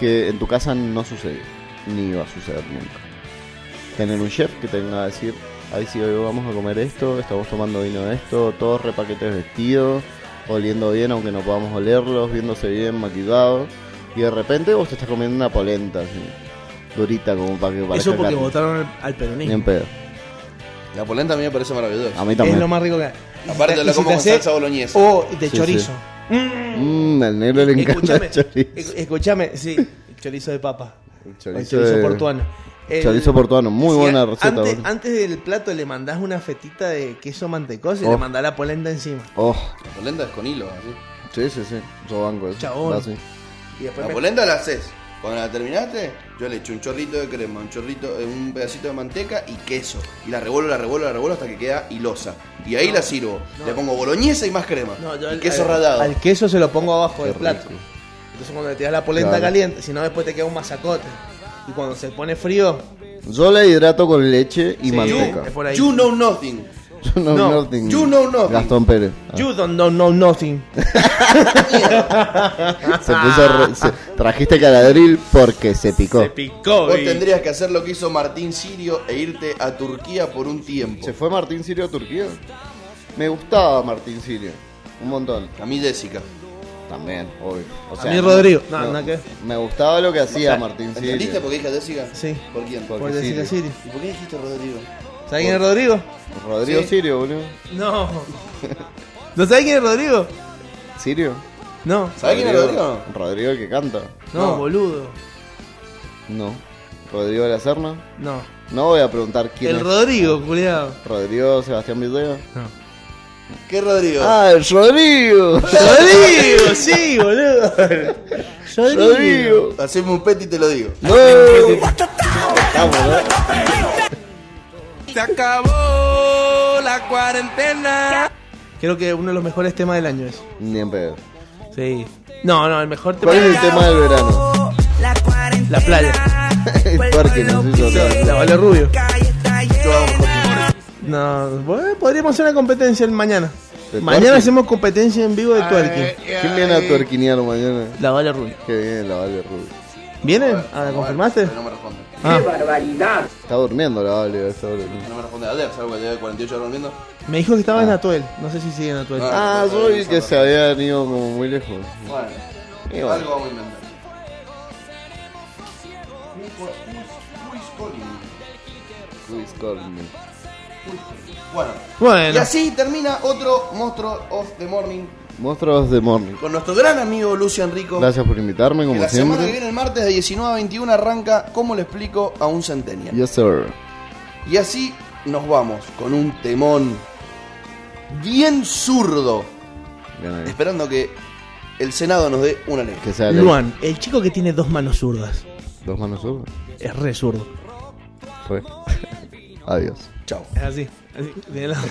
que en tu casa no sucede, ni va a suceder nunca. Tener un chef que te venga a decir, ahí sí, hoy vamos a comer esto, estamos tomando vino de esto, todos repaquetes vestidos, oliendo bien aunque no podamos olerlos, viéndose bien maquillados, y de repente vos te estás comiendo una polenta así, durita como para que parezca
Eso porque
carne.
votaron al, al peronismo.
Ni en pedo.
La polenta a mí me parece maravillosa.
A mí también.
Es lo más rico que hay.
Aparte
Y si
la
te
como con
hace-
salsa boloñesa.
O de
Sí,
chorizo.
sí. Mm, al negro le encanta
Escúchame,
el chorizo.
esc- escúchame, sí, el chorizo de papa.
El
O el
chorizo de-
portuano. El-
Chorizo portuano, muy buena receta,
Antes,
boludo.
antes del plato le mandás una fetita de queso mantecoso y
Oh.
le mandás la polenta encima.
Oh,
La polenta es con hilo, así.
sí, sí, sí. Yo banco eso.
Chabón.
Va así.
Y después
La
Pues me-
polenta la haces. Cuando la terminaste, yo le echo un chorrito de crema, un chorrito, eh, un pedacito de manteca y queso. Y la revuelvo, la revuelvo, la revuelvo hasta que queda hilosa. Y ahí la sirvo. Le pongo boloñesa y más crema.
No, yo
y
al-
queso
al-
rallado.
Al queso se lo pongo abajo
Qué
del plato.
rico.
Entonces cuando le tiras la polenta
Claro.
caliente, si no después te queda un masacote. Y cuando se pone frío,
Yo la hidrato con leche y
Sí,
manteca.
es por ahí.
You know nothing.
*laughs* Yo no,
No,
nothing.
you know nothing.
Gastón Pérez. Ah,
You don't know, know nothing.
Ah, se puso *laughs* re- se- trajiste caladril porque se picó.
Se
Se,
picó.
Vos
y-
tendrías que hacer lo que hizo Martín Sirio e irte a Turquía por un tiempo.
fue Martín Sirio a Turquía? Me gustaba Martín Sirio. Un montón.
A mí Jessica.
También, obvio. O
a mí Rodrigo. No,
no,
nada que ver.
me gustaba lo que hacía
O sea,
Martín Sirio.
¿Entendiste por qué dije Jessica?
Sí.
¿Por quién?
Por-
Por
porque
decir
Sirio.
Sirio.
¿Y por qué dijiste Rodrigo?
¿Sabes quién es Rodrigo?
Rodrigo
Sí.
Sirio, boludo.
No. *laughs* ¿No sabes quién es Rodrigo?
¿Sirio?
No.
¿Sabés quién es Rodrigo?
Rodrigo el que canta.
No,
No.
boludo.
No. Rodrigo de la Serna.
No.
No voy a preguntar quién
El
es. Ah.
Rodrigo,
*laughs*
culiado.
Rodrigo Sebastián Videla.
¿Qué Rodrigo?
Ah, el Rodrigo.
Rodrigo, sí, boludo. Rodrigo.
Rodrigo.
Haceme un pet y te lo digo.
No. Vamos, ¿no?
Se acabó la cuarentena.
Creo que uno de los mejores temas del año es.
Ni en pedo.
Sí. No, no, el mejor tema
¿Cuál es el tema del verano? *laughs*
La cuarentena.
La playa.
El parque nos hizo hablar.
La Vale Rubio.
*laughs* calle está llena.
No, bueno, podríamos hacer una competencia el mañana.
¿De
Mañana
twerking?
hacemos competencia en vivo de twerking.
¿Quién viene a tuerquinear mañana?
La Vale Rubio.
Que viene la Vale Rubio.
¿Vienen? Ah, ¿Confirmaste?
No me responde.
Ah,
¡Qué barbaridad!
Está durmiendo la Vale a esta hora, ¿no?
No me responde a Deb, ¿sabes? Lleva 48 horas durmiendo.
me dijo que estaba en Atuel. No sé si sigue en Atuel.
Ah.
Ah, yo vi que se había ido como muy lejos.
Bueno,
Y bueno.
algo vamos a inventar. Who is calling me?
Luis Corny.
Bueno, y
Bueno,
así termina otro Monstruo of the Morning
Monstruos de Morning.
con nuestro gran amigo Lucian Rico.
Gracias por invitarme,
que
como
la semana que
siempre.
viene, el martes de 19 a 21, arranca ¿Cómo le explico a un centennial?
Yes, sir.
Y así nos vamos con un temón bien zurdo,
Bien ahí.
esperando que el Senado nos dé una ley.
Que sea ley.
Luan, el chico que tiene dos manos zurdas.
Dos manos sur.
Es re zurdo.
Fue. *laughs* Adiós.
Chao.
Es así. así de lado.